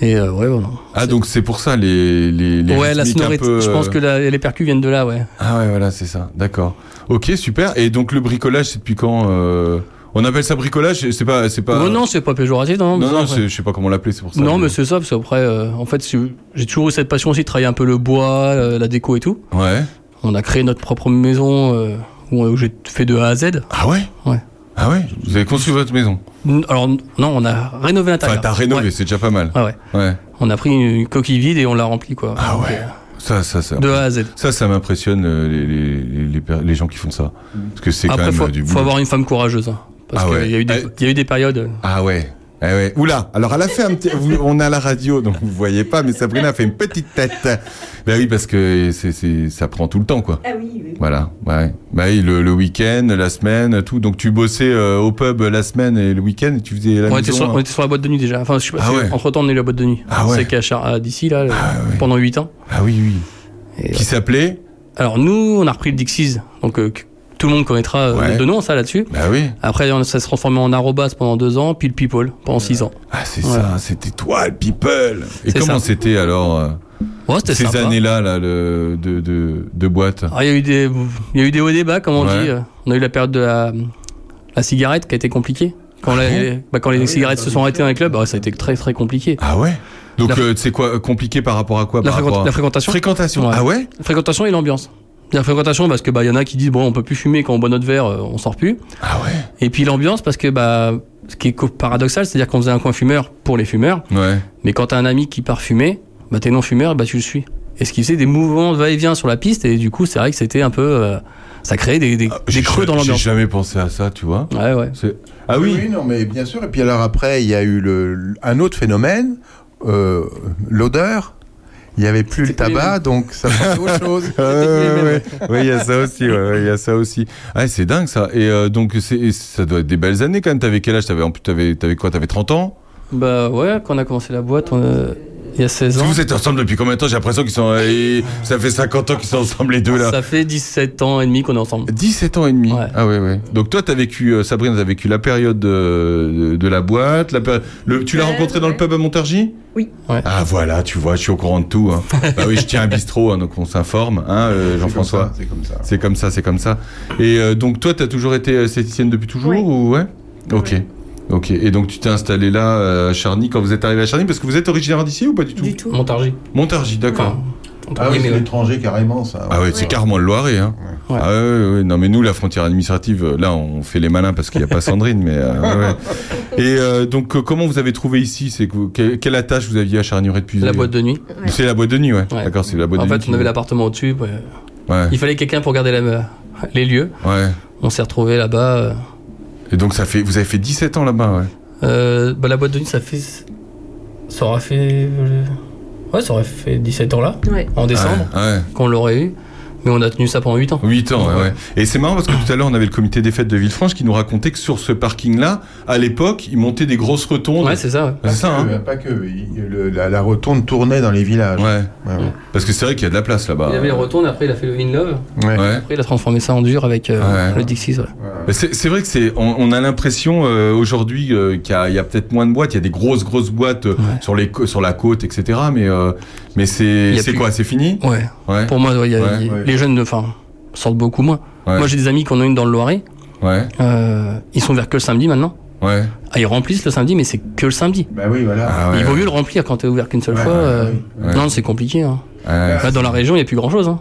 Speaker 18: Et euh, ouais, voilà.
Speaker 2: Ah donc c'est pour ça les les, les
Speaker 18: ouais, la
Speaker 2: rythmiques un
Speaker 18: sonorité.
Speaker 2: peu,
Speaker 18: Je pense
Speaker 2: euh,
Speaker 18: que la- les percus viennent de là, ouais.
Speaker 2: Ah ouais, voilà, c'est ça. D'accord. Ok, super. Et donc le bricolage, c'est depuis quand euh, On appelle ça bricolage C'est pas, c'est pas.
Speaker 18: Oh non, c'est pas péjoratif. Non,
Speaker 2: non,
Speaker 18: mais
Speaker 2: non,
Speaker 18: ça,
Speaker 2: c'est-
Speaker 18: ouais.
Speaker 2: je sais pas comment l'appeler, c'est pour ça.
Speaker 18: Non,
Speaker 2: que-
Speaker 18: mais c'est ça, parce qu'après, euh, en fait, c'est- j'ai toujours eu cette passion aussi de travailler un peu le bois, euh, la déco et tout.
Speaker 2: Ouais.
Speaker 18: On a créé notre propre maison euh, où, où j'ai fait de A à Z.
Speaker 2: Ah ouais
Speaker 18: Ouais.
Speaker 2: Ah ouais. Vous avez construit votre maison.
Speaker 18: N- Alors, non, on a rénové
Speaker 2: Enfin,
Speaker 18: l'intérieur.
Speaker 2: t'as rénové, c'est déjà pas mal.
Speaker 18: Ah ouais.
Speaker 2: Ouais.
Speaker 18: On a pris une coquille vide et on l'a remplie, quoi. Ah ouais.
Speaker 2: Ça, ça, ça.
Speaker 18: De A à Z.
Speaker 2: Ça, ça m'impressionne euh, les, les, les- les per- les gens qui font ça. Parce que c'est quand
Speaker 18: Après,
Speaker 2: même
Speaker 18: faut,
Speaker 2: euh, du
Speaker 18: faut
Speaker 2: boulot.
Speaker 18: avoir une femme courageuse. hein. parce
Speaker 2: Ah
Speaker 18: qu'il
Speaker 2: ouais.
Speaker 18: y, a eu des- il y a eu des périodes.
Speaker 2: Ah ouais. Eh ouais. Oula, alors elle a fait un petit... vous- On est à la radio, donc vous voyez pas, mais Sabrina a fait une petite tête. Ben oui, parce que c'est, c'est- ça prend tout le temps, quoi.
Speaker 17: Ah oui, oui.
Speaker 2: Voilà, ouais. Bah oui, le, le week-end, la semaine, tout. Donc tu bossais euh, au pub la semaine et le week-end, et tu faisais la
Speaker 18: On
Speaker 2: maison,
Speaker 18: était, sur,
Speaker 2: hein.
Speaker 18: on était sur la boîte de nuit déjà. Enfin, je sais pas,
Speaker 2: Ah ouais.
Speaker 18: Entre temps, on est la boîte de nuit.
Speaker 2: Ah ouais.
Speaker 18: C'est qu'à Char- à d'ici, là, le- pendant 8 ans.
Speaker 2: Ah oui, oui. Qui s'appelait
Speaker 18: Alors, nous, on a repris le Dixies. Donc, euh, que- tout le monde connaîtra euh,
Speaker 2: Ouais.
Speaker 18: notre de nom, ça, là-dessus.
Speaker 2: Bah oui.
Speaker 18: Après, on- ça se transformait en arrobas pendant 2 ans, puis le People pendant 6 ans.
Speaker 2: Ah, c'est
Speaker 18: Ouais.
Speaker 2: ça, c'était toi, le people. Et
Speaker 18: C'est
Speaker 2: comment
Speaker 18: ça.
Speaker 2: c'était alors euh,
Speaker 18: Ouais, c'était
Speaker 2: ces
Speaker 18: sympa. Ah,
Speaker 2: années-là, là, le, de, de, de boîte
Speaker 18: Alors, il y a eu des, il y a eu des hauts et des bas, comme on
Speaker 2: Ouais.
Speaker 18: dit. Euh, On a eu la période de la, la cigarette qui a été compliquée. Quand, la-
Speaker 2: Ah bon
Speaker 18: bah, quand les cigarettes se sont arrêtées dans les clubs, bah, ça a été très très compliqué.
Speaker 2: Ah ouais Donc
Speaker 18: La-
Speaker 2: euh, c'est quoi compliqué par rapport à quoi
Speaker 18: La,
Speaker 2: par
Speaker 18: fréquent-
Speaker 2: rapport à-
Speaker 18: la fréquentation.
Speaker 2: Fréquentation. Ah ouais
Speaker 18: La Fréquentation et l'ambiance. La fréquentation parce que bah y en a qui disent bon on peut plus fumer quand on boit notre verre, euh, on sort plus.
Speaker 2: Ah ouais.
Speaker 18: Et puis l'ambiance parce que bah ce qui est co- paradoxal, c'est-à-dire qu'on faisait un coin fumeur pour les fumeurs,
Speaker 2: Ouais.
Speaker 18: mais quand t'as un ami qui part fumer, bah t'es non fumeur, bah tu le suis. Et ce qui faisait des mouvements de va-et-vient sur la piste et du coup c'est vrai que c'était un peu euh, ça créait des, des, des
Speaker 2: Ah, J'ai
Speaker 18: creux dans
Speaker 2: ja- J'ai
Speaker 18: l'ambiance.
Speaker 2: jamais pensé à ça, tu vois.
Speaker 18: Ouais ouais.
Speaker 2: C'est- Ah oui.
Speaker 8: non, mais bien sûr. Et puis alors après, il y a eu le, un autre phénomène, euh, l'odeur. Il n'y avait plus le tabac, donc ça portait
Speaker 18: [LAUGHS]
Speaker 8: autre chose.
Speaker 2: Euh, ouais, ouais. Ouais, il y a ça aussi. ouais, ouais, Il y a ça aussi. Ah, c'est dingue ça. Et euh, donc c'est et ça doit être des belles années quand même. T'avais quel âge T'avais en plus t'avais t'avais quoi T'avais 30 ans
Speaker 18: Bah ouais quand on a commencé la boîte on, euh, il y a 16
Speaker 2: Parce
Speaker 18: ans.
Speaker 2: que Vous êtes ensemble depuis combien de temps J'ai l'impression qu'ils sont. euh, et ça fait 50 ans qu'ils sont ensemble les deux là.
Speaker 18: Ça fait 17 ans et demi qu'on est ensemble.
Speaker 2: 17 ans et demi. Ah ouais ouais. Donc toi t'as vécu euh, Sabrina t'as vécu la période euh, de, de, de la boîte, la péri- le, tu l'as rencontré dans le pub à Montargis
Speaker 17: Oui.
Speaker 2: Ah voilà, tu vois, je suis au courant de tout. [LAUGHS] hein. bah oui, je tiens un bistrot, hein, donc on s'informe, hein, euh, Jean-François.
Speaker 8: C'est comme ça.
Speaker 2: C'est comme ça, c'est comme ça. Et euh, donc toi, t'as toujours été euh, esthéticienne depuis toujours ou ouais Ok. Ok, et donc tu t'es installé là euh, à Charny quand vous êtes arrivé à Charny parce que vous êtes originaire d'ici ou pas du tout Du
Speaker 18: tout. Montargis.
Speaker 2: Montargis, d'accord.
Speaker 8: Ah oui,
Speaker 2: mais
Speaker 8: c'est
Speaker 2: ouais.
Speaker 8: l'étranger carrément, ça.
Speaker 2: Ah ouais, c'est carrément le Loiret. Hein. Ah ouais, ouais, ouais. Non, mais nous, la frontière administrative, euh, là, on fait les malins parce qu'il n'y a pas Sandrine. mais euh,
Speaker 18: [LAUGHS]
Speaker 2: ouais. Et euh, donc, euh, comment vous avez trouvé ici C'est que vous- que- quelle attache vous aviez à Charnieret depuis
Speaker 18: La boîte de nuit.
Speaker 2: C'est la boîte de nuit, ouais.
Speaker 18: Ouais.
Speaker 2: D'accord, c'est la boîte
Speaker 18: en
Speaker 2: de nuit.
Speaker 18: fait, on avait l'appartement au-dessus. ouais.
Speaker 2: Ouais.
Speaker 18: Il fallait quelqu'un pour garder la- euh, les lieux.
Speaker 2: Ouais.
Speaker 18: On s'est retrouvé là-bas. euh,
Speaker 2: Et donc, ça fait, vous avez fait 17 ans là-bas, ouais.
Speaker 18: euh, bah, la boîte de nuit, ça fait. Ça aura fait. euh, Ouais, ça aurait fait 17 ans là.
Speaker 17: Ouais.
Speaker 18: En décembre.
Speaker 2: Ouais.
Speaker 18: Qu'on l'aurait eu. Mais on a tenu ça pendant 8 ans.
Speaker 2: 8 ans, ouais. ouais. Et c'est marrant parce que tout à l'heure, on avait le comité des fêtes de Villefranche qui nous racontait que sur ce parking-là, à l'époque, ils montaient des grosses rotondes.
Speaker 18: Ouais, c'est ça, ouais.
Speaker 2: C'est
Speaker 8: Pas
Speaker 2: ça,
Speaker 8: que,
Speaker 2: hein.
Speaker 8: Pas que. il- le- la, la rotonde tournait dans les villages.
Speaker 2: Ouais. Parce que c'est vrai qu'il y a de la place là-bas.
Speaker 18: Il avait le retourne, après il a fait le In Love.
Speaker 8: Ouais.
Speaker 18: Après il a transformé ça en dur avec euh, le Dixies. ouais.
Speaker 2: Mais C'est c'est vrai que c'est, on, on a l'impression euh, aujourd'hui euh, qu'il y a, il y a peut-être moins de boîtes. Il y a des grosses grosses boîtes euh, sur les cô- sur la côte, etc. Mais euh, mais
Speaker 18: Il
Speaker 2: c'est
Speaker 18: y a
Speaker 2: c'est
Speaker 18: plus-
Speaker 2: quoi C'est fini
Speaker 18: Ouais.
Speaker 2: Ouais.
Speaker 18: Pour moi, ouais, il y a-
Speaker 2: Ouais.
Speaker 18: il- les jeunes enfin, sortent beaucoup moins.
Speaker 2: Ouais.
Speaker 18: Moi j'ai des amis qui en ont une dans le Loiret.
Speaker 2: Ouais.
Speaker 18: Euh, ils sont ouverts que le samedi maintenant.
Speaker 2: Ouais.
Speaker 18: Ah, ils remplissent le samedi, mais c'est que le samedi.
Speaker 8: Bah oui, voilà.
Speaker 2: Ah ouais.
Speaker 18: Il vaut mieux le remplir quand t'es ouvert qu'une seule
Speaker 8: Ouais,
Speaker 18: fois.
Speaker 8: ouais,
Speaker 18: euh,
Speaker 8: ouais.
Speaker 18: Non, c'est compliqué. hein.
Speaker 2: Ouais.
Speaker 18: Là, dans la région, il n'y a plus hein. grand chose.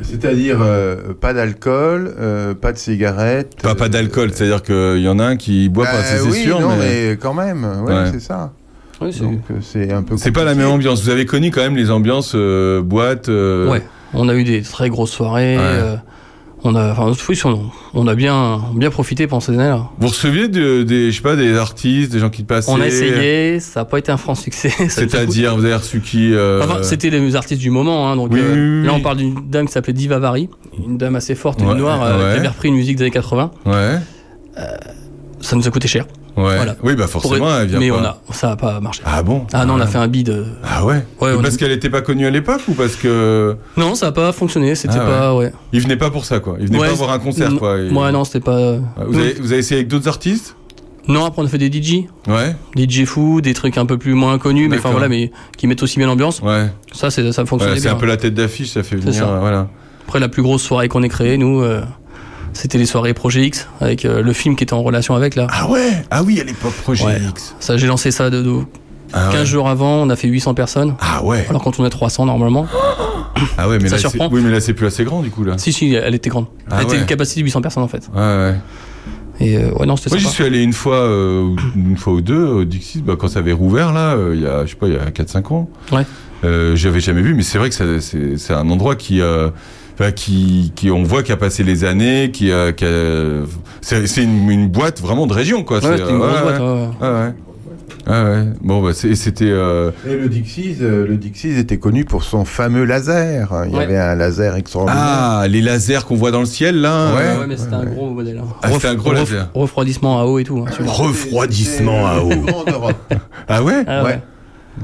Speaker 8: C'est-à-dire euh, pas d'alcool, euh, pas de cigarettes.
Speaker 2: Pas pas d'alcool, c'est-à-dire qu'il y en a un qui boit pas,
Speaker 8: Bah
Speaker 2: c'est c'est
Speaker 8: oui,
Speaker 2: sûr.
Speaker 8: non,
Speaker 2: mais...
Speaker 8: mais quand même, ouais,
Speaker 2: Ouais.
Speaker 8: c'est ça.
Speaker 18: c'est-
Speaker 8: Donc euh, c'est un peu.
Speaker 2: C'est pas la même ambiance. Vous avez connu quand même les ambiances euh, boîtes. euh,
Speaker 18: Ouais. On a eu des très grosses soirées.
Speaker 2: Ouais.
Speaker 18: euh, on a, enfin, oui, on, on a bien, bien profité pendant ces années-là.
Speaker 2: Vous receviez de- des je sais pas des artistes, des gens qui passaient.
Speaker 18: On a essayé, ça n'a pas été un franc succès. ça nous a
Speaker 2: [LAUGHS] C'est-à-dire vous avez reçu qui euh,
Speaker 18: Enfin, c'était les artistes du moment. hein, donc,
Speaker 2: Oui,
Speaker 18: euh,
Speaker 2: oui, oui,
Speaker 18: Là, on
Speaker 2: oui.
Speaker 18: parle d'une dame qui s'appelait Diva Vari, une dame assez forte,
Speaker 2: Ouais,
Speaker 18: une noire, euh,
Speaker 2: ouais.
Speaker 18: qui avait repris une musique des années 80.
Speaker 2: Ouais.
Speaker 18: Euh, Ça nous a coûté cher.
Speaker 2: Ouais.
Speaker 18: Voilà.
Speaker 2: Oui, bah
Speaker 18: Pour-
Speaker 2: forcément, elle vient
Speaker 18: mais
Speaker 2: pas.
Speaker 18: on a, ça n'a pas marché.
Speaker 2: Ah bon
Speaker 18: Ah non, on a fait un bid. euh,
Speaker 2: Ah ouais,
Speaker 18: Ouais,
Speaker 2: Mais
Speaker 18: on
Speaker 2: Parce qu'elle n'était pas connue à l'époque ou parce que.
Speaker 18: Non, ça n'a pas fonctionné. C'était
Speaker 2: Ah ouais.
Speaker 18: pas. Ouais.
Speaker 2: Il venait pas pour ça quoi. Il venait
Speaker 18: Ouais,
Speaker 2: pas voir un concert
Speaker 18: non,
Speaker 2: quoi. Il- Ah,
Speaker 18: Ouais, non, Mm. c'était pas. euh,
Speaker 2: Vous avez, vous avez essayé avec d'autres artistes
Speaker 18: Non, après on a fait des DJ,
Speaker 2: Ouais.
Speaker 18: DJ fou, des trucs un peu plus moins connus, mais enfin
Speaker 2: D'accord.
Speaker 18: voilà, mais qui mettent aussi bien l'ambiance.
Speaker 2: Ouais.
Speaker 18: Ça, c'est ça
Speaker 2: Voilà,
Speaker 18: fonctionnait
Speaker 2: c'est
Speaker 18: bien.
Speaker 2: un peu la tête d'affiche, ça fait
Speaker 18: C'est
Speaker 2: venir.
Speaker 18: ça.
Speaker 2: euh, Voilà.
Speaker 18: Après la plus grosse soirée qu'on ait créée, nous, euh, c'était les soirées Projet X avec euh, le film qui était en relation avec là.
Speaker 2: Ah ouais Ah oui, à l'époque, Projet
Speaker 18: Ouais.
Speaker 2: X.
Speaker 18: Ça, j'ai lancé ça de, de-
Speaker 2: Ah
Speaker 18: 15
Speaker 2: ouais.
Speaker 18: jours avant, on a fait 800 personnes.
Speaker 2: Ah ouais
Speaker 18: Alors quand on est 300 normalement.
Speaker 2: Ah ouais, mais
Speaker 18: Ça
Speaker 2: là, c'est...
Speaker 18: surprend.
Speaker 2: Oui, mais là, c'est plus assez grand du coup là.
Speaker 18: si si, elle était grande. Elle
Speaker 2: Ah
Speaker 18: était
Speaker 2: ouais.
Speaker 18: une capacité de 800 personnes en fait.
Speaker 2: Ouais, ouais.
Speaker 18: Et euh, ouais non, c'était
Speaker 2: Moi, j'y
Speaker 18: sympa.
Speaker 2: suis allé une fois, euh, ou- une fois ou deux au Dixit, bah, quand ça avait rouvert là, euh, il y a, je sais pas, il y a 4-5 ans.
Speaker 18: Ouais.
Speaker 2: Euh, j'avais jamais vu, mais c'est vrai que ça- c'est c'est un endroit qui, euh, enfin, qui, qui, on voit qui a passé les années, qui, a- qui a- c'est c'est une, une boîte vraiment de région, quoi.
Speaker 18: Ouais,
Speaker 2: C'est,
Speaker 18: c'était une
Speaker 2: euh,
Speaker 18: grosse
Speaker 2: ouais,
Speaker 18: boîte.
Speaker 2: ouais.
Speaker 18: ouais.
Speaker 2: Ah ouais. Ah ouais. Bon, bah, c'est- c'était. euh,
Speaker 8: Et le Dixies, euh, le Dixies était connu pour son fameux laser. Il y
Speaker 18: Ouais.
Speaker 8: avait un laser extraordinaire.
Speaker 2: Ah, les lasers qu'on voit dans le ciel, là.
Speaker 8: Ouais.
Speaker 2: euh,
Speaker 18: Ouais, mais c'était un gros modèle. hein.
Speaker 2: Ah, c'était un gros laser.
Speaker 18: Refroidissement à eau et tout. hein, celui-là.
Speaker 2: Refroidissement à eau.
Speaker 8: Grand en Europe.
Speaker 2: [LAUGHS] Ah ouais.
Speaker 18: Ah ouais.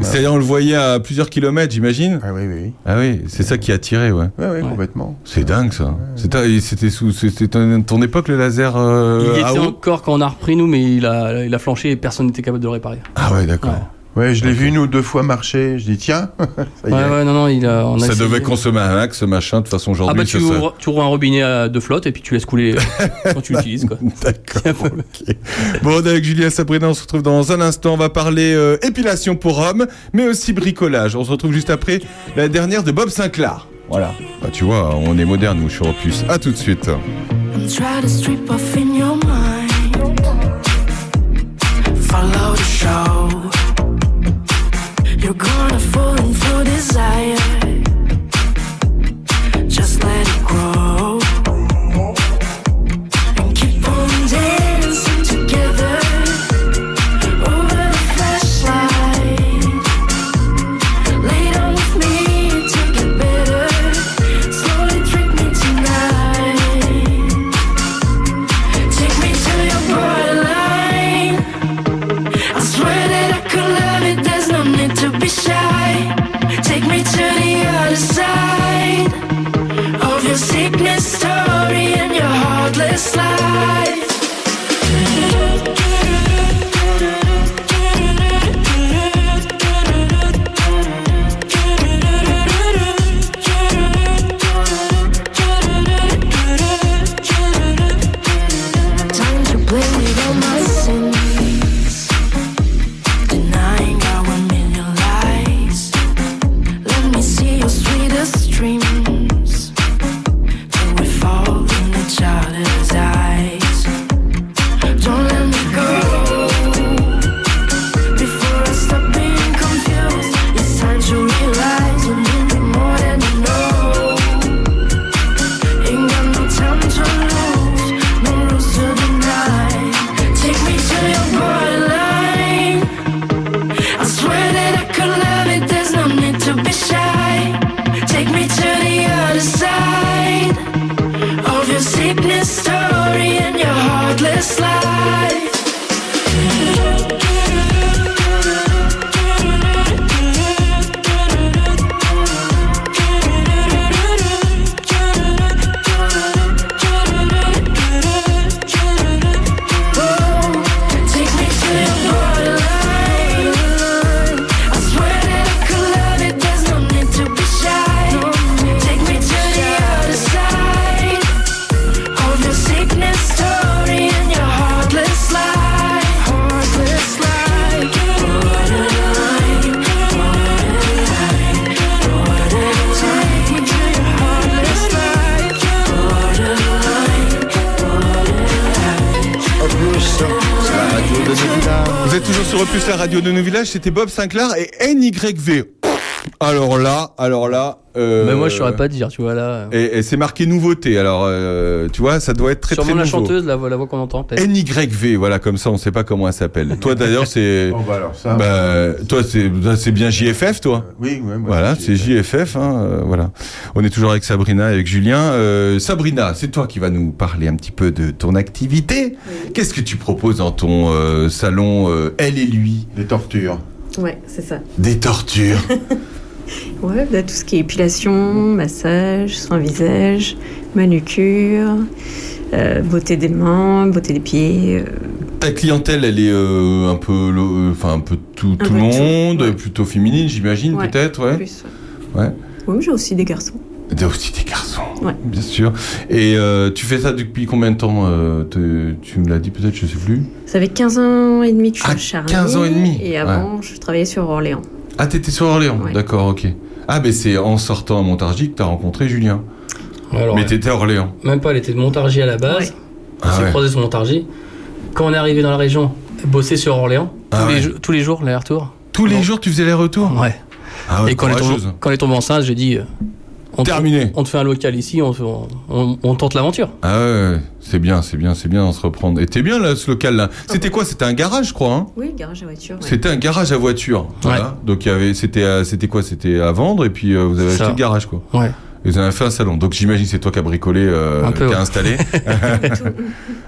Speaker 2: C'est-à-dire, on le voyait à plusieurs kilomètres, j'imagine.
Speaker 8: Ah oui, oui, oui.
Speaker 2: Ah oui, c'est ça qui a attiré, ouais.
Speaker 8: Ouais, ouais, complètement.
Speaker 2: C'est dingue ça. C'est ta- et C'était sous, c'était ton, ton époque le laser
Speaker 18: Il
Speaker 2: euh, à
Speaker 18: était
Speaker 2: eau
Speaker 18: encore quand on a repris nous, mais il a, il a flanché et personne n'était capable de le réparer.
Speaker 2: Ah ouais, d'accord.
Speaker 8: Ouais, je l'ai vu une ou deux fois marcher. Je dis tiens, [LAUGHS] ça y
Speaker 18: Ouais,
Speaker 8: est.
Speaker 18: ouais, non, non, il a, on a
Speaker 2: Ça
Speaker 18: essayé.
Speaker 2: devait consommer un axe, ce machin. De toute façon,
Speaker 18: Ah
Speaker 2: aujourd'hui,
Speaker 18: bah tu
Speaker 2: ça- ça-
Speaker 18: ouvres, tu ouvres un robinet à- de flotte et puis tu laisses couler
Speaker 2: [LAUGHS]
Speaker 18: euh, quand tu l'utilises quoi.
Speaker 2: D'accord. ok. Bon, on est avec Julien Sabrina, on se retrouve dans un instant. On va parler euh, épilation pour hommes, mais aussi bricolage. On se retrouve juste après la dernière de Bob Sinclair. Voilà. Bah tu vois, on est moderne, nous, sur Opus. À tout de suite.
Speaker 19: And try to strip off in your mind. Follow the show. You're gonna fall into desire. Just let it grow. And keep on dancing together. Over the flashlight. Lay down with me to get better. Slowly trick me tonight. Take me to your borderline. I swear that I could love it. There's no need to be shy. Take me to the other side of your sickness story and your heartless life. Time to blame it on my sins. Denying our million lies. Let me see your sweetest dreams. Till we fall in each other's eyes.
Speaker 2: toujours sur Opus, la radio de nos villages, c'était Bob Sinclair et NYV. Alors là, alors là. euh,
Speaker 18: Mais moi, je saurais pas dire, tu vois, là.
Speaker 2: Et, et c'est marqué nouveauté, alors euh, tu vois, ça doit être très
Speaker 18: Sûrement
Speaker 2: très
Speaker 18: la
Speaker 2: nouveau.
Speaker 18: chanteuse, la voix, la voix qu'on entend, peut-être.
Speaker 2: NYV, voilà, comme ça, on sait pas comment elle s'appelle. toi d'ailleurs,
Speaker 8: [LAUGHS]
Speaker 2: c'est.
Speaker 8: Bon, bah, alors ça.
Speaker 2: Bah, toi, c'est toi, c'est bien JFF, toi
Speaker 8: Oui, ouais, moi,
Speaker 2: Voilà, c'est JFF, hein, euh, voilà. On est toujours avec Sabrina et avec Julien. Euh, Sabrina, c'est toi qui vas nous parler un petit peu de ton activité. Qu'est-ce que tu proposes dans ton euh, salon euh, Elle et lui
Speaker 8: Des tortures.
Speaker 17: Ouais, c'est ça.
Speaker 2: Des
Speaker 17: [LAUGHS]
Speaker 2: tortures
Speaker 17: Ouais, bah, tout ce qui est épilation, massage, soin visage, manucure, euh, beauté des mains, beauté des pieds. euh,
Speaker 2: Ta clientèle, elle est euh, un peu, le- enfin un peu tout, tout
Speaker 17: peu
Speaker 2: le
Speaker 17: tout,
Speaker 2: monde, plutôt féminine, j'imagine
Speaker 17: ouais,
Speaker 2: peut-être, ouais.
Speaker 17: plus,
Speaker 2: ouais.
Speaker 17: Oui, mais j'ai aussi des garçons.
Speaker 2: T'as aussi des garçons,
Speaker 17: Ouais.
Speaker 2: bien sûr. Et euh, tu fais ça depuis combien de temps euh, te- Tu me l'as dit peut-être, je sais plus.
Speaker 17: Ça fait 15 ans et demi que je suis charnée.
Speaker 2: 15 Ah, ans et demi,
Speaker 17: Et avant, je travaillais sur Orléans.
Speaker 2: Ah, t'étais sur Orléans, d'accord, ok. Ah, mais c'est en sortant à Montargis que t'as rencontré Julien.
Speaker 18: Alors,
Speaker 2: mais
Speaker 18: ouais.
Speaker 2: t'étais à Orléans.
Speaker 18: Même pas, elle était de Montargis à la base. On
Speaker 2: Ah
Speaker 18: s'est
Speaker 2: ouais.
Speaker 18: croisés sur Montargis. Quand on est arrivé dans la région, bosser sur Orléans, tous, les, jou- tous les jours, l'aller-retour.
Speaker 2: Ah Tous les jours, tu faisais les retours
Speaker 18: Ouais.
Speaker 2: Ah ouais,
Speaker 18: Et quand elle, est tombée,
Speaker 2: courageuse.
Speaker 18: quand elle est tombée enceinte, j'ai dit. euh, on te-
Speaker 2: Terminé.
Speaker 18: on te fait un local ici, on, te- on- on- on tente l'aventure.
Speaker 2: Ah ouais, c'est bien, c'est bien, c'est bien d'en se reprendre. Et t'es bien là, ce local-là. C'était quoi C'était un garage, je crois. Hein
Speaker 17: Oui, garage à voiture. ouais.
Speaker 2: C'était un garage à voiture. Voilà. Donc il y avait, c'était, à- c'était quoi C'était à vendre et puis euh, vous avez
Speaker 18: C'est
Speaker 2: acheté
Speaker 18: ça.
Speaker 2: le garage, quoi.
Speaker 18: Ouais.
Speaker 2: Et vous en avez fait un salon. Donc j'imagine que c'est toi qui as bricolé, euh,
Speaker 18: Un peu,
Speaker 2: qui as
Speaker 18: ouais. [LAUGHS]
Speaker 2: installé. [LAUGHS]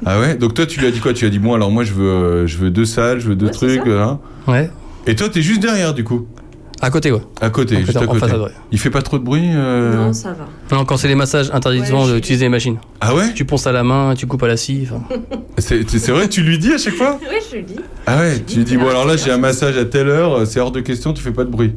Speaker 2: ah ouais. Donc toi, tu lui as dit quoi Tu lui as dit bon, alors moi je veux, euh, je veux deux salles, je veux deux trucs. hein.
Speaker 18: Ouais.
Speaker 2: Et toi, t'es juste derrière, du coup.
Speaker 18: À côté, ouais.
Speaker 2: À côté,
Speaker 18: En
Speaker 2: juste
Speaker 18: fait,
Speaker 2: à
Speaker 18: en
Speaker 2: côté.
Speaker 18: façade, ouais.
Speaker 2: Il fait pas trop de bruit. euh,
Speaker 17: Non, ça va.
Speaker 18: Non, quand c'est les massages, interdit
Speaker 17: Ouais,
Speaker 18: souvent
Speaker 17: je-
Speaker 18: d'utiliser les machines.
Speaker 2: Ah ouais
Speaker 18: Tu ponces à la main, tu coupes à la scie. enfin.
Speaker 2: [LAUGHS] C'est c'est vrai, tu lui dis à chaque fois
Speaker 17: Oui, je le dis.
Speaker 2: Ah ouais, tu lui dis bon, alors là, j'ai un massage à telle heure, euh, c'est hors de question, tu fais pas de bruit.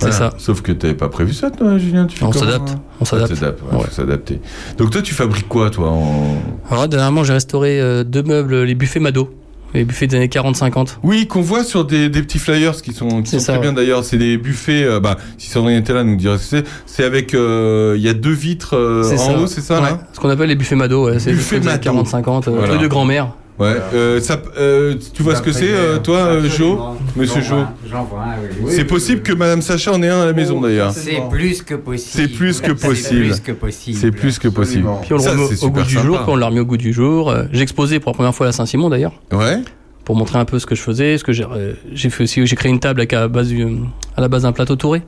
Speaker 18: C'est ça.
Speaker 2: Sauf que t'avais pas prévu ça, toi, Julien. Tu fais
Speaker 18: On
Speaker 2: comment,
Speaker 18: s'adapte,
Speaker 2: hein
Speaker 18: on s'adapte.
Speaker 2: Ah, t'adaptes, ouais, faut s'adapter. Donc toi, tu fabriques quoi, toi en-
Speaker 18: Alors, dernièrement, j'ai restauré euh, deux meubles, les buffets Mado, les buffets des années 40-50.
Speaker 2: Oui, qu'on voit sur des, des petits flyers qui sont, qui
Speaker 18: C'est
Speaker 2: sont
Speaker 18: ça,
Speaker 2: très bien
Speaker 18: ouais.
Speaker 2: d'ailleurs. C'est des buffets. euh, bah, si Sandrine était là, elle nous dirait ce que c'est. C'est avec. euh, Il y a deux vitres euh, en
Speaker 18: C'est ça.
Speaker 2: haut, c'est ça
Speaker 18: Ouais,
Speaker 2: là
Speaker 18: Ce qu'on appelle les buffets Mado, ouais, c'est les
Speaker 2: Buffets
Speaker 18: buffets des années
Speaker 2: Mado.
Speaker 18: 40-50, euh,
Speaker 2: Voilà.
Speaker 18: truc de grand-mère.
Speaker 2: Ouais. euh, ça, euh, tu vois ce que c'est, euh, toi, euh, Jo Monsieur Jo
Speaker 16: J'en vois un, oui. Oh,
Speaker 2: C'est possible que Madame Sacha en ait un à la maison d'ailleurs.
Speaker 16: C'est plus que possible.
Speaker 2: C'est plus que possible.
Speaker 16: C'est plus que possible.
Speaker 2: C'est plus que possible.
Speaker 18: Puis on le
Speaker 2: Ça,
Speaker 18: remet
Speaker 2: c'est
Speaker 18: au goût
Speaker 2: super
Speaker 18: du
Speaker 2: sympa.
Speaker 18: jour, quand on l'a remis au goût du jour. euh, J'ai exposé pour la première fois à Saint-Simon d'ailleurs.
Speaker 2: Ouais.
Speaker 18: Pour montrer un peu ce que je faisais, ce que j'ai euh, j'ai fait aussi, j'ai créé une table avec à, base du- euh, à la base d'un plateau touré.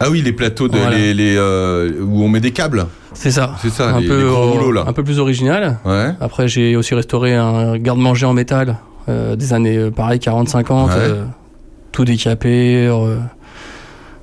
Speaker 2: Ah oui, les plateaux de,
Speaker 18: Voilà.
Speaker 2: les, les, euh, où on met des câbles.
Speaker 18: C'est ça.
Speaker 2: C'est ça,
Speaker 18: un
Speaker 2: les,
Speaker 18: peu
Speaker 2: les gros
Speaker 18: euh,
Speaker 2: rouleaux là.
Speaker 18: un peu plus original.
Speaker 2: Ouais.
Speaker 18: Après j'ai aussi restauré un garde-manger en métal euh, des années euh, pareil 40 50
Speaker 2: Ouais.
Speaker 18: euh, tout décapé re-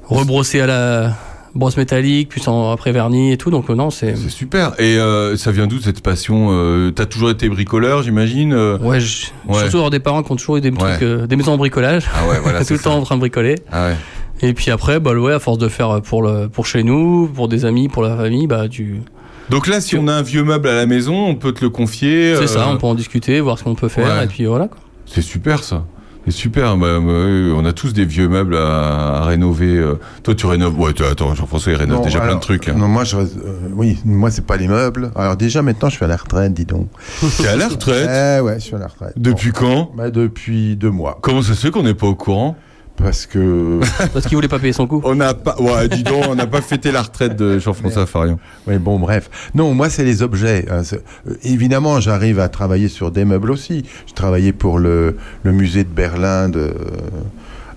Speaker 18: rebrossé à la brosse métallique puis en après vernis et tout donc euh, non c'est
Speaker 2: C'est super. Et euh, ça vient d'où cette passion euh, T'as toujours été bricoleur, j'imagine euh
Speaker 18: Ouais, je-
Speaker 2: Ouais.
Speaker 18: surtout avoir des parents qui ont toujours eu des trucs, euh, des maisons en bricolage.
Speaker 2: Ah ouais,
Speaker 18: [LAUGHS]
Speaker 2: voilà,
Speaker 18: tout
Speaker 2: c'est
Speaker 18: le temps en train de bricoler.
Speaker 2: Ah ouais.
Speaker 18: Et puis après, bah ouais, à force de faire pour le, pour chez nous, pour des amis, pour la famille, bah tu.
Speaker 2: Donc là, si on a un vieux meuble à la maison, on peut te le confier.
Speaker 18: C'est
Speaker 2: euh,
Speaker 18: ça, on peut en discuter, voir ce qu'on peut faire,
Speaker 2: ouais.
Speaker 18: et puis voilà. quoi.
Speaker 2: C'est super ça. C'est super. Bah, bah, euh, on a tous des vieux meubles à, à rénover. euh. Toi, tu rénoves. Ouais, toi, attends, Jean-François, il rénove
Speaker 8: Non,
Speaker 2: déjà plein
Speaker 8: alors,
Speaker 2: de trucs. hein.
Speaker 8: Non, moi, je, reste- euh, oui, moi, c'est pas les meubles. Alors, déjà, maintenant, je suis à la retraite, dis donc.
Speaker 2: [LAUGHS] T'es à la retraite
Speaker 8: Eh ouais, je suis à la retraite.
Speaker 2: Depuis quand
Speaker 8: Bah, depuis deux mois.
Speaker 2: Comment ça se fait qu'on n'est pas au courant
Speaker 8: Parce que.
Speaker 18: [LAUGHS] Parce qu'il voulait pas payer son coup.
Speaker 2: On n'a pas. Ouais, dis donc, on n'a pas fêté la retraite de Jean-François Farion.
Speaker 8: Oui, bon, bref. Non, moi, c'est les objets. hein. C'est- euh, évidemment, j'arrive à travailler sur des meubles aussi. Je travaillais pour le, le musée de Berlin de. euh,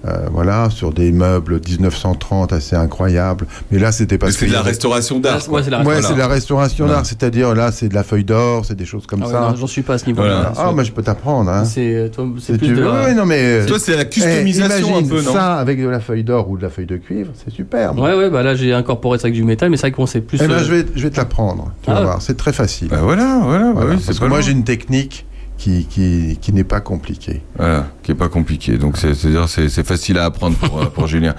Speaker 8: euh, voilà, sur des meubles 1930 assez incroyables. Mais là, c'était parce
Speaker 2: Parce
Speaker 8: que.
Speaker 2: que c'est de la restauration d'art. quoi.
Speaker 8: Ouais, c'est de la restauration
Speaker 2: Voilà.
Speaker 8: d'art. C'est-à-dire, là, c'est de la feuille d'or, c'est des choses comme
Speaker 18: Ah ouais,
Speaker 8: ça.
Speaker 18: non, J'en suis pas à ce niveau.
Speaker 2: Voilà.
Speaker 18: là
Speaker 8: Ah, mais je peux t'apprendre. Hein.
Speaker 18: C'est euh, toi, c'est
Speaker 8: Si
Speaker 18: plus
Speaker 8: tu
Speaker 18: de
Speaker 8: veux.
Speaker 18: la-
Speaker 8: Ouais, non, mais. euh,
Speaker 2: Toi, c'est la customisation
Speaker 8: Eh,
Speaker 2: un peu,
Speaker 8: imagine
Speaker 2: non
Speaker 8: Ça, avec de la feuille d'or ou de la feuille de cuivre, c'est superbe.
Speaker 18: Ouais, ouais, bah là j'ai incorporé ça avec du métal, mais c'est vrai qu'on sait plus.
Speaker 8: Eh ben,
Speaker 18: euh,
Speaker 8: je vais, je vais te l'apprendre. Tu
Speaker 18: Ah
Speaker 8: vas
Speaker 18: ouais.
Speaker 8: voir, c'est très facile.
Speaker 2: Bah voilà, voilà. bah
Speaker 8: Voilà,
Speaker 2: oui, c'est
Speaker 8: parce que
Speaker 2: pas
Speaker 8: moi,
Speaker 2: loin.
Speaker 8: j'ai une technique qui, qui, qui n'est pas compliquée.
Speaker 2: Voilà, qui est pas compliqué. Donc c'est- c'est-à-dire c'est c'est facile à apprendre pour, euh, pour Julien.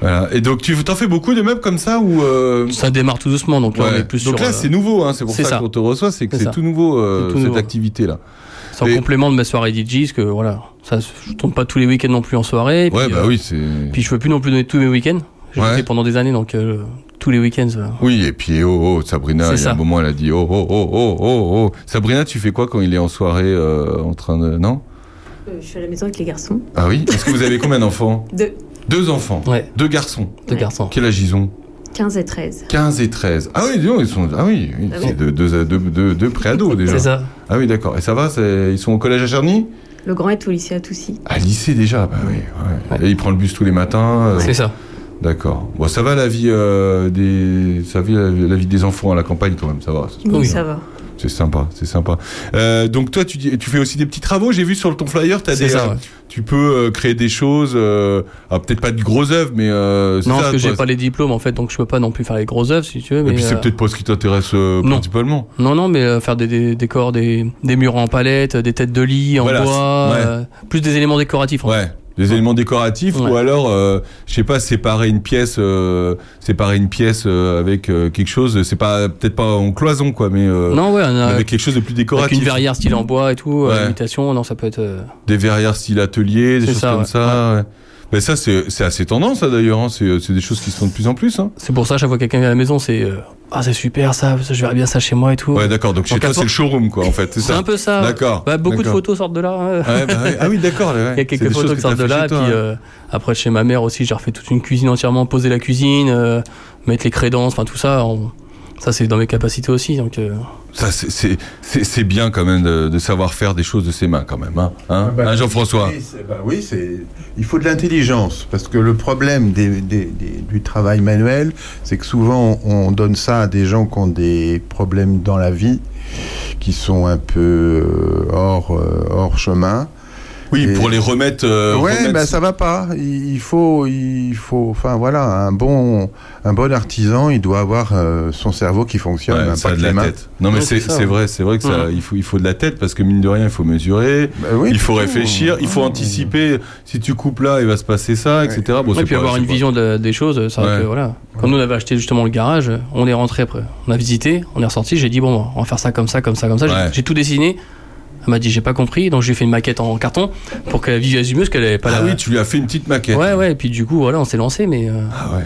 Speaker 2: Voilà. Et donc tu t'en fais beaucoup de meubles comme ça ou euh,
Speaker 18: Ça démarre tout doucement, donc là on
Speaker 2: ouais.
Speaker 18: est plus
Speaker 2: Donc
Speaker 18: sur.
Speaker 2: là
Speaker 18: euh,
Speaker 2: c'est nouveau, hein, c'est pour
Speaker 18: c'est
Speaker 2: ça,
Speaker 18: ça.
Speaker 2: qu'on te reçoit, c'est que
Speaker 18: C'est
Speaker 2: c'est
Speaker 18: ça.
Speaker 2: tout nouveau euh,
Speaker 18: C'est tout
Speaker 2: cette
Speaker 18: nouveau.
Speaker 2: activité là.
Speaker 18: C'est en
Speaker 2: Et-
Speaker 18: complément de ma soirée DJ, parce que voilà, ça, je tombe pas tous les week-ends non plus en soirée. et
Speaker 2: Ouais
Speaker 18: puis,
Speaker 2: bah
Speaker 18: euh,
Speaker 2: oui c'est.
Speaker 18: Puis je peux plus non plus donner tous mes week-ends. J'ai
Speaker 2: Ouais.
Speaker 18: fait pendant des années, donc euh, tous les week-ends. euh,
Speaker 2: Oui et puis oh oh Sabrina
Speaker 18: C'est
Speaker 2: il y a
Speaker 18: ça.
Speaker 2: un moment elle a dit oh oh oh oh oh oh Sabrina tu fais quoi quand il est en soirée euh, en train de non
Speaker 17: Je suis à la maison avec les garçons.
Speaker 2: Ah oui Est-ce que vous avez combien d'enfants
Speaker 17: Deux.
Speaker 2: Deux enfants
Speaker 18: Ouais.
Speaker 2: Deux garçons
Speaker 18: Deux garçons.
Speaker 2: Quel âge ils ont
Speaker 17: 15 et 13.
Speaker 2: 15 et 13. Ah oui, dis donc, ils sont. Ah oui, oui,
Speaker 17: Ah
Speaker 2: c'est
Speaker 17: oui.
Speaker 2: deux, deux, deux, deux- deux préados déjà.
Speaker 18: C'est ça.
Speaker 2: Ah oui, d'accord. Et ça va c'est- Ils sont au collège à Charny
Speaker 17: Le grand est au lycée à Toussy.
Speaker 2: À lycée déjà Bah oui. ouais. Et il prend le bus tous les matins. euh,
Speaker 18: C'est ça.
Speaker 2: D'accord. Bon, ça va la vie euh, des, ça va, la, la vie des enfants à la campagne quand même, ça va.
Speaker 17: Oui, ça va.
Speaker 2: C'est sympa, c'est sympa. Euh, donc toi, tu, dis- tu fais aussi des petits travaux. J'ai vu sur ton flyer, t'as
Speaker 18: C'est
Speaker 2: des,
Speaker 18: ça,
Speaker 2: euh,
Speaker 18: ouais.
Speaker 2: tu peux euh, créer des choses. euh, ah, peut-être pas de grosses œuvres, mais euh, c'est
Speaker 18: Non,
Speaker 2: ça,
Speaker 18: parce que
Speaker 2: toi.
Speaker 18: j'ai pas les diplômes en fait, donc je peux pas non plus faire les grosses œuvres si tu veux.
Speaker 2: Et
Speaker 18: Mais
Speaker 2: puis c'est
Speaker 18: euh,
Speaker 2: peut-être pas ce qui t'intéresse euh,
Speaker 18: non.
Speaker 2: principalement.
Speaker 18: Non, non, mais euh, faire des, des décors, des, des murs en palette, des têtes de lit en
Speaker 2: Voilà,
Speaker 18: bois,
Speaker 2: c'est- ouais.
Speaker 18: euh, plus des éléments décoratifs. en fait.
Speaker 2: Ouais. Des éléments décoratifs ou
Speaker 18: Ouais.
Speaker 2: alors, euh, je sais pas, séparer une pièce, euh, séparer une pièce euh, avec euh, quelque chose. C'est pas peut-être pas en cloison quoi, mais euh,
Speaker 18: Non, ouais, on a-
Speaker 2: avec quelque chose de plus décoratif.
Speaker 18: Avec une verrière style en bois et tout, euh,
Speaker 2: Ouais.
Speaker 18: imitation, non, ça peut être. euh,
Speaker 2: des verrières style atelier, des
Speaker 18: C'est
Speaker 2: choses
Speaker 18: ça,
Speaker 2: comme
Speaker 18: ouais.
Speaker 2: ça. ouais. Mais ça, c'est c'est assez tendance, ça, d'ailleurs. hein. C'est c'est des choses qui se font de plus en plus. hein.
Speaker 18: C'est pour ça, chaque fois que quelqu'un vient à la maison, c'est. euh, ah, c'est super ça, ça, je verrais bien ça chez moi et tout.
Speaker 2: Ouais, d'accord. Donc, chez
Speaker 18: Donc, à
Speaker 2: toi, c'est
Speaker 18: for- [LAUGHS]
Speaker 2: le showroom, quoi, en fait. C'est
Speaker 18: C'est
Speaker 2: ça.
Speaker 18: un peu ça.
Speaker 2: D'accord.
Speaker 18: Bah, beaucoup de
Speaker 2: d'accord.
Speaker 18: photos sortent de là. hein.
Speaker 2: Ouais, bah, ouais. Ah oui, d'accord. ouais,
Speaker 18: [LAUGHS] Il
Speaker 2: ouais.
Speaker 18: y a
Speaker 2: C'est
Speaker 18: quelques
Speaker 2: des choses
Speaker 18: photos
Speaker 2: que
Speaker 18: qui sortent
Speaker 2: t'as
Speaker 18: de
Speaker 2: fait
Speaker 18: là.
Speaker 2: chez
Speaker 18: Et puis
Speaker 2: toi, hein.
Speaker 18: euh, après, chez ma mère aussi, j'ai refait toute une cuisine entièrement, poser la cuisine, euh, mettre les crédences, enfin tout ça. on- Ça, c'est dans mes capacités aussi. Donc, euh,
Speaker 2: Ça, c'est- c'est- c'est c'est bien, quand même, de, de savoir faire des choses de ses mains, quand même. Hein, Hein Hein, Jean-François
Speaker 8: Oui, Ah, bah, c'est- bah oui, c'est. Il faut de l'intelligence parce que le problème des- des- des- du travail manuel, c'est que souvent on donne ça à des gens qui ont des problèmes dans la vie, qui sont un peu euh, hors euh, hors chemin.
Speaker 2: Oui,
Speaker 8: Et-
Speaker 2: pour les remettre. euh,
Speaker 8: ouais,
Speaker 2: remettre-
Speaker 8: bah, ça va pas. Il il faut, il faut, enfin voilà, un bon, un bon artisan, il doit avoir euh, son cerveau qui fonctionne,
Speaker 2: Ouais,
Speaker 8: hein,
Speaker 2: ça a
Speaker 8: pas
Speaker 2: de
Speaker 8: que
Speaker 2: la
Speaker 8: les mains.
Speaker 2: tête. Non, mais c'est
Speaker 8: ça,
Speaker 2: c'est
Speaker 8: ouais.
Speaker 2: vrai, c'est vrai que ça,
Speaker 8: Ouais.
Speaker 2: il, faut, il faut de la tête parce que mine de rien, il faut mesurer,
Speaker 8: oui,
Speaker 2: il faut
Speaker 8: tout.
Speaker 2: réfléchir, il faut anticiper. Si tu coupes là, il va se passer ça, etc. Bon,
Speaker 18: ouais,
Speaker 2: c'est
Speaker 18: puis
Speaker 2: pas-
Speaker 18: avoir
Speaker 2: c'est
Speaker 18: une
Speaker 2: pas-
Speaker 18: vision de- des choses. C'est vrai
Speaker 2: Ouais.
Speaker 18: que, voilà. Quand nous, on avait acheté justement le garage, on est rentré après. On a visité, on est ressorti. J'ai dit, bon, on va faire ça comme ça, comme ça, comme ça. J'ai-
Speaker 2: Ouais.
Speaker 18: J'ai tout dessiné. Elle m'a dit, j'ai pas compris. Donc, j'ai fait une maquette en carton pour qu'elle visualise mieux ce qu'elle avait pas
Speaker 2: Ah
Speaker 18: la-
Speaker 2: oui, tu lui as fait une petite maquette. Ah
Speaker 18: Ouais, ouais, et puis du coup, voilà, on s'est lancé, mais euh,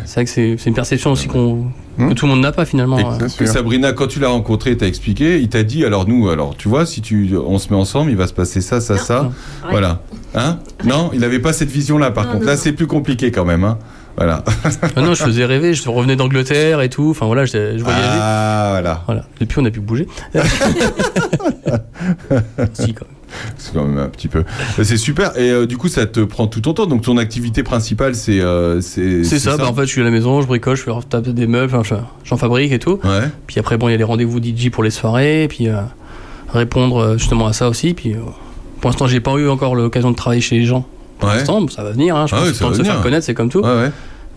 Speaker 18: c'est vrai que c'est c'est une perception aussi qu'on que tout le monde n'a pas finalement.
Speaker 2: Hmm Et
Speaker 18: euh.
Speaker 2: que Sabrina, quand tu l'as rencontré, t'as expliqué, il t'a dit alors nous, alors tu vois, si tu, on se met ensemble, il va se passer ça, ça, ça,
Speaker 17: Ouais.
Speaker 2: voilà, hein Non, il n'avait pas cette vision-là. Par
Speaker 17: Non,
Speaker 2: contre,
Speaker 17: non,
Speaker 2: là,
Speaker 17: non.
Speaker 2: c'est plus compliqué quand même, hein Voilà.
Speaker 18: [LAUGHS] Ah non, je faisais rêver, je revenais d'Angleterre et tout, enfin voilà, je, je voyageais.
Speaker 2: Ah voilà.
Speaker 18: Voilà. Depuis, on a pu bouger. si, quand même.
Speaker 2: C'est quand même un petit peu. C'est super. Et euh, du coup, ça te prend tout ton temps. Donc ton activité principale, c'est euh, c'est
Speaker 18: C'est ça, bah, en fait, je suis à la maison, je bricole, je fais tape des meubles, enfin, je- j'en fabrique et tout.
Speaker 2: Ouais.
Speaker 18: Puis après, bon, il y a les rendez-vous DJ pour les soirées, et puis euh, répondre euh, justement à ça aussi. Puis euh, pour l'instant, j'ai pas eu encore l'occasion de travailler chez les gens. Pour
Speaker 2: Ouais.
Speaker 18: l'instant, bon, ça va venir, hein, je
Speaker 2: Ah
Speaker 18: pense
Speaker 2: ouais,
Speaker 18: que
Speaker 2: ça
Speaker 18: le temps
Speaker 2: va
Speaker 18: de se faire
Speaker 2: venir.
Speaker 18: connaître, c'est comme tout.
Speaker 2: Ouais, ouais.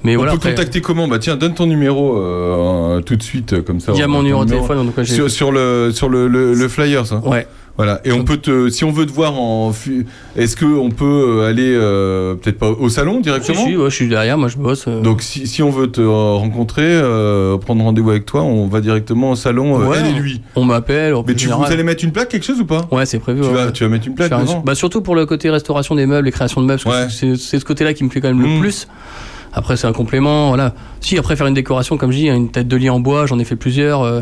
Speaker 18: Mais
Speaker 2: on
Speaker 18: voilà,
Speaker 2: peut
Speaker 18: après-
Speaker 2: contacter comment Bah tiens, donne ton numéro euh, euh, tout de suite, euh, comme ça.
Speaker 18: Il y a
Speaker 2: on-
Speaker 18: mon
Speaker 2: ton
Speaker 18: numéro de téléphone, donc, ouais, j'ai-
Speaker 2: sur, sur le sur le, le, le flyer, ça.
Speaker 18: Ouais.
Speaker 2: Voilà. Et on peut te, si on veut te voir en, fu- est-ce que on peut euh, aller euh, peut-être pas au salon
Speaker 18: Si,
Speaker 2: directement
Speaker 18: si, ouais, je suis derrière, moi je bosse. euh.
Speaker 2: Donc si, si on veut te euh, rencontrer, euh, prendre rendez-vous avec toi, on va directement au salon. euh,
Speaker 18: Ouais,
Speaker 2: elle et lui.
Speaker 18: On m'appelle. en
Speaker 2: Mais tu vous
Speaker 18: général.
Speaker 2: allez mettre une plaque, quelque chose ou pas
Speaker 18: Ouais, c'est prévu.
Speaker 2: tu,
Speaker 18: ouais.
Speaker 2: vas, tu vas mettre une
Speaker 18: Je
Speaker 2: plaque
Speaker 18: fais un-
Speaker 2: devant
Speaker 18: bah, surtout pour le côté restauration des meubles et création de meubles, parce que c'est c'est ce côté-là qui me plaît quand même
Speaker 2: Mm.
Speaker 18: le plus. Après, c'est un complément. Voilà. Si, après, faire une décoration, comme je dis, hein, une tête de lit en bois, j'en ai fait plusieurs. euh,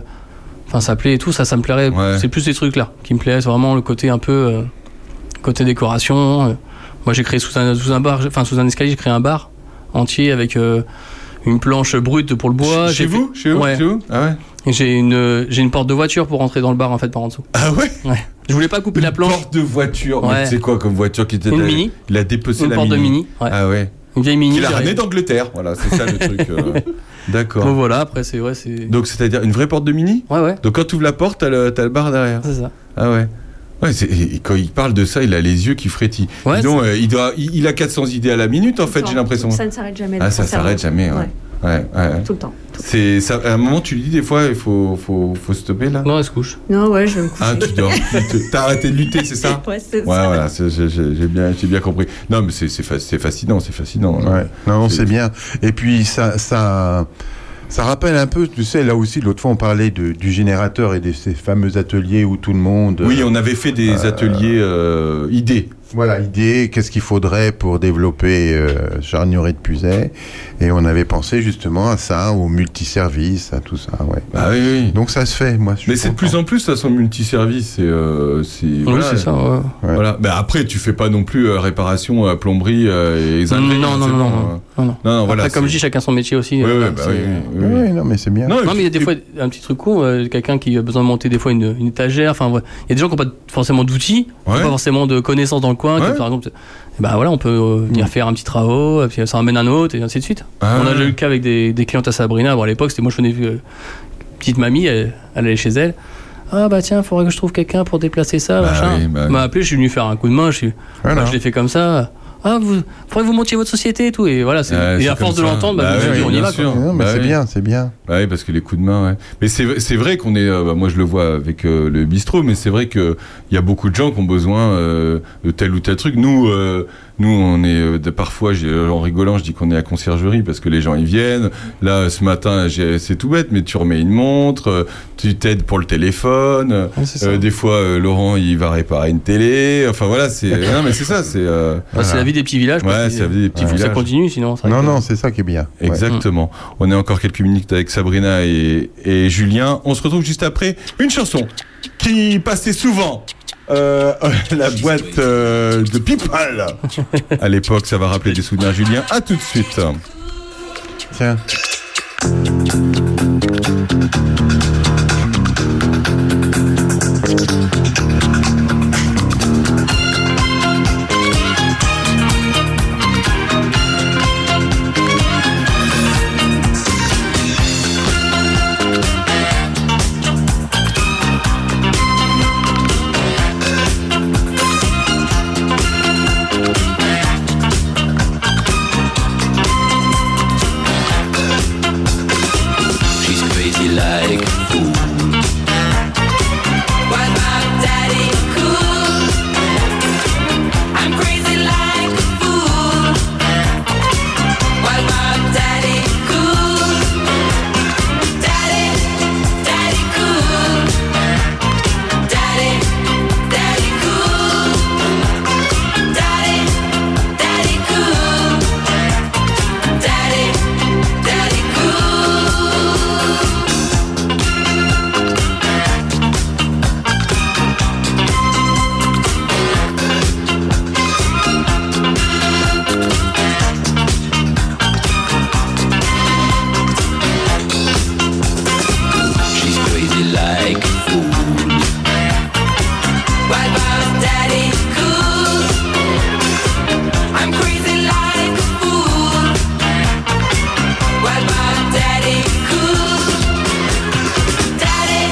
Speaker 18: Enfin, ça plaît et tout, ça, ça me plairait.
Speaker 2: Ouais.
Speaker 18: C'est plus ces trucs-là qui me plaisent, vraiment le côté un peu. euh, côté décoration. euh. Moi, j'ai créé sous un, sous un bar, enfin, sous un escalier, j'ai créé un bar entier avec euh, une planche brute pour le bois.
Speaker 2: Chez- chez
Speaker 18: J'ai fait-
Speaker 2: vous Chez vous
Speaker 18: Ouais.
Speaker 2: Chez vous Ah ouais
Speaker 18: Et J'ai une, euh, j'ai une porte de voiture pour rentrer dans le bar, en fait, par en dessous.
Speaker 2: Ah ouais
Speaker 18: Je voulais pas couper la planche.
Speaker 2: Porte de voiture.
Speaker 18: Ouais.
Speaker 2: Mais C'est quoi comme voiture qui était
Speaker 18: Une
Speaker 2: la-
Speaker 18: mini.
Speaker 2: Il a dépecé
Speaker 18: Une
Speaker 2: la
Speaker 18: porte de mini, ouais.
Speaker 2: Ah ouais.
Speaker 18: Une vieille mini.
Speaker 2: Qu'il a
Speaker 18: j'ai-
Speaker 2: ramené d'Angleterre. Voilà, c'est ça le truc.
Speaker 18: [LAUGHS]
Speaker 2: euh,
Speaker 18: Bon,
Speaker 2: D'accord.
Speaker 18: voilà, après, c'est ouais, c'est.
Speaker 2: Donc c'est-à-dire une vraie porte de mini
Speaker 18: Ouais, ouais.
Speaker 2: Donc quand tu ouvres la porte, t'as le, t'as le bar derrière.
Speaker 18: C'est ça.
Speaker 2: Ah ouais. Ouais, c'est- et- et quand il parle de ça, il a les yeux qui frétillent. Dis
Speaker 18: Ouais,
Speaker 2: donc, euh, il, doit, il, il a 400 idées à la minute, en fait, j'ai l'impression.
Speaker 17: Ça ne s'arrête jamais.
Speaker 2: Ah, ça
Speaker 17: le cerveau.
Speaker 2: s'arrête jamais, ouais. Ouais, ouais, ouais.
Speaker 17: Tout le temps.
Speaker 2: C'est ça. À un moment, tu lui dis des fois, il faut, faut, faut stopper là.
Speaker 18: Non, elle se couche.
Speaker 17: Non, ouais, je vais me coucher.
Speaker 2: Ah, tu dors. Tu te- T'as arrêté de lutter, c'est ça
Speaker 17: [LAUGHS] Ouais, [LAUGHS] c'est
Speaker 2: Ouais,
Speaker 17: ça.
Speaker 2: voilà, c'est- j'ai j'ai- j'ai bien, j'ai bien compris. Non, mais c'est c'est fa- c'est fascinant, c'est fascinant. hein.
Speaker 8: Ouais. Non, c'est bien. Et puis ça, ça, ça rappelle un peu, tu sais, là aussi, l'autre fois, on parlait de- du générateur et de ces fameux ateliers où tout le monde.
Speaker 2: Oui, on avait fait des
Speaker 8: Euh,
Speaker 2: ateliers euh, idées.
Speaker 8: Voilà, idée, qu'est-ce qu'il faudrait pour développer euh, Charnieret de Puisaye. Et on avait pensé justement à ça, aux multiservices, à tout ça. Ouais.
Speaker 2: Ah oui, oui.
Speaker 8: Donc ça se fait, moi. je suis
Speaker 2: Mais c'est de plus en plus, ça, son multiservice. Et, euh, c'est, voilà.
Speaker 18: c'est ça, ouais. Ouais.
Speaker 2: Voilà. Mais après, tu fais pas non plus euh, réparation, euh, plomberie euh, et
Speaker 18: Non,
Speaker 2: exagérer,
Speaker 18: non,
Speaker 2: c'est
Speaker 18: non,
Speaker 2: bon,
Speaker 18: non, non,
Speaker 2: euh.
Speaker 18: non, non.
Speaker 2: Non, non, voilà,
Speaker 18: Après, comme
Speaker 2: c'est-
Speaker 18: je dis, chacun son métier aussi.
Speaker 2: Oui,
Speaker 18: euh,
Speaker 2: oui,
Speaker 18: c'est-
Speaker 2: bah oui, oui, oui.
Speaker 8: Ouais, non, mais c'est bien.
Speaker 2: Non,
Speaker 18: Non,
Speaker 2: et
Speaker 18: mais il y a des fois un petit truc con, euh, quelqu'un qui a besoin de monter des fois une, une étagère. Enfin, ouais. il y a des gens qui n'ont pas forcément d'outils, qui n'ont
Speaker 2: Ouais.
Speaker 18: pas forcément de connaissances dans le coin. qui,
Speaker 2: Ouais. Mm.
Speaker 18: par exemple, eh ben voilà, on peut euh, venir faire un petit travaux, et puis ça ramène un autre, et ainsi de suite.
Speaker 2: Ah,
Speaker 18: on a
Speaker 2: ouais.
Speaker 18: déjà eu le cas avec des, des clientes à Sabrina. Bon, à l'époque, c'était moi, je venais vu euh, petite mamie, elle, elle allait chez elle. Ah bah tiens, faudrait que je trouve quelqu'un pour déplacer ça,
Speaker 2: Bah
Speaker 18: machin.
Speaker 2: oui, bah oui. Ah
Speaker 18: Elle m'a appelé, je suis venu faire un coup de main, je, suis-
Speaker 2: Voilà.
Speaker 18: bah, je l'ai fait comme ça. Ah, vous, faudrait que vous montiez votre société et tout. Et voilà, c'est-
Speaker 2: Ouais,
Speaker 18: et
Speaker 2: c'est
Speaker 18: à force de
Speaker 2: comme ça.
Speaker 18: l'entendre, bah,
Speaker 2: Bah
Speaker 18: je me suis
Speaker 2: oui,
Speaker 18: dit, on y
Speaker 2: bien
Speaker 18: va. quoi.
Speaker 2: sûr.
Speaker 8: Non, mais
Speaker 2: Bah
Speaker 8: c'est
Speaker 2: oui.
Speaker 8: bien, c'est bien.
Speaker 2: Bah oui, parce que les coups de main, ouais. Mais c'est, c'est vrai qu'on est. euh, bah, moi, je le vois avec euh, le bistrot, mais c'est vrai qu'il y a beaucoup de gens qui ont besoin euh, de tel ou tel truc. Nous, euh, nous on est. euh, de- parfois, j'ai- en rigolant, je dis qu'on est à conciergerie parce que les gens, ils viennent. Là, ce matin, j'ai- c'est tout bête, mais tu remets une montre, euh, tu t'aides pour le téléphone. euh, euh, des fois, euh, Laurent, il va réparer une télé. Enfin, voilà, c'est. non, mais c'est ça, c'est. euh,
Speaker 18: Bah, C'est
Speaker 2: voilà.
Speaker 18: la vie des petits villages. quoi.
Speaker 2: Ouais, c'est la vie des petits
Speaker 18: Faut que Ça
Speaker 2: villages.
Speaker 18: continue, sinon. c'est vrai
Speaker 8: Non,
Speaker 18: que-
Speaker 8: non, c'est ça qui est bien. Ouais.
Speaker 2: Exactement. On est encore quelques minutes avec Sabrina et, et Julien. On se retrouve juste après une chanson qui passait souvent. euh, [LAUGHS] la boîte euh, de People. À l'époque, ça va rappeler des souvenirs, Julien. À tout de suite.
Speaker 8: Tiens.
Speaker 1: She's crazy like a fool.
Speaker 13: What about Daddy Cool? I'm crazy like a fool. What about Daddy Cool? Daddy, Daddy Cool. Daddy, Daddy Cool. Daddy, Daddy Cool. Daddy, Daddy Cool.
Speaker 1: She's crazy like a fool.
Speaker 13: What about Daddy Cool? I'm crazy like a fool. What about Daddy Cool? Daddy,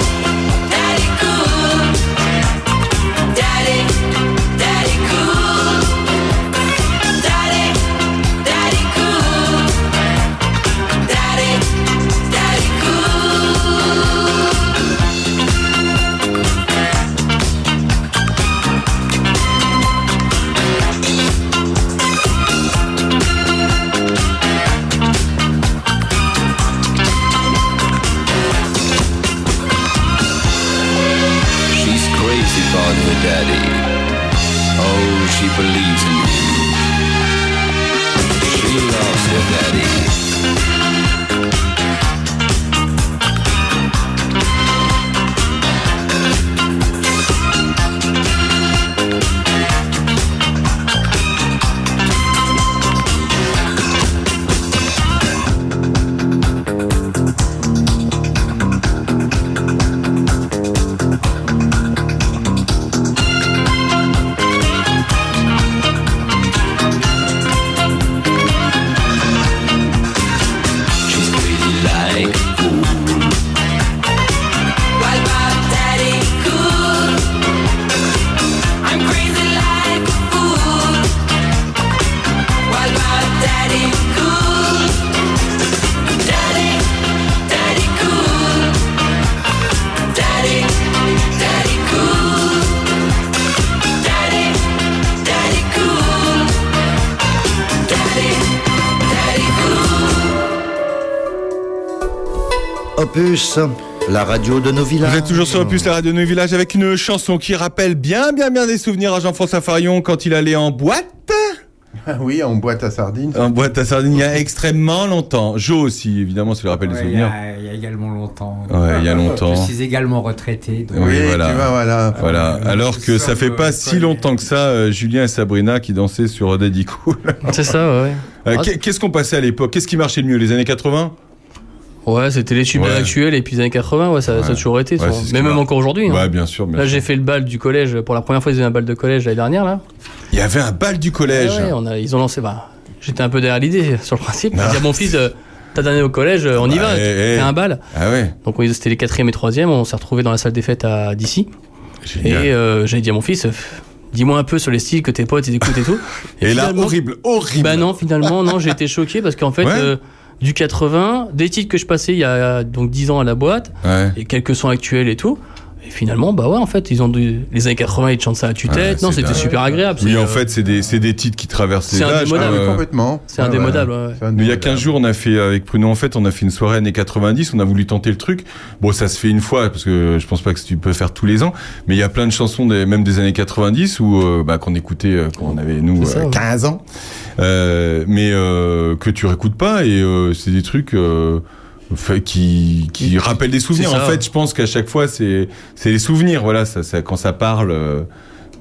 Speaker 13: Daddy Cool. Daddy, Daddy Cool. Daddy, Daddy Cool. Daddy, Daddy Cool.
Speaker 1: She's crazy about her daddy. Oh, she believes in him. She loves her daddy. She's crazy like a fool.
Speaker 13: What about Daddy Cool? I'm crazy like a fool. What about Daddy Cool? Daddy, Daddy Cool. Daddy, Daddy Cool. Daddy, Daddy Cool. Daddy, Daddy Cool.
Speaker 20: Opus,
Speaker 10: La radio de nos villages.
Speaker 2: Vous êtes toujours sur Opus, la radio de nos villages, avec une chanson qui rappelle bien, bien, bien des souvenirs à Jean-François Farion quand il allait en boîte.
Speaker 8: Ah [LAUGHS] oui, en boîte à sardines.
Speaker 2: En boîte à sardines, il y a extrêmement longtemps. Joe aussi, évidemment, ça lui rappelle des
Speaker 16: Ouais, il, y
Speaker 2: souvenirs.
Speaker 16: a, il y a également longtemps.
Speaker 2: Ouais, il y a longtemps.
Speaker 16: Ah, Je suis également retraité. donc-
Speaker 2: Oui, voilà.
Speaker 8: tu vois, voilà. Euh,
Speaker 2: Voilà. Alors que ça fait pas si longtemps que ça, euh, Julien et Sabrina qui dansaient sur Daddy Cool.
Speaker 18: C'est ça, ouais.
Speaker 2: Euh, qu'est- Qu'est-ce qu'on passait à l'époque Qu'est-ce qui marchait le mieux Les années 80
Speaker 18: Ouais, c'était les tubes
Speaker 2: Ouais.
Speaker 18: actuels et puis les années 80, ouais, ça, ça a
Speaker 2: Ouais.
Speaker 18: toujours été. ça.
Speaker 2: Ouais, c'est ce
Speaker 18: mais
Speaker 2: qui
Speaker 18: même
Speaker 2: m'a-
Speaker 18: encore aujourd'hui. hein.
Speaker 2: Ouais, bien sûr. bien
Speaker 18: Là,
Speaker 2: sûr.
Speaker 18: j'ai fait le bal du collège. Pour la première fois, ils avaient un bal de collège l'année dernière, là.
Speaker 2: Il y avait un bal du collège.
Speaker 18: Ouais, ouais, on a- ils ont lancé. Bah, J'étais un peu derrière l'idée, [LAUGHS] sur le principe. J'ai dit à mon fils, euh, t'as donné au collège, euh, on y
Speaker 2: Bah,
Speaker 18: va,
Speaker 2: eh, eh.
Speaker 18: fais un bal.
Speaker 2: Ah ouais.
Speaker 18: Donc, on- c'était les quatrième et troisième, on s'est retrouvés dans la salle des fêtes à d'ici.
Speaker 2: Génial.
Speaker 18: Et euh, j'ai dit à mon fils, euh, dis-moi un peu sur les styles que tes potes ils écoutent et tout.
Speaker 2: Et là,
Speaker 18: finalement-
Speaker 2: horrible, horrible.
Speaker 18: Bah non, finalement, non, j'ai été choqué parce qu'en fait,
Speaker 2: Ouais.
Speaker 18: euh, du 80, des titres que je passais il y a donc 10 ans à la boîte,
Speaker 2: Ouais.
Speaker 18: et quelques sons actuels et tout. Et finalement, bah ouais, en fait, ils ont dû- les années 80, ils te chantent ça à tue-tête.
Speaker 2: Ouais,
Speaker 18: non,
Speaker 2: c'est
Speaker 18: c'était
Speaker 2: dingue.
Speaker 18: super agréable.
Speaker 2: Oui,
Speaker 18: C'est,
Speaker 2: en
Speaker 18: euh,
Speaker 2: fait, c'est des, c'est des titres qui traversent les
Speaker 18: C'est
Speaker 2: âges.
Speaker 18: indémodable,
Speaker 2: quoi.
Speaker 8: Ah, complètement.
Speaker 18: C'est indémodable, ouais, ouais.
Speaker 8: C'est indémodable.
Speaker 2: Il y a 15 jours, on a fait avec Pruno, en fait, on a fait une soirée années 90, on a voulu tenter le truc. Bon, ça se fait une fois, parce que je pense pas que tu peux faire tous les ans, mais il y a plein de chansons, des- même des années 90, où, euh, bah, qu'on écoutait euh, quand on avait, nous,
Speaker 18: C'est ça,
Speaker 2: euh,
Speaker 18: ouais.
Speaker 2: 15 ans, euh, mais euh, que tu réécoutes pas, et euh, c'est des trucs... euh, fait- qui, qui rappellent des souvenirs.
Speaker 18: C'est
Speaker 2: En
Speaker 18: ça.
Speaker 2: fait, je pense qu'à chaque fois, c'est c'est les souvenirs. Voilà, ça, ça- quand ça parle. euh,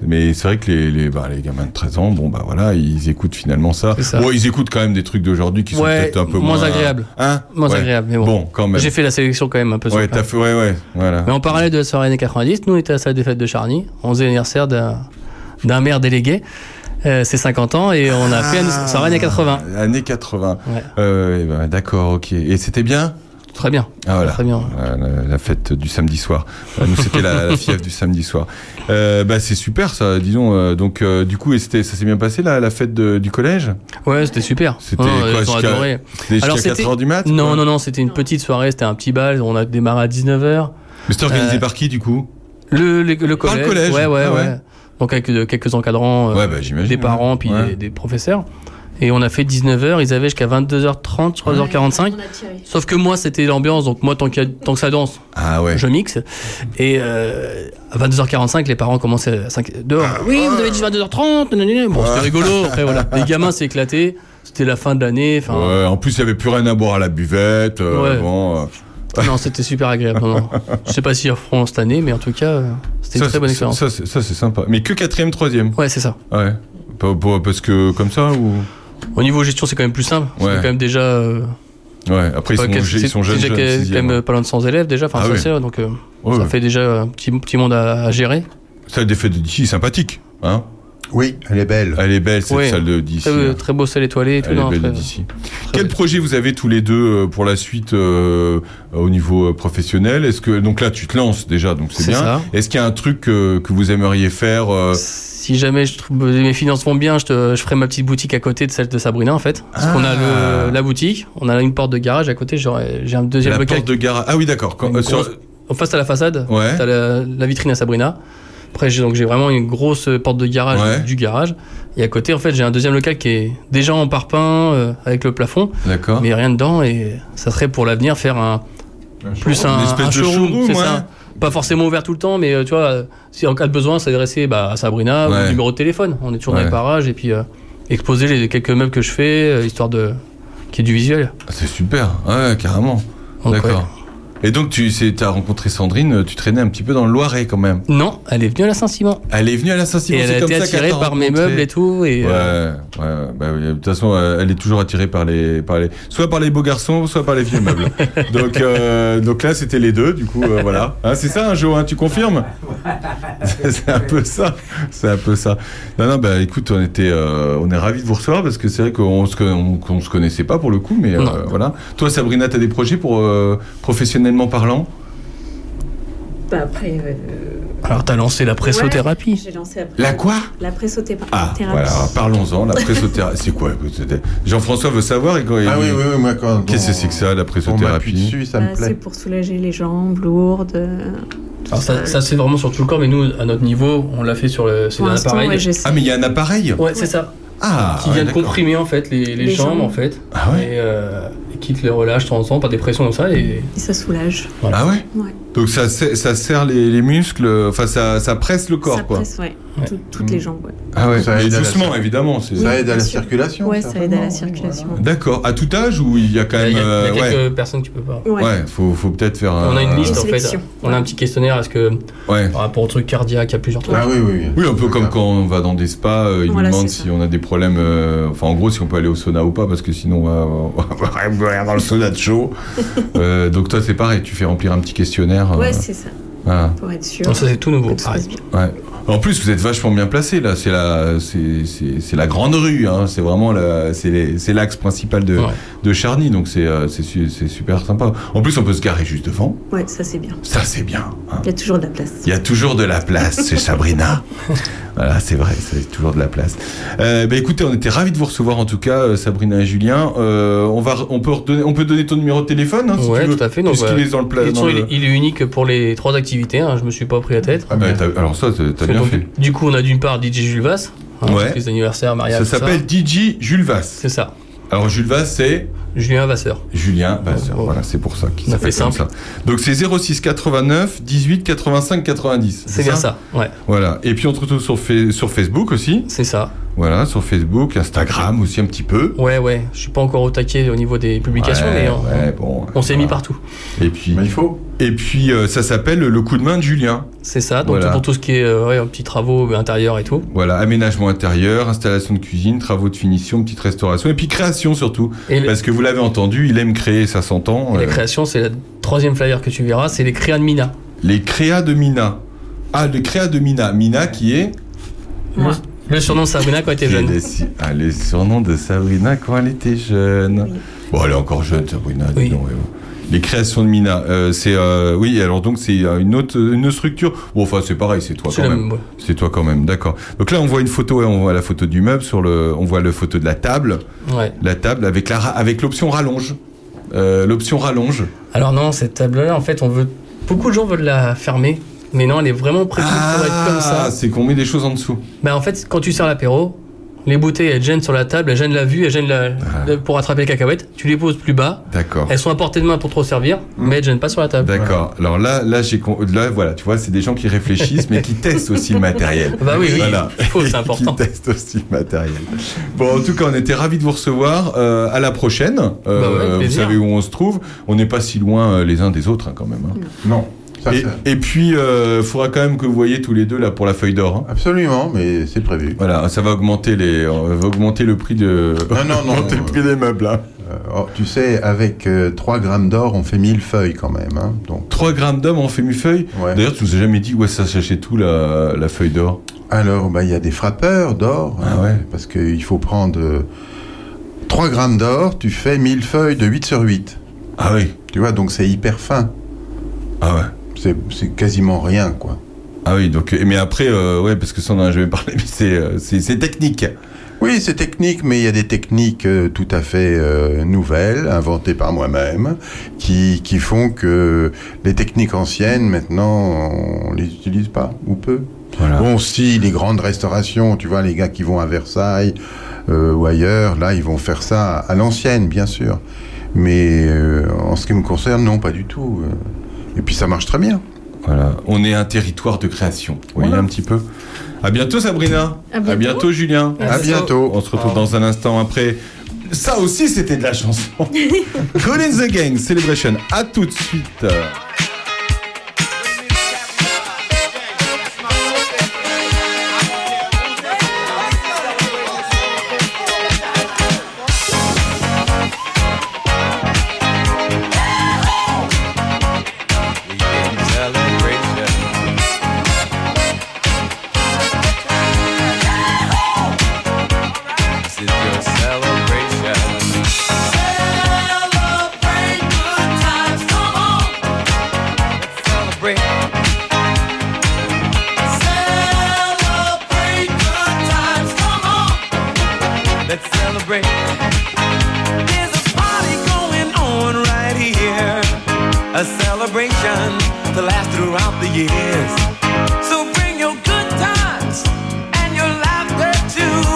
Speaker 2: mais c'est vrai que les, les, bah, les gamins de 13 ans, bon, bah voilà, ils écoutent finalement ça.
Speaker 18: C'est ça.
Speaker 2: Ouais, ils écoutent quand même des trucs d'aujourd'hui qui sont
Speaker 18: Ouais,
Speaker 2: peut-être un peu moins.
Speaker 18: moins agréables.
Speaker 2: Hein
Speaker 18: Moins
Speaker 2: Ouais.
Speaker 18: agréables, mais bon.
Speaker 2: quand même.
Speaker 18: J'ai fait la sélection quand même un peu. sur
Speaker 2: Ouais,
Speaker 18: le
Speaker 2: t'as
Speaker 18: plan.
Speaker 2: fait, ouais, ouais, voilà.
Speaker 18: Mais en parallèle de la soirée années 90, nous on était à la salle des fêtes de Charny, 11e anniversaire d'un d'un maire délégué. Euh, c'est 50 ans et on a fait une soirée années 80.
Speaker 2: Années 80. Euh, eh ben, D'accord, ok. Et c'était bien
Speaker 18: Très bien.
Speaker 2: Ah, voilà.
Speaker 18: Très bien.
Speaker 2: Euh, La, la fête du samedi soir. Euh, Nous, c'était la,
Speaker 18: [LAUGHS]
Speaker 2: la fièvre du samedi soir. Euh, bah, c'est super, ça, disons. euh, donc, euh, du coup, et c'était- ça s'est bien passé, la, la fête de- du collège
Speaker 18: Ouais, c'était super.
Speaker 2: C'était
Speaker 18: Ouais,
Speaker 2: quoi,
Speaker 18: ils ont
Speaker 2: jusqu'à-
Speaker 18: adoré.
Speaker 2: c'était jusqu'à
Speaker 18: Alors,
Speaker 2: 4 heures du mat,
Speaker 18: Non,
Speaker 2: quoi
Speaker 18: non, non, c'était une petite soirée, c'était un petit bal. On a démarré à 19h.
Speaker 2: Mais c'était organisé par qui, du coup
Speaker 18: le, le, le
Speaker 2: Par
Speaker 18: collège.
Speaker 2: le collège.
Speaker 18: Ouais, ouais,
Speaker 2: Ah ouais.
Speaker 18: ouais. Donc avec de- quelques encadrants, euh,
Speaker 2: Ouais, bah, j'imagine,
Speaker 18: des
Speaker 2: ouais.
Speaker 18: parents, puis
Speaker 2: Ouais.
Speaker 18: des, des professeurs. Et on a fait 19h, ils avaient jusqu'à 22h30, 3h45. Sauf que moi, c'était l'ambiance, donc moi, tant, qu'il y a- tant que ça danse,
Speaker 2: Ah ouais.
Speaker 18: je mixe. Et euh, à 22h45, les parents commençaient à 5 dehors. oui, vous avez dit 22h30, nanana. bon, c'était rigolo. Après,
Speaker 2: [LAUGHS]
Speaker 18: voilà. Les gamins s'éclataient, c'était la fin de l'année. Enfin,
Speaker 2: Ouais, en plus, il n'y avait plus rien à boire à la buvette. euh,
Speaker 18: Ouais. Ah
Speaker 2: bon, euh,
Speaker 18: Non, c'était super agréable. non, non. Je sais pas s'ils referont cette année, mais en tout cas, euh, c'était une
Speaker 2: ça,
Speaker 18: très bonne
Speaker 2: c'est-
Speaker 18: expérience.
Speaker 2: Ça, c'est- ça, c'est sympa. Mais que quatrième, troisième
Speaker 18: Ouais, c'est ça.
Speaker 2: Ouais. Pa- pa- Parce que comme ça ou
Speaker 18: Au niveau gestion, c'est quand même plus simple.
Speaker 2: Ouais.
Speaker 18: C'est quand même déjà. euh,
Speaker 2: Ouais, après ils
Speaker 18: pas
Speaker 2: sont,
Speaker 18: quel-
Speaker 2: jeunes,
Speaker 18: c'est
Speaker 2: ils sont jeunes.
Speaker 18: déjà
Speaker 2: jeunes,
Speaker 18: quel-
Speaker 2: sixième,
Speaker 18: quand même
Speaker 2: ouais.
Speaker 18: euh, pas loin de 100 élèves déjà. Enfin,
Speaker 2: Ah
Speaker 18: ça,
Speaker 2: ouais.
Speaker 18: c'est, donc euh,
Speaker 2: Ouais,
Speaker 18: ça
Speaker 2: ouais.
Speaker 18: fait déjà un petit, petit monde à, à gérer.
Speaker 2: Ça des fêtes d'ici sympathique, hein
Speaker 8: Oui, elle est belle.
Speaker 2: Elle est belle cette
Speaker 18: Ouais.
Speaker 2: salle de d'ici.
Speaker 18: Très, euh,
Speaker 2: là.
Speaker 18: très beau salle étoilée et tout.
Speaker 2: Elle est
Speaker 18: non, euh,
Speaker 2: belle
Speaker 18: très-
Speaker 2: d'ici. Quel projet vous avez tous les deux euh, pour la suite euh, au niveau euh, professionnel Est-ce que donc là tu te lances déjà, donc c'est
Speaker 18: C'est
Speaker 2: bien.
Speaker 18: ça.
Speaker 2: Est-ce qu'il y a un truc euh, que vous aimeriez faire euh,
Speaker 18: Si jamais je trouve- mes finances vont bien, je, te- je ferai ma petite boutique à côté de celle de Sabrina en fait. Parce qu'on a le- la boutique, on a une porte de garage à côté, j'aurais- j'ai un deuxième
Speaker 2: Ah. La
Speaker 18: local.
Speaker 2: porte de garage. Ah oui, d'accord. Quand-
Speaker 18: Une
Speaker 2: euh, sur-
Speaker 18: grosse- En face à la façade,
Speaker 2: Ouais.
Speaker 18: t'as la, la vitrine à Sabrina. Après, j'ai donc j'ai vraiment une grosse porte de garage
Speaker 2: Ouais.
Speaker 18: du garage. Et à côté, en fait, j'ai un deuxième local qui est déjà en parpaing euh, avec le plafond,
Speaker 2: D'accord.
Speaker 18: mais rien dedans. Et ça serait pour l'avenir faire un plus
Speaker 2: showroom.
Speaker 18: un,
Speaker 2: Une espèce
Speaker 18: un
Speaker 2: de
Speaker 18: showroom,
Speaker 2: showroom,
Speaker 18: c'est
Speaker 2: ouais.
Speaker 18: ça. Pas forcément ouvert tout le temps, mais euh, tu vois, euh, si en cas de besoin, s'adresser bah, à Sabrina ou
Speaker 2: Ouais.
Speaker 18: au numéro de téléphone. On est toujours dans
Speaker 2: Ouais.
Speaker 18: les parages et puis euh, exposer les quelques meubles que je fais, euh, histoire de qu'il y ait du visuel.
Speaker 2: Ah, C'est super, ouais, carrément.
Speaker 18: Donc,
Speaker 2: D'accord. Et donc, tu as rencontré Sandrine, euh, tu traînais un petit peu dans le Loiret quand même.
Speaker 18: Non, elle est venue à la Saint-Simon.
Speaker 2: Elle est venue à la Saint-Simon,
Speaker 18: Et
Speaker 2: c'est
Speaker 18: elle a
Speaker 2: comme
Speaker 18: été
Speaker 2: ça qu'elle
Speaker 18: attirée
Speaker 2: t'a
Speaker 18: par mes
Speaker 2: rencontré.
Speaker 18: meubles et tout. Et,
Speaker 2: ouais,
Speaker 18: euh,
Speaker 2: ouais, bah oui, de toute façon, euh, elle est toujours attirée par les, par les, soit par les beaux garçons, soit par les
Speaker 18: [LAUGHS]
Speaker 2: vieux meubles. donc, euh, donc là, c'était les deux, du coup, euh, voilà. Hein, c'est ça, hein, Jo, hein, tu confirmes C'est un peu ça, c'est un peu ça. Non, non, bah écoute, on était, euh, on est ravis de vous recevoir parce que c'est vrai qu'on se, on, qu'on se connaissait pas pour le coup, mais euh,
Speaker 18: Non.
Speaker 2: voilà. Toi, Sabrina, t'as des projets pour euh, professionnellement parlant
Speaker 17: Bah, après. euh,
Speaker 18: Alors, t'as lancé la pressothérapie.
Speaker 17: J'ai lancé la,
Speaker 2: La quoi
Speaker 17: La pressothérapie.
Speaker 2: Ah, voilà, parlons-en, la pressothérapie. c'est quoi écoute, Jean-François veut savoir. Et quand il-
Speaker 8: Ah oui, oui, oui, moi quand.
Speaker 2: Qu'est-ce que c'est que ça, la
Speaker 8: on m'appuie
Speaker 2: pressothérapie
Speaker 8: dessus, ça me
Speaker 17: Bah,
Speaker 8: plaît.
Speaker 17: c'est pour soulager les jambes lourdes. euh,
Speaker 18: Alors ça, ça, c'est vraiment sur tout le corps, mais nous, à notre niveau, on l'a fait sur le, c'est
Speaker 17: Pour
Speaker 18: un
Speaker 17: l'instant,
Speaker 18: appareil.
Speaker 17: ouais, j'essaie.
Speaker 2: Ah, mais il y a un appareil
Speaker 18: Ouais, c'est ça.
Speaker 2: Ah
Speaker 18: qui vient de
Speaker 2: d'accord.
Speaker 18: comprimer en fait les, les
Speaker 17: Les
Speaker 18: jambes,
Speaker 17: jambes.
Speaker 18: en fait.
Speaker 2: Ah ouais
Speaker 18: et, euh, et quittent les relâches de temps en temps par des pressions comme ça et.
Speaker 17: Et ça soulage.
Speaker 2: Ah ouais, Donc ça, se- ça serre les, les muscles, enfin ça, ça presse le corps
Speaker 17: ça
Speaker 2: quoi.
Speaker 17: presse, ouais. Tout- toutes les jambes, ouais.
Speaker 2: Ah ouais,
Speaker 8: Ça
Speaker 2: mais
Speaker 8: aide à la
Speaker 2: doucement
Speaker 8: cir-
Speaker 2: évidemment. c'est-
Speaker 8: Ça aide à la circulation.
Speaker 17: Ouais, ça aide à la circulation.
Speaker 2: D'accord. À tout âge ou il y a quand même.
Speaker 18: Il y a, il y a
Speaker 2: euh,
Speaker 18: quelques
Speaker 2: ouais.
Speaker 18: personnes qui peuvent pas.
Speaker 17: Ouais.
Speaker 2: Ouais, faut, faut peut-être faire.
Speaker 18: On a une
Speaker 2: un-
Speaker 18: liste en fait.
Speaker 17: sélection.
Speaker 18: On a un petit questionnaire. Est-ce que par rapport au truc cardiaque, il y a plusieurs trucs.
Speaker 2: Ah, Oui, un peu comme quand on va dans des spas, euh, ils
Speaker 18: Voilà,
Speaker 2: nous demandent
Speaker 18: c'est
Speaker 2: si on a des problèmes, euh, enfin en gros si on peut aller au sauna ou pas, parce que sinon on va, on va rien boire dans le sauna de chaud.
Speaker 17: [LAUGHS]
Speaker 2: Euh, donc toi c'est pareil, tu fais remplir un petit questionnaire. euh,
Speaker 17: Ouais, c'est ça.
Speaker 2: voilà.
Speaker 17: Pour être sûr.
Speaker 18: Non, Ah, ça c'est tout nouveau.
Speaker 2: Ouais. En plus, vous êtes vachement bien placé là. C'est la, c'est- c'est c'est la grande rue. hein. C'est vraiment la, c'est les- c'est l'axe principal de, de Charny. Donc c'est euh, c'est su- c'est super sympa. En plus, on peut se garer juste devant.
Speaker 17: Ouais, ça c'est bien.
Speaker 2: Ça c'est bien. hein.
Speaker 17: Il y a toujours de la place.
Speaker 2: Il y a toujours de la place chez Sabrina. voilà, c'est vrai, c'est toujours de la place. Euh, bah, écoutez, on était ravis de vous recevoir en tout cas, euh, Sabrina et Julien. Euh, on va, on peut redonner- on peut donner ton numéro de téléphone. Hein, si
Speaker 18: ouais,
Speaker 2: tu veux,
Speaker 18: tout à fait. Donc,
Speaker 2: puisqu'il
Speaker 18: euh,
Speaker 2: est dans le pla-
Speaker 18: de toute
Speaker 2: dans
Speaker 18: façon,
Speaker 2: le-
Speaker 18: il, il est unique pour les trois activités. hein, je me suis pas pris la tête.
Speaker 2: Ah, bah, t'as- alors ça, t'as- t'as
Speaker 18: Parce que
Speaker 2: bien
Speaker 18: donc,
Speaker 2: fait.
Speaker 18: Du coup, on a d'une part DJ Jules Vasse, hein,
Speaker 2: Ouais.
Speaker 18: fête d'anniversaire, mariage.
Speaker 2: Ça
Speaker 18: tout
Speaker 2: s'appelle DJ Jules Vasse.
Speaker 18: C'est ça.
Speaker 2: Alors Jules Vasse, c'est
Speaker 18: Julien Vasseur. Oh,
Speaker 2: Julien Vasseur. Voilà, c'est pour ça qu'il
Speaker 18: Ça
Speaker 2: s'appelle
Speaker 18: fait
Speaker 2: comme
Speaker 18: simple.
Speaker 2: ça. Donc c'est 06 89 18 85 90.
Speaker 18: C'est bien ça, ouais.
Speaker 2: Voilà. Et puis on te retrouve sur, fa- sur Facebook aussi.
Speaker 18: C'est ça.
Speaker 2: Voilà, sur Facebook, Instagram aussi un petit peu.
Speaker 18: Ouais, ouais. Je suis pas encore au taquet au niveau des publications,
Speaker 2: Ouais,
Speaker 18: mais on,
Speaker 2: ouais, bon,
Speaker 18: on s'est mis partout.
Speaker 2: Et puis. il faut. Et puis euh, ça s'appelle le coup de main de Julien.
Speaker 18: C'est ça. Donc
Speaker 2: Voilà.
Speaker 18: pour tout ce qui est euh, ouais, petits travaux euh, intérieurs et tout.
Speaker 2: Voilà, aménagement intérieur, installation de cuisine, travaux de finition, petite restauration et puis création surtout.
Speaker 18: Et le-
Speaker 2: Parce que vous l'avez entendu, il aime créer, ça s'entend.
Speaker 18: Et
Speaker 2: Euh,
Speaker 18: les créations, c'est la troisième flyer que tu verras, c'est les créas de Mina.
Speaker 2: Les créas de Mina. Ah, les créas de Mina. Mina qui est.
Speaker 18: Le surnom de Sabrina quand elle était
Speaker 2: qui est
Speaker 18: jeune.
Speaker 2: des- Ah, les surnoms de Sabrina quand elle était jeune. Bon, elle est encore jeune, Sabrina. dis donc, ouais, ouais. Les créations de Mina, euh, c'est euh, oui. Alors donc c'est euh, une autre une autre structure. Bon, enfin c'est pareil, c'est toi
Speaker 18: C'est
Speaker 2: quand
Speaker 18: la
Speaker 2: même.
Speaker 18: même, ouais.
Speaker 2: C'est toi quand même, d'accord. Donc là on voit une photo, ouais, on voit la photo du meuble sur le, on voit la photo de la table,
Speaker 18: Ouais.
Speaker 2: la table avec la ra- avec l'option rallonge, Euh, l'option rallonge.
Speaker 18: Alors non, cette table-là, en fait, on veut. Beaucoup de gens veulent la fermer, mais non, elle est vraiment prévue pour être comme ça.
Speaker 2: Ah, c'est qu'on met des choses en dessous.
Speaker 18: Bah en fait, quand tu sers l'apéro, les bouteilles, elles gênent sur la table, elles gênent la vue, elles gênent la- la- pour attraper les cacahuètes. Tu les poses plus bas.
Speaker 2: Ah. D'accord. Mmh.
Speaker 18: Elles sont à portée de main pour trop servir, mais elles gênent pas sur la table.
Speaker 2: D'accord. Alors là, là, j'ai con- là, voilà, tu vois, c'est des gens qui réfléchissent, mais qui testent aussi le matériel.
Speaker 18: Bah oui, oui,
Speaker 2: Voilà.
Speaker 18: il
Speaker 2: [LAUGHS]
Speaker 18: faut, c'est important.
Speaker 2: Qui testent aussi le matériel. Bon, en tout cas, on était ravis de vous recevoir. Euh, à la prochaine. Euh,
Speaker 18: Bah ouais,
Speaker 2: vous
Speaker 18: plaisir.
Speaker 2: savez où on se trouve. On n'est pas si loin euh, les uns des autres, hein, quand même. hein.
Speaker 8: Non. Ça,
Speaker 2: Et,
Speaker 8: ça-
Speaker 2: et puis, il faudra quand même que vous voyez tous les deux là pour la feuille d'or. hein.
Speaker 8: Absolument, mais c'est prévu.
Speaker 2: Voilà, ça va augmenter les, euh, va augmenter le prix de.
Speaker 8: Non,
Speaker 2: [LAUGHS]
Speaker 8: non, non.
Speaker 2: augmenter le prix des meubles. hein.
Speaker 8: Euh, oh, tu sais, avec euh, 3 grammes d'or, on fait 1000 feuilles quand même. hein, donc.
Speaker 2: 3 grammes d'hommes en fémifeuille.
Speaker 8: Ouais.
Speaker 2: D'ailleurs, tu nous as jamais dit où ça s'achète tout la, la feuille d'or. Ah
Speaker 8: Alors, bah, il y a des frappeurs d'or. hein, Parce qu'il faut prendre 3 grammes d'or, tu fais 1000 feuilles de 8 sur 8.
Speaker 2: Ah oui.
Speaker 8: Tu vois, donc c'est hyper fin.
Speaker 2: Ah ouais.
Speaker 8: C'est, c'est quasiment rien, quoi.
Speaker 2: Ah oui, donc, mais après, euh, ouais, parce que ça, on en a jamais parlé, [LAUGHS] mais c'est, euh, c'est, c'est technique.
Speaker 8: Oui, c'est technique, mais il y a des techniques euh, tout à fait euh, nouvelles, inventées par moi-même, qui, qui font que les techniques anciennes, maintenant, on les utilise pas, ou peu. Bon, si les grandes restaurations, tu vois, les gars qui vont à Versailles euh, ou ailleurs, là, ils vont faire ça à l'ancienne, bien sûr. Mais euh, en ce qui me concerne, non, pas du tout. Euh, Et puis ça marche très bien.
Speaker 2: Voilà. On est un territoire de création. Vous voyez un petit peu. Ah À bientôt, Sabrina.
Speaker 8: À bientôt.
Speaker 2: Julien.
Speaker 8: À À bientôt. bientôt.
Speaker 2: On se retrouve
Speaker 8: Au
Speaker 2: dans un instant après. Ça aussi, c'était de la
Speaker 8: [LAUGHS]
Speaker 2: chanson. Colin the Gang, Celebration. À tout de suite.
Speaker 21: celebration. This is your celebration. Celebrate good times, come on. Let's celebrate. Celebrate good times, come on. Let's celebrate. There's a party going on right here. A celebration to last throughout the years. So bring your good times and your laughter too.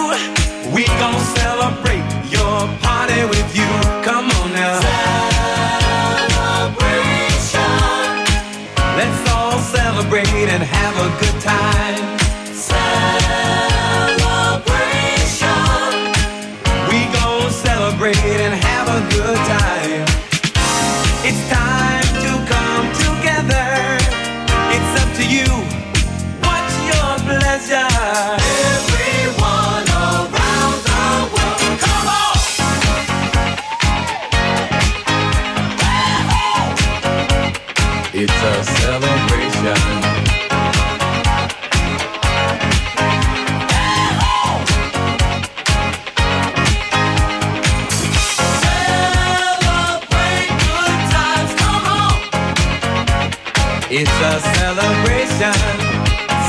Speaker 21: We gon' celebrate your party with you. Come on, now. Celebration. Let's all celebrate and have a good time. Celebration. We gon' celebrate and have a good time. It's time to come together. It's up to you. What's your pleasure? Everyone around the world, come on!
Speaker 13: It's a celebration.
Speaker 21: Celebrate good times, come on!
Speaker 13: It's a celebration.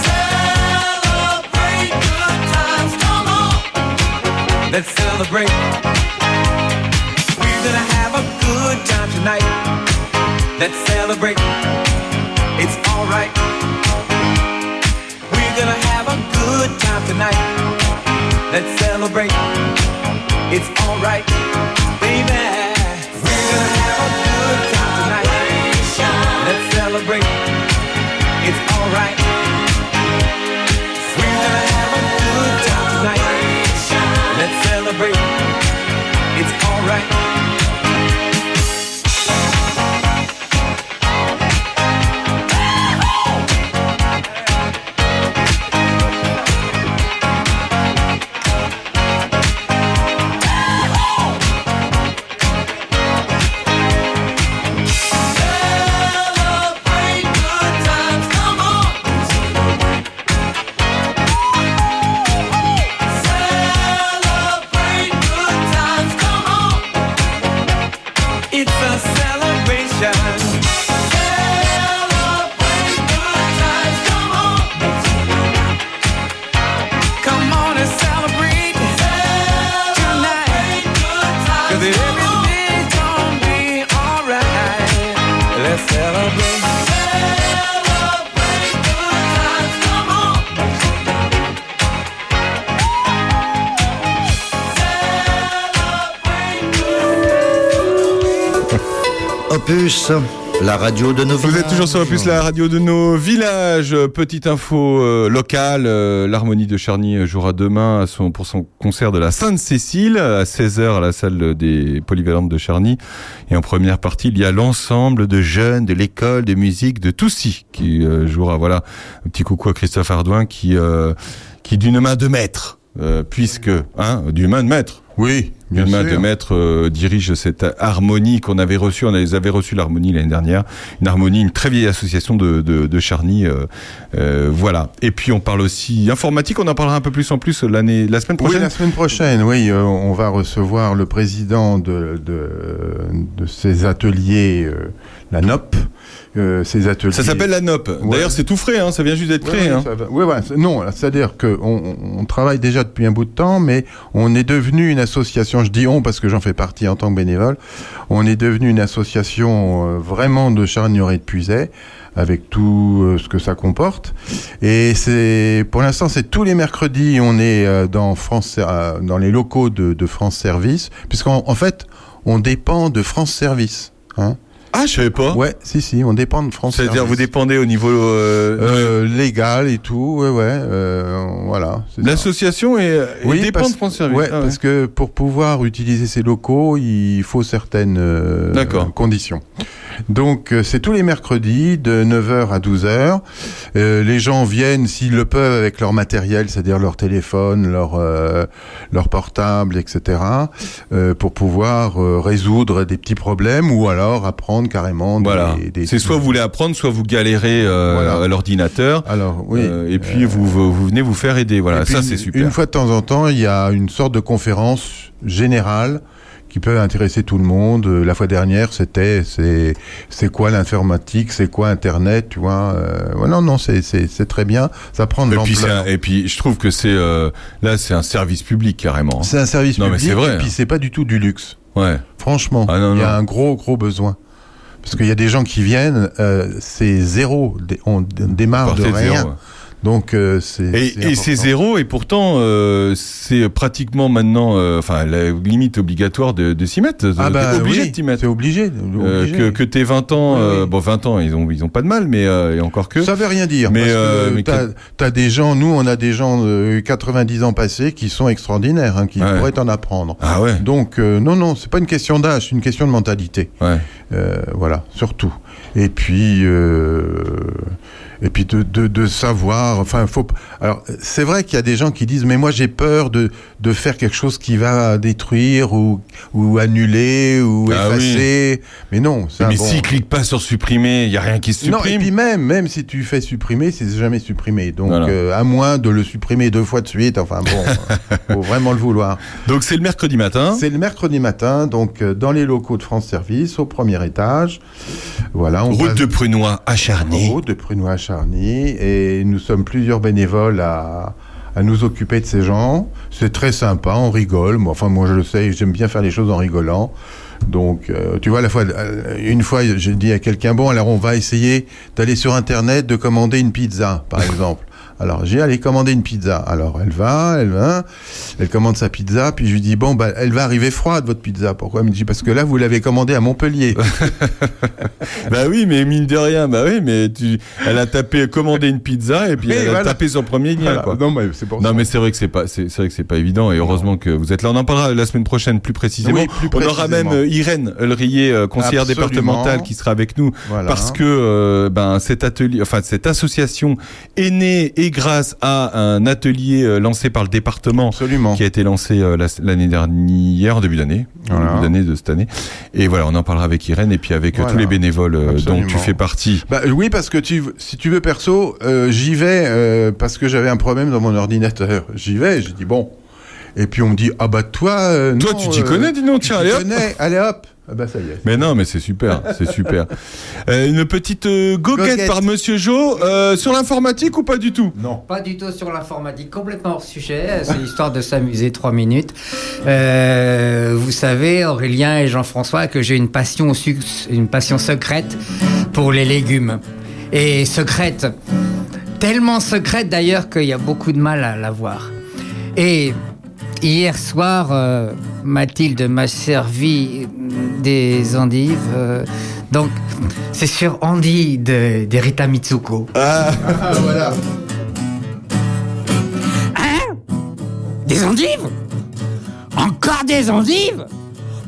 Speaker 21: Celebrate good times, come on! Let's celebrate. We're gonna have a good time tonight. Let's celebrate. It's alright. We're gonna have a good time tonight. Let's celebrate. It's alright, baby. We're gonna have a good time tonight. Let's celebrate. It's alright. We're gonna have a good time tonight. Let's celebrate. It's alright. Celebrate good times, come on. Celebrate good times, come on. It's a celebration. Celebrate good times, come on. Come on and celebrate tonight. Cause everything's gonna be alright. Let's celebrate.
Speaker 10: Opus, la radio de nos
Speaker 2: Vous êtes toujours sur Opus, la radio de nos villages. Euh, Petite info euh, locale, euh, l'harmonie de Charny euh, jouera demain à son, pour son concert de la Sainte-Cécile euh, à 16h à la salle des polyvalentes de Charny. Et en première partie, il y a l'ensemble de jeunes de l'école de musique de Toussy qui euh, jouera. Voilà, un petit coucou à Christophe Ardouin qui, euh, qui d'une main de maître, euh, puisque, hein, d'une main de maître.
Speaker 8: Oui, bien
Speaker 2: Une main
Speaker 8: sûr.
Speaker 2: de maître euh, dirige cette harmonie qu'on avait reçue. On les avait reçu l'harmonie l'année dernière. Une harmonie, une très vieille association de, de, de Charny. euh, euh, voilà. Et puis on parle aussi informatique. On en parlera un peu plus en plus l'année, la semaine prochaine.
Speaker 8: Oui, la semaine prochaine, oui, euh, on va recevoir le président de, de, de ces ateliers, euh, la NOP. euh, ces ateliers.
Speaker 2: Ça s'appelle la NOP. D'ailleurs, c'est tout frais. hein, ça vient juste d'être
Speaker 8: Ouais,
Speaker 2: créé.
Speaker 8: ouais,
Speaker 2: hein.
Speaker 8: ça va. Ouais, ouais, c'est- non, c'est-à-dire qu'on on on travaille déjà depuis un bout de temps, mais on est devenu une association, je dis on parce que j'en fais partie en tant que bénévole, on est devenu une association euh, vraiment de charnières et de puisets, avec tout euh, ce que ça comporte. Et c'est pour l'instant, c'est tous les mercredis, on est euh, dans, France, euh, dans les locaux de, de France Service, puisqu'en en fait, on dépend de France Service. Hein.
Speaker 2: Ah, je savais pas.
Speaker 8: Ouais, si, si, on dépend de France
Speaker 2: C'est-à-dire,
Speaker 8: Service.
Speaker 2: vous dépendez au niveau. euh,
Speaker 8: Euh, légal et tout, ouais, ouais, euh, voilà. c'est ça.
Speaker 2: L'association est, est dépend
Speaker 8: parce,
Speaker 2: de France Service.
Speaker 8: ouais,
Speaker 2: Ah ouais.
Speaker 8: parce que pour pouvoir utiliser ces locaux, il faut certaines euh,
Speaker 2: D'accord.
Speaker 8: conditions. Donc euh, c'est tous les mercredis de 9h à 12h. Euh, les gens viennent s'ils le peuvent avec leur matériel, c'est-à-dire leur téléphone, leur euh, leur portable, etc. euh, pour pouvoir euh, résoudre des petits problèmes ou alors apprendre carrément.
Speaker 2: Voilà.
Speaker 8: Des, des-
Speaker 2: C'est soit vous voulez apprendre, soit vous galérez euh,
Speaker 8: Voilà.
Speaker 2: à l'ordinateur.
Speaker 8: Alors, oui.
Speaker 2: Euh, et puis vous, vous, vous venez vous faire aider. Voilà,
Speaker 8: Et puis
Speaker 2: Ah, ça
Speaker 8: une-
Speaker 2: c'est super.
Speaker 8: Une fois de temps en temps, il y a une sorte de conférence générale qui peut intéresser tout le monde. Euh, La fois dernière, c'était c'est c'est quoi l'informatique, c'est quoi Internet, tu vois. euh, ouais, non, non, c'est c'est c'est très bien. Ça prend de
Speaker 2: Et puis, c'est
Speaker 8: l'ampleur.
Speaker 2: un- et puis, je trouve que c'est euh, là, c'est un service public carrément. hein.
Speaker 8: C'est un service
Speaker 2: non,
Speaker 8: public.
Speaker 2: mais c'est vrai. hein.
Speaker 8: Et puis c'est pas du tout du luxe.
Speaker 2: Ouais.
Speaker 8: Franchement,
Speaker 2: Ah, non,
Speaker 8: il y a
Speaker 2: non.
Speaker 8: un gros gros besoin. Parce qu'il y a des gens qui viennent, euh, c'est zéro. Dé- On d- démarre
Speaker 2: Partez
Speaker 8: de
Speaker 2: de
Speaker 8: rien.
Speaker 2: zéro, ouais.
Speaker 8: Donc euh, c'est.
Speaker 2: Et, et c'est
Speaker 8: important.
Speaker 2: zéro, et pourtant, euh, c'est pratiquement maintenant, euh, enfin, la limite obligatoire de, de s'y mettre.
Speaker 8: Ah bah
Speaker 2: T'es obligé
Speaker 8: oui,
Speaker 2: de t'y mettre.
Speaker 8: T'es obligé.
Speaker 2: Euh,
Speaker 8: obligé.
Speaker 2: que que t'aies 20 ans, euh, bon, 20 ans, ils ont, ils ont pas de mal, mais euh, et encore que.
Speaker 8: Ça veut rien dire.
Speaker 2: Mais,
Speaker 8: parce que
Speaker 2: euh, mais
Speaker 8: t'as,
Speaker 2: que-
Speaker 8: t'as des gens, nous, on a des gens de 90 ans passés qui sont extraordinaires, hein, qui
Speaker 2: Ouais.
Speaker 8: pourraient t'en apprendre.
Speaker 2: Ah ouais.
Speaker 8: Donc, euh, non, non, c'est pas une question d'âge, c'est une question de mentalité. Euh, voilà, surtout. Et puis, euh, et puis de, de, de savoir. Enfin, faut. p- Alors, c'est vrai qu'il y a des gens qui disent, mais moi, j'ai peur de, de faire quelque chose qui va détruire ou, ou annuler ou
Speaker 2: Ah oui.
Speaker 8: effacer. Mais non, ça.
Speaker 2: mais
Speaker 8: bon.
Speaker 2: s'ils cliquent pas sur supprimer, il y a rien qui se
Speaker 8: Non, et
Speaker 2: supprime.
Speaker 8: puis même, même si tu fais supprimer, c'est jamais supprimé. Donc,
Speaker 2: Voilà.
Speaker 8: euh, à moins de le supprimer deux fois de suite,
Speaker 2: [LAUGHS]
Speaker 8: enfin bon, euh, faut vraiment le vouloir.
Speaker 2: Donc, c'est le mercredi matin.
Speaker 8: C'est le mercredi matin, donc euh, dans les locaux de France Service, au premier étage. Voilà, on
Speaker 2: Route
Speaker 8: va-
Speaker 2: de Prunois acharné.
Speaker 8: Route de Prunois acharné. Et nous sommes plusieurs bénévoles à, à nous occuper de ces gens. C'est très sympa, on rigole. Moi, enfin, moi, je le sais, j'aime bien faire les choses en rigolant. Donc, euh, tu vois, à la fois, euh, une fois, j'ai dit à quelqu'un, bon, alors on va essayer d'aller sur Internet, de commander une pizza,
Speaker 2: [LAUGHS]
Speaker 8: par exemple. Alors, j'ai allé commander une pizza. Alors, elle va, elle va, elle commande sa pizza, puis je lui dis, bon, bah, elle va arriver froide, votre pizza. Pourquoi Elle me dit, parce que là, vous l'avez commandée à Montpellier.
Speaker 2: [LAUGHS] bah oui, mais mine de rien, bah oui, mais tu, elle a tapé commander une pizza et puis
Speaker 8: Oui,
Speaker 2: elle a
Speaker 8: voilà.
Speaker 2: tapé son premier lien.
Speaker 8: Voilà.
Speaker 2: quoi.
Speaker 8: Non, mais c'est pour
Speaker 2: Non,
Speaker 8: ça.
Speaker 2: mais c'est vrai que c'est pas, c'est c'est vrai que c'est pas évident et heureusement que vous êtes là. On en parlera la semaine prochaine plus précisément.
Speaker 8: Oui, plus
Speaker 2: On aura même
Speaker 8: précisément.
Speaker 2: euh, Irène Elrier, euh, conseillère
Speaker 8: Absolument.
Speaker 2: départementale, qui sera avec nous
Speaker 8: Voilà.
Speaker 2: parce que euh, ben cet atelier, enfin cette association est née et grâce à un atelier euh, lancé par le département, qui a été lancé euh, la- l'année dernière, début d'année,
Speaker 8: Voilà.
Speaker 2: début d'année de cette année. Et voilà, on en parlera avec Irène et puis avec euh, tous
Speaker 8: Voilà.
Speaker 2: les bénévoles euh, dont
Speaker 8: Absolument.
Speaker 2: tu fais partie.
Speaker 8: Bah, oui, parce que tu, si tu veux perso, euh, j'y vais euh, parce que j'avais un problème dans mon ordinateur. J'y vais, j'ai dit bon. Et puis on me dit ah bah toi. euh,
Speaker 2: Toi,
Speaker 8: non,
Speaker 2: tu t'y
Speaker 8: euh,
Speaker 2: connais, dis donc,
Speaker 8: tu
Speaker 2: tiens,
Speaker 8: t'y
Speaker 2: allez hop.
Speaker 8: connais, allez hop. Ah bah ça y est.
Speaker 2: Mais non, mais c'est super, c'est
Speaker 8: [LAUGHS]
Speaker 2: super. Euh, une petite euh, goguette,
Speaker 16: Goguette.
Speaker 2: par Monsieur Jo euh, sur l'informatique ou pas du tout
Speaker 8: Non.
Speaker 16: Pas du tout sur l'informatique, complètement hors sujet. euh, C'est histoire de s'amuser trois minutes. Euh, vous savez, Aurélien et Jean-François, que j'ai une passion, suc- une passion secrète pour les légumes. Et secrète, tellement secrète d'ailleurs qu'il y a beaucoup de mal à la voir. Et hier soir, euh, Mathilde m'a servi des endives. euh, donc, c'est sur Andy de- d'Erita Mitsuko.
Speaker 8: Ah, voilà.
Speaker 22: [LAUGHS] Hein Des endives Encore des endives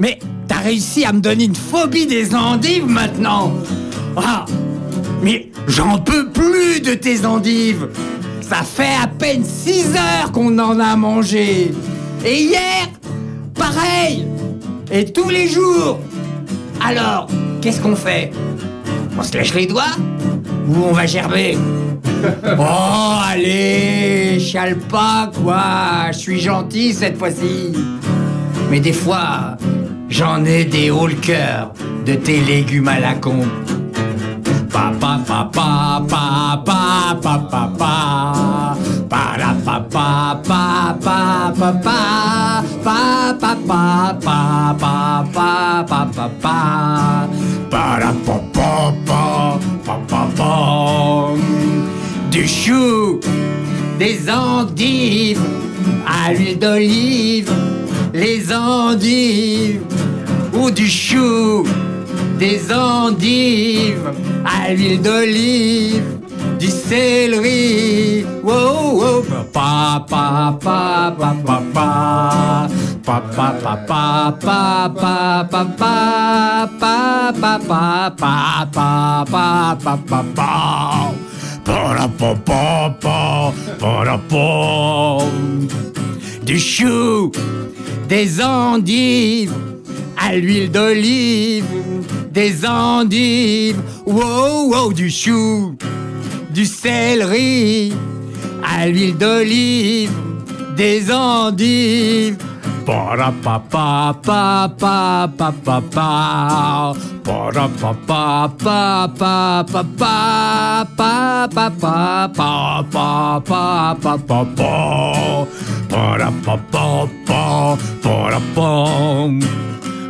Speaker 22: Mais t'as réussi à me donner une phobie des endives maintenant Ah Mais j'en peux plus de tes endives Ça fait à peine 6 heures qu'on en a mangé Et hier, pareil Et tous les jours Alors, qu'est-ce qu'on fait On se lèche les doigts Ou on va gerber Oh, allez, chiale pas, quoi. Je suis gentil cette fois-ci. Mais des fois, j'en ai des hauts le cœur de tes légumes à la con. Pa pa pa pa pa pa pa pa pa pa la pa pa pa pa pa pa pa pa pa pa pa pa pa pa pa pa la pa pa pa pa pa pa du chou, des endives, à l'huile d'olive, les endives, ou du chou, des endives, à l'huile d'olive, du céleri, wow, wow, pa pa pa pa pa pa pa pa pa pa pa pa pa pa pa pa pa pa pa pa pa pa pa du chou, des endives, à l'huile d'olive, des endives, wow, wow, du chou, du céleri, à l'huile d'olive, des endives. Para pa pa pa pa pa pa pa Para pa pa pa pa pa pa pa pa pa pa pa pa pa pa pa Para pa pa pa para pa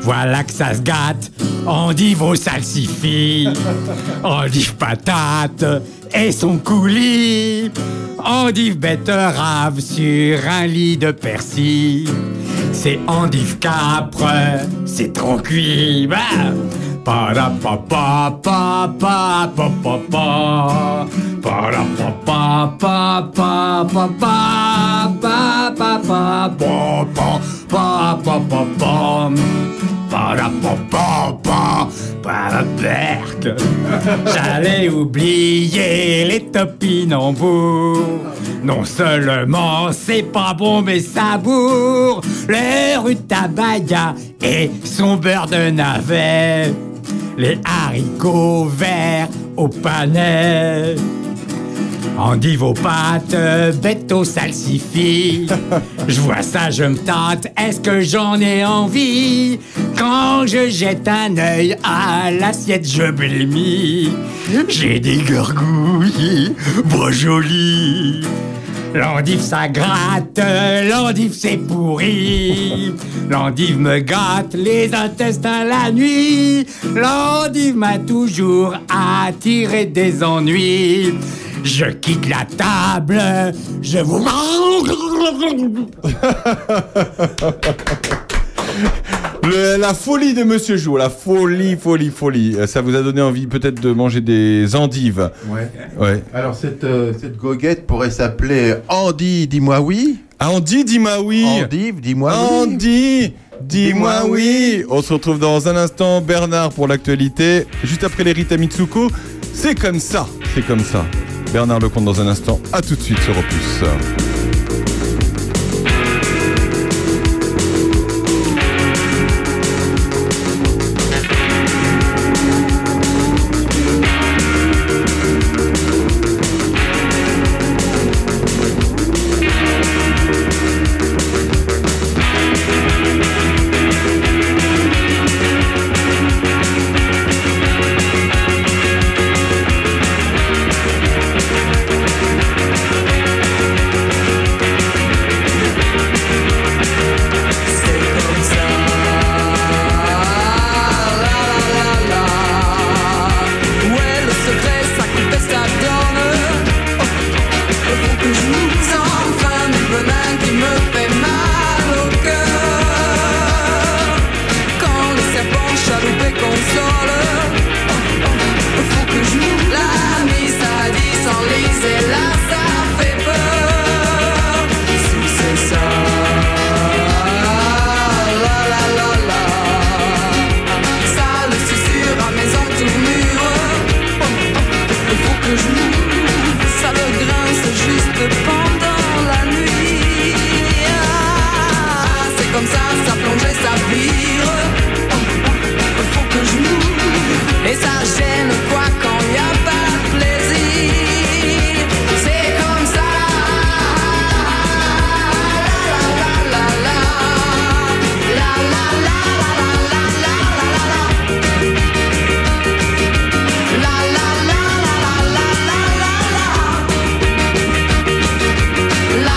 Speaker 22: voilà que ça se gâte. Endive au salsifis, endive patate et son coulis. Endive betterave sur un lit de persil. C'est endive capre, c'est trop cuit. Bah Pa-ra-pa-pa-pa-pa-pa-pa-pa. Pa-ra-pa-pa-pa-pa-pa-pa-pa-pa-pa-pa-pa-pa-pa-pa-pa-pa-pa. Pa-ra-pa-pa-pa. Pa-ra-perc. J'allais oublier les topinambours. Non seulement c'est pas bon, mais ça bourre. Le rutabaya et son beurre de navet. Les haricots verts au panais. Endive aux pâtes, bête au salsifis. Je vois ça, je me tâte, est-ce que j'en ai envie Quand je jette un œil à l'assiette, je blémis. J'ai des gargouilles, bois joli. L'endive ça gratte, l'endive c'est pourri. L'endive me gâte les intestins la nuit. L'endive m'a toujours attiré des ennuis. Je quitte la table, je vous.
Speaker 2: Le- la folie de Monsieur Jou, la folie, folie, folie. Euh, Ça vous a donné envie peut-être de manger des endives.
Speaker 8: Ouais.
Speaker 2: Ouais.
Speaker 8: Alors cette, euh, cette goguette pourrait s'appeler Andy, dis-moi oui.
Speaker 2: Andy, dis-moi oui.
Speaker 8: Andy, dis-moi oui.
Speaker 2: Andy, dis-moi oui. On se retrouve dans un instant, Bernard, pour l'actualité. Juste après les Rita Mitsuko, c'est comme ça. C'est comme ça. Bernard Lecomte dans un instant. À tout de suite sur Opus.
Speaker 15: Ouais, le secret, ça confesse, ça donne. Il faut que je vous enfin du venin qui me fait mal au cœur. Quand le serpent chaloupé console, il faut que je vous la mise à 10 en lise et là ça fait peur. Si c'est ça. Ah, La la la la, ça le susurre à mes entournures. Il Oh. faut que je m'ouvre, ça le grince juste pendant la nuit. Ah, c'est comme ça, ça plonge et ça vire. Il faut que je m'ouvre, et ça gêne quoi quand y a pas de plaisir. C'est comme ça. La la la la, la la la la la la la la la. La la la la la la la la la la la la la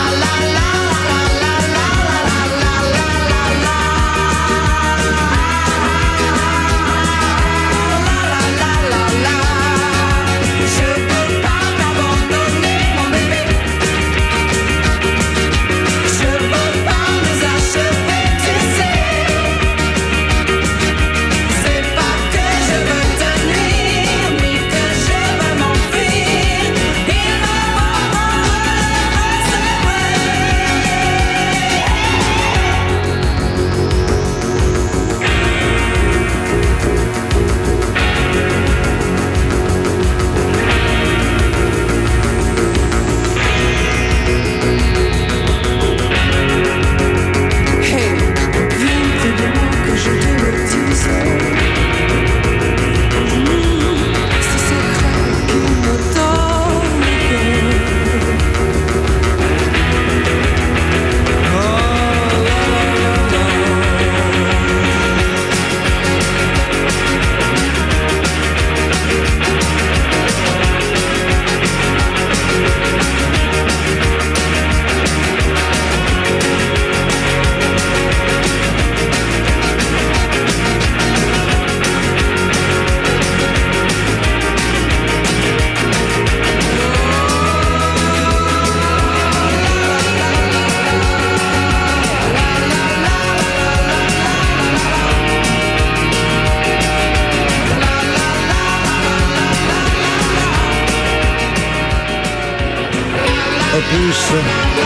Speaker 10: Opus,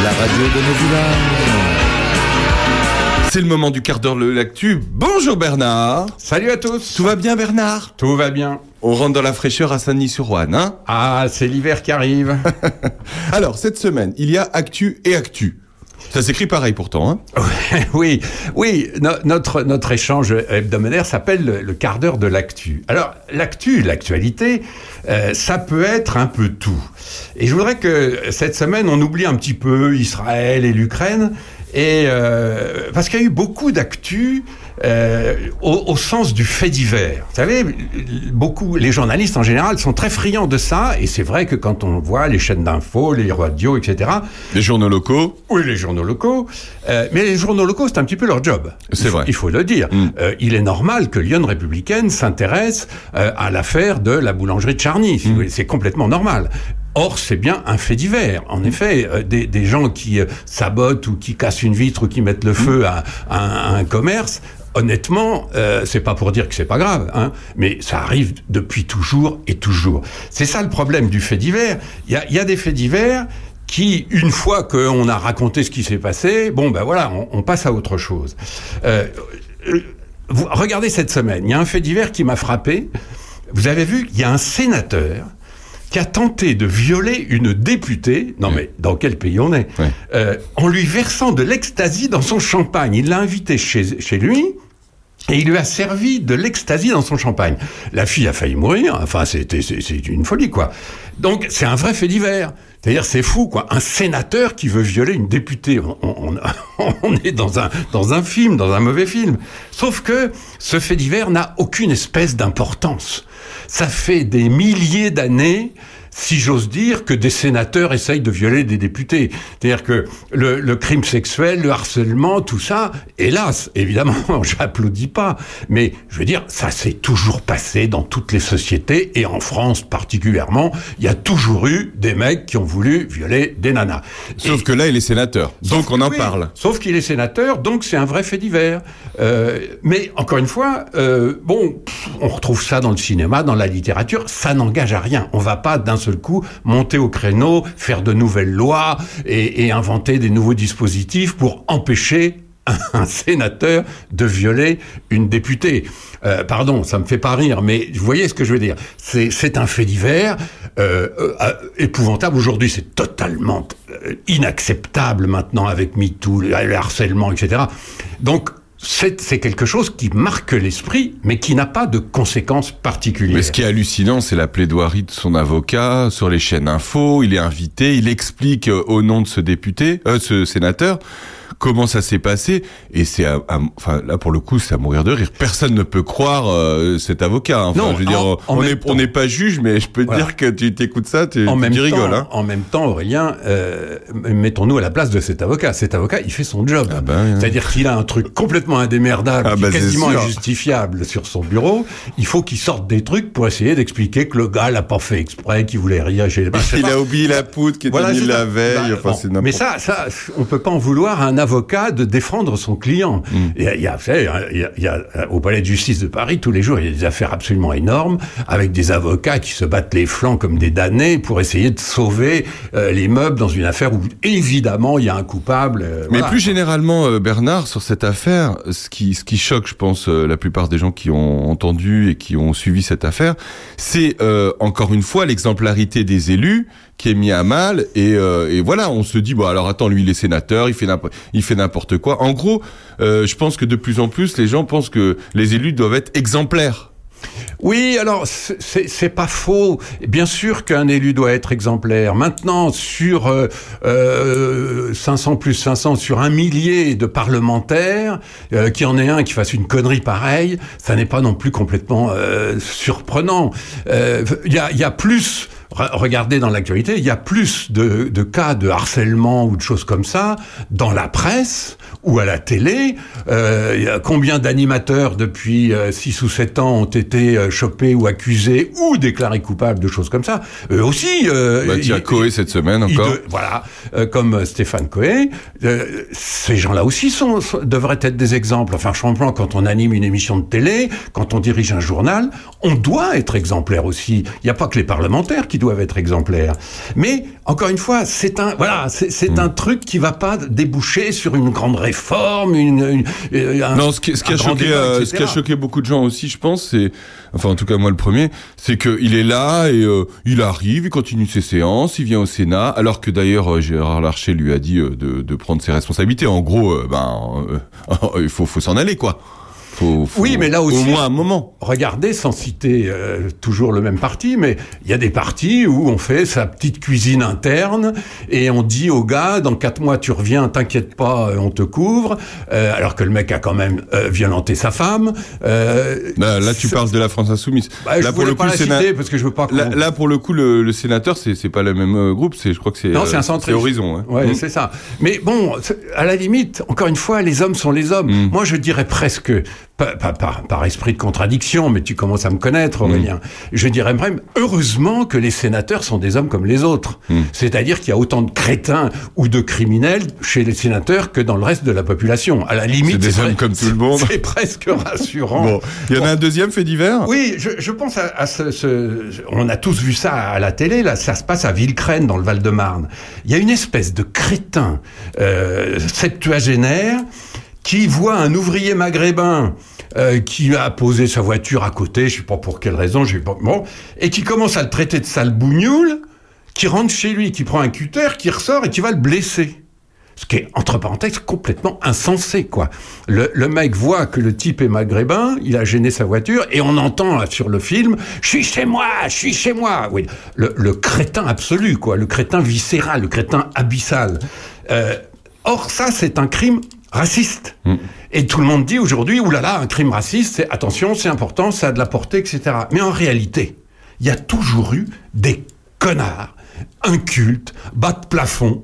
Speaker 10: la radio de nos
Speaker 2: C'est le moment du quart d'heure de l'actu. Bonjour Bernard. Salut à tous. Tout va bien Bernard Tout va bien. On rentre dans la fraîcheur à Saint-Denis-sur-Ouane, hein Ah, c'est l'hiver qui arrive. [LAUGHS] Alors, cette semaine, il y a actu et actu. Ça s'écrit pareil pourtant, hein
Speaker 23: [LAUGHS] oui, oui, no- notre, notre échange hebdomadaire s'appelle le, le quart d'heure de l'actu. Alors, l'actu, l'actualité, euh, ça peut être un peu tout. Et je voudrais que cette semaine, on oublie un petit peu Israël et l'Ukraine, et euh, parce qu'il y a eu beaucoup d'actu euh, au, au sens du fait divers. Vous savez, beaucoup, les journalistes en général sont très friands de ça, et c'est vrai que quand on voit les chaînes d'infos, les radios, etc.
Speaker 2: Les journaux locaux.
Speaker 23: Oui, les journaux locaux. Euh, mais les journaux locaux, c'est un petit peu leur job. C'est vrai. Il faut le dire.
Speaker 2: Hmm.
Speaker 23: Euh, il est normal que Lyon républicaine s'intéresse euh, à l'affaire de la boulangerie de Charny.
Speaker 2: Hmm.
Speaker 23: si vous voulez. C'est complètement normal. Or, c'est bien un fait divers. En effet, euh, des, des gens qui euh, sabotent ou qui cassent une vitre ou qui mettent le feu à, à un- à un commerce, honnêtement, euh, c'est pas pour dire que c'est pas grave, hein, mais ça arrive depuis toujours et toujours. C'est ça le problème du fait divers. Il y a, il y a des faits divers qui, une fois qu'on a raconté ce qui s'est passé, bon ben voilà, on, on passe à autre chose. Euh, euh, vous, regardez cette semaine, il y a un fait divers qui m'a frappé. Vous avez vu, il y a un sénateur qui a tenté de violer une députée, non mais dans quel pays on est, Euh, en lui versant de l'ecstasy dans son champagne. Il l'a invitée chez, chez lui. Et il lui a servi de l'ecstasy dans son champagne. La fille a failli mourir. Enfin, c'était c'est c'est une folie quoi. Donc c'est un vrai fait divers. C'est-à-dire c'est fou quoi. Un sénateur qui veut violer une députée. On, on- on- [LAUGHS] on est dans un dans un film, dans un mauvais film. Sauf que ce fait divers n'a aucune espèce d'importance. Ça fait des milliers d'années si j'ose dire, que des sénateurs essayent de violer des députés. C'est-à-dire que le, le crime sexuel, le harcèlement, tout ça, hélas, évidemment, [LAUGHS] j'applaudis pas. Mais je veux dire, ça s'est toujours passé dans toutes les sociétés, et en France particulièrement, il y a toujours eu des mecs qui ont voulu violer des nanas.
Speaker 2: Sauf que là, il est sénateur. Donc on en
Speaker 23: Oui,
Speaker 2: parle.
Speaker 23: Sauf qu'il est sénateur, donc c'est un vrai fait divers. Euh, mais encore une fois, euh, bon, pff, on retrouve ça dans le cinéma, dans la littérature, ça n'engage à rien. On va pas d'un seul coup monter au créneau, faire de nouvelles lois et, et inventer des nouveaux dispositifs pour empêcher un sénateur de violer une députée. Euh, pardon, ça me fait pas rire, mais vous voyez ce que je veux dire. C'est c'est un fait divers euh, euh, euh, épouvantable. Aujourd'hui, c'est totalement euh, inacceptable maintenant avec MeToo, le, le harcèlement, etc. Donc, c'est c'est quelque chose qui marque l'esprit, mais qui n'a pas de conséquences particulières.
Speaker 2: Mais ce qui est hallucinant, c'est la plaidoirie de son avocat sur les chaînes info. Il est invité, il explique euh, au nom de ce député, euh, ce sénateur, comment ça s'est passé. Et c'est, à- à- enfin là pour le coup, c'est à mourir de rire. Personne ne peut croire euh, cet avocat. Enfin,
Speaker 23: Non,
Speaker 2: je veux dire,
Speaker 23: en- en
Speaker 2: on
Speaker 23: même
Speaker 2: n'est on n'est pas juge, mais je peux te
Speaker 23: Voilà.
Speaker 2: dire que tu t'écoutes ça, tu,
Speaker 23: en
Speaker 2: tu
Speaker 23: même
Speaker 2: dis rigoles.
Speaker 23: temps,
Speaker 2: Hein.
Speaker 23: en même temps, Aurélien, euh, mettons-nous à la place de cet avocat. Cet avocat, il fait son job. C'est-à-dire qu'il a un truc complètement indémerdable,
Speaker 2: bah Ah
Speaker 23: qui est
Speaker 2: bah, c'est
Speaker 23: quasiment
Speaker 2: sûr.
Speaker 23: injustifiable sur son bureau. Il faut qu'il sorte des trucs pour essayer d'expliquer que le gars l'a pas fait exprès, qu'il voulait rire. Je sais pas, je sais
Speaker 2: Il
Speaker 23: pas.
Speaker 2: a oublié la poudre qui était
Speaker 23: Voilà,
Speaker 2: mise
Speaker 23: c'est
Speaker 2: la
Speaker 23: ça.
Speaker 2: veille.
Speaker 23: Bah,
Speaker 2: enfin,
Speaker 23: bon.
Speaker 2: c'est n'importe
Speaker 23: Mais ça, ça, on peut pas en vouloir à un avocat de défendre son client.
Speaker 2: Mm.
Speaker 23: Il y a, il y a- vous savez, hein, il y a- il y a, euh, au palais de justice de Paris tous les jours, il y a des affaires absolument énormes avec des avocats qui se battent les flancs comme des damnés pour essayer de sauver euh, les meubles dans une affaire où évidemment il y a un coupable. euh,
Speaker 2: Mais
Speaker 23: voilà.
Speaker 2: plus généralement, euh, Bernard, sur cette affaire, ce qui, ce qui choque, je pense, euh, la plupart des gens qui ont entendu et qui ont suivi cette affaire, c'est euh, encore une fois l'exemplarité des élus qui est mis à mal. Et, euh, et voilà, on se dit, bon, alors attends, lui, il est sénateur, il fait n'importe- il fait n'importe quoi. En gros, euh, je pense que de plus en plus, les gens pensent que les élus doivent être exemplaires.
Speaker 23: Oui, alors c'est- c'est c'est pas faux. Bien sûr qu'un élu doit être exemplaire. Maintenant, sur euh, euh, 500 plus 500, sur un millier de parlementaires, euh, qu'il y en ait un qui fasse une connerie pareille, ça n'est pas non plus complètement euh, surprenant. Euh, Il y, a, il y a plus Re- Regardez dans l'actualité, il y a plus de, de cas de harcèlement ou de choses comme ça dans la presse ou à la télé. Euh, il y a combien d'animateurs depuis 6 ou 7 ans ont été euh, chopés ou accusés ou déclarés coupables de choses comme ça Eux aussi... Euh,
Speaker 2: Bah, tiens,
Speaker 23: ils-
Speaker 2: Coé cette semaine
Speaker 23: ils
Speaker 2: encore.
Speaker 23: de- voilà, euh, comme Stéphane Coé, euh, ces gens-là aussi sont, sont- devraient être des exemples. Enfin, franchement, quand on anime une émission de télé, quand on dirige un journal, on doit être exemplaire aussi. Il n'y a pas que les parlementaires qui doivent doivent être exemplaires. Mais encore une fois, c'est un voilà, c'est c'est
Speaker 2: Hmm.
Speaker 23: un truc qui va pas déboucher sur une grande réforme, une, une- un-
Speaker 2: non, ce qui, ce qui
Speaker 23: un
Speaker 2: a
Speaker 23: grand
Speaker 2: choqué,
Speaker 23: débat,
Speaker 2: euh, ce
Speaker 23: etc.
Speaker 2: qui a choqué beaucoup de gens aussi, je pense, c'est, enfin, en tout cas moi le premier, c'est que il est là et euh, il arrive, il continue ses séances, il vient au Sénat, alors que d'ailleurs euh, Gérard Larcher lui a dit euh, de, de prendre ses responsabilités. En gros, euh, ben, euh, [LAUGHS] il faut, faut s'en aller, quoi. Faut- faut-
Speaker 23: Oui, mais là aussi.
Speaker 2: Au moins un moment.
Speaker 23: Regardez, sans citer euh, toujours le même parti, mais il y a des partis où on fait sa petite cuisine interne et on dit au gars, dans quatre mois tu reviens, t'inquiète pas, euh, on te couvre, euh, alors que le mec a quand même euh, violenté sa femme. euh,
Speaker 2: Là, là, tu parles de la France insoumise.
Speaker 23: Bah, je
Speaker 2: là,
Speaker 23: voulais pas la
Speaker 2: le Sénat-
Speaker 23: citer parce que je veux pas qu'on-
Speaker 2: Là, là, pour le coup, le, le sénateur, c'est c'est pas le même euh, groupe. C'est, je crois que c'est.
Speaker 23: Non, c'est
Speaker 2: euh,
Speaker 23: un centriste.
Speaker 2: Horizon. hein.
Speaker 23: Ouais,
Speaker 2: Mm.
Speaker 23: c'est ça. Mais bon, c'est- à la limite, encore une fois, les hommes sont les hommes.
Speaker 2: Mmh.
Speaker 23: Moi, je dirais presque, pas, pas- par- par esprit de contradiction, mais tu commences à me connaître,
Speaker 2: Mmh.
Speaker 23: Aurélien, je dirais même, heureusement que les sénateurs sont des hommes comme les autres.
Speaker 2: Mmh.
Speaker 23: C'est-à-dire qu'il y a autant de crétins ou de criminels chez les sénateurs que dans le reste de la population. À la limite,
Speaker 2: C'est des
Speaker 23: c'est
Speaker 2: hommes
Speaker 23: pre-
Speaker 2: comme tout le monde.
Speaker 23: C'est presque rassurant.
Speaker 2: Bon, il y en a un deuxième fait divers.
Speaker 23: Oui, je, je pense à, à ce, ce- On a tous vu ça à la télé, là, ça se passe à Villecrène, dans le Val-de-Marne. Il y a une espèce de crétin euh, septuagénaire qui voit un ouvrier maghrébin euh, qui a posé sa voiture à côté, je sais pas pour quelle raison, je sais pas. Bon, et qui commence à le traiter de sale bougnoule, qui rentre chez lui, qui prend un cutter, qui ressort et qui va le blesser. Ce qui est, entre parenthèses, complètement insensé, quoi. Le, le mec voit que le type est maghrébin, il a gêné sa voiture, et on entend là, sur le film « Je suis chez moi Je suis chez moi !» Oui, le, le crétin absolu, quoi. Le crétin viscéral, le crétin abyssal. Euh, or, ça, c'est un crime raciste. Et tout le monde dit aujourd'hui « Oulala, un crime raciste, c'est attention, c'est important, ça a de la portée, etc. » Mais en réalité, il y a toujours eu des connards, incultes, bas de plafond,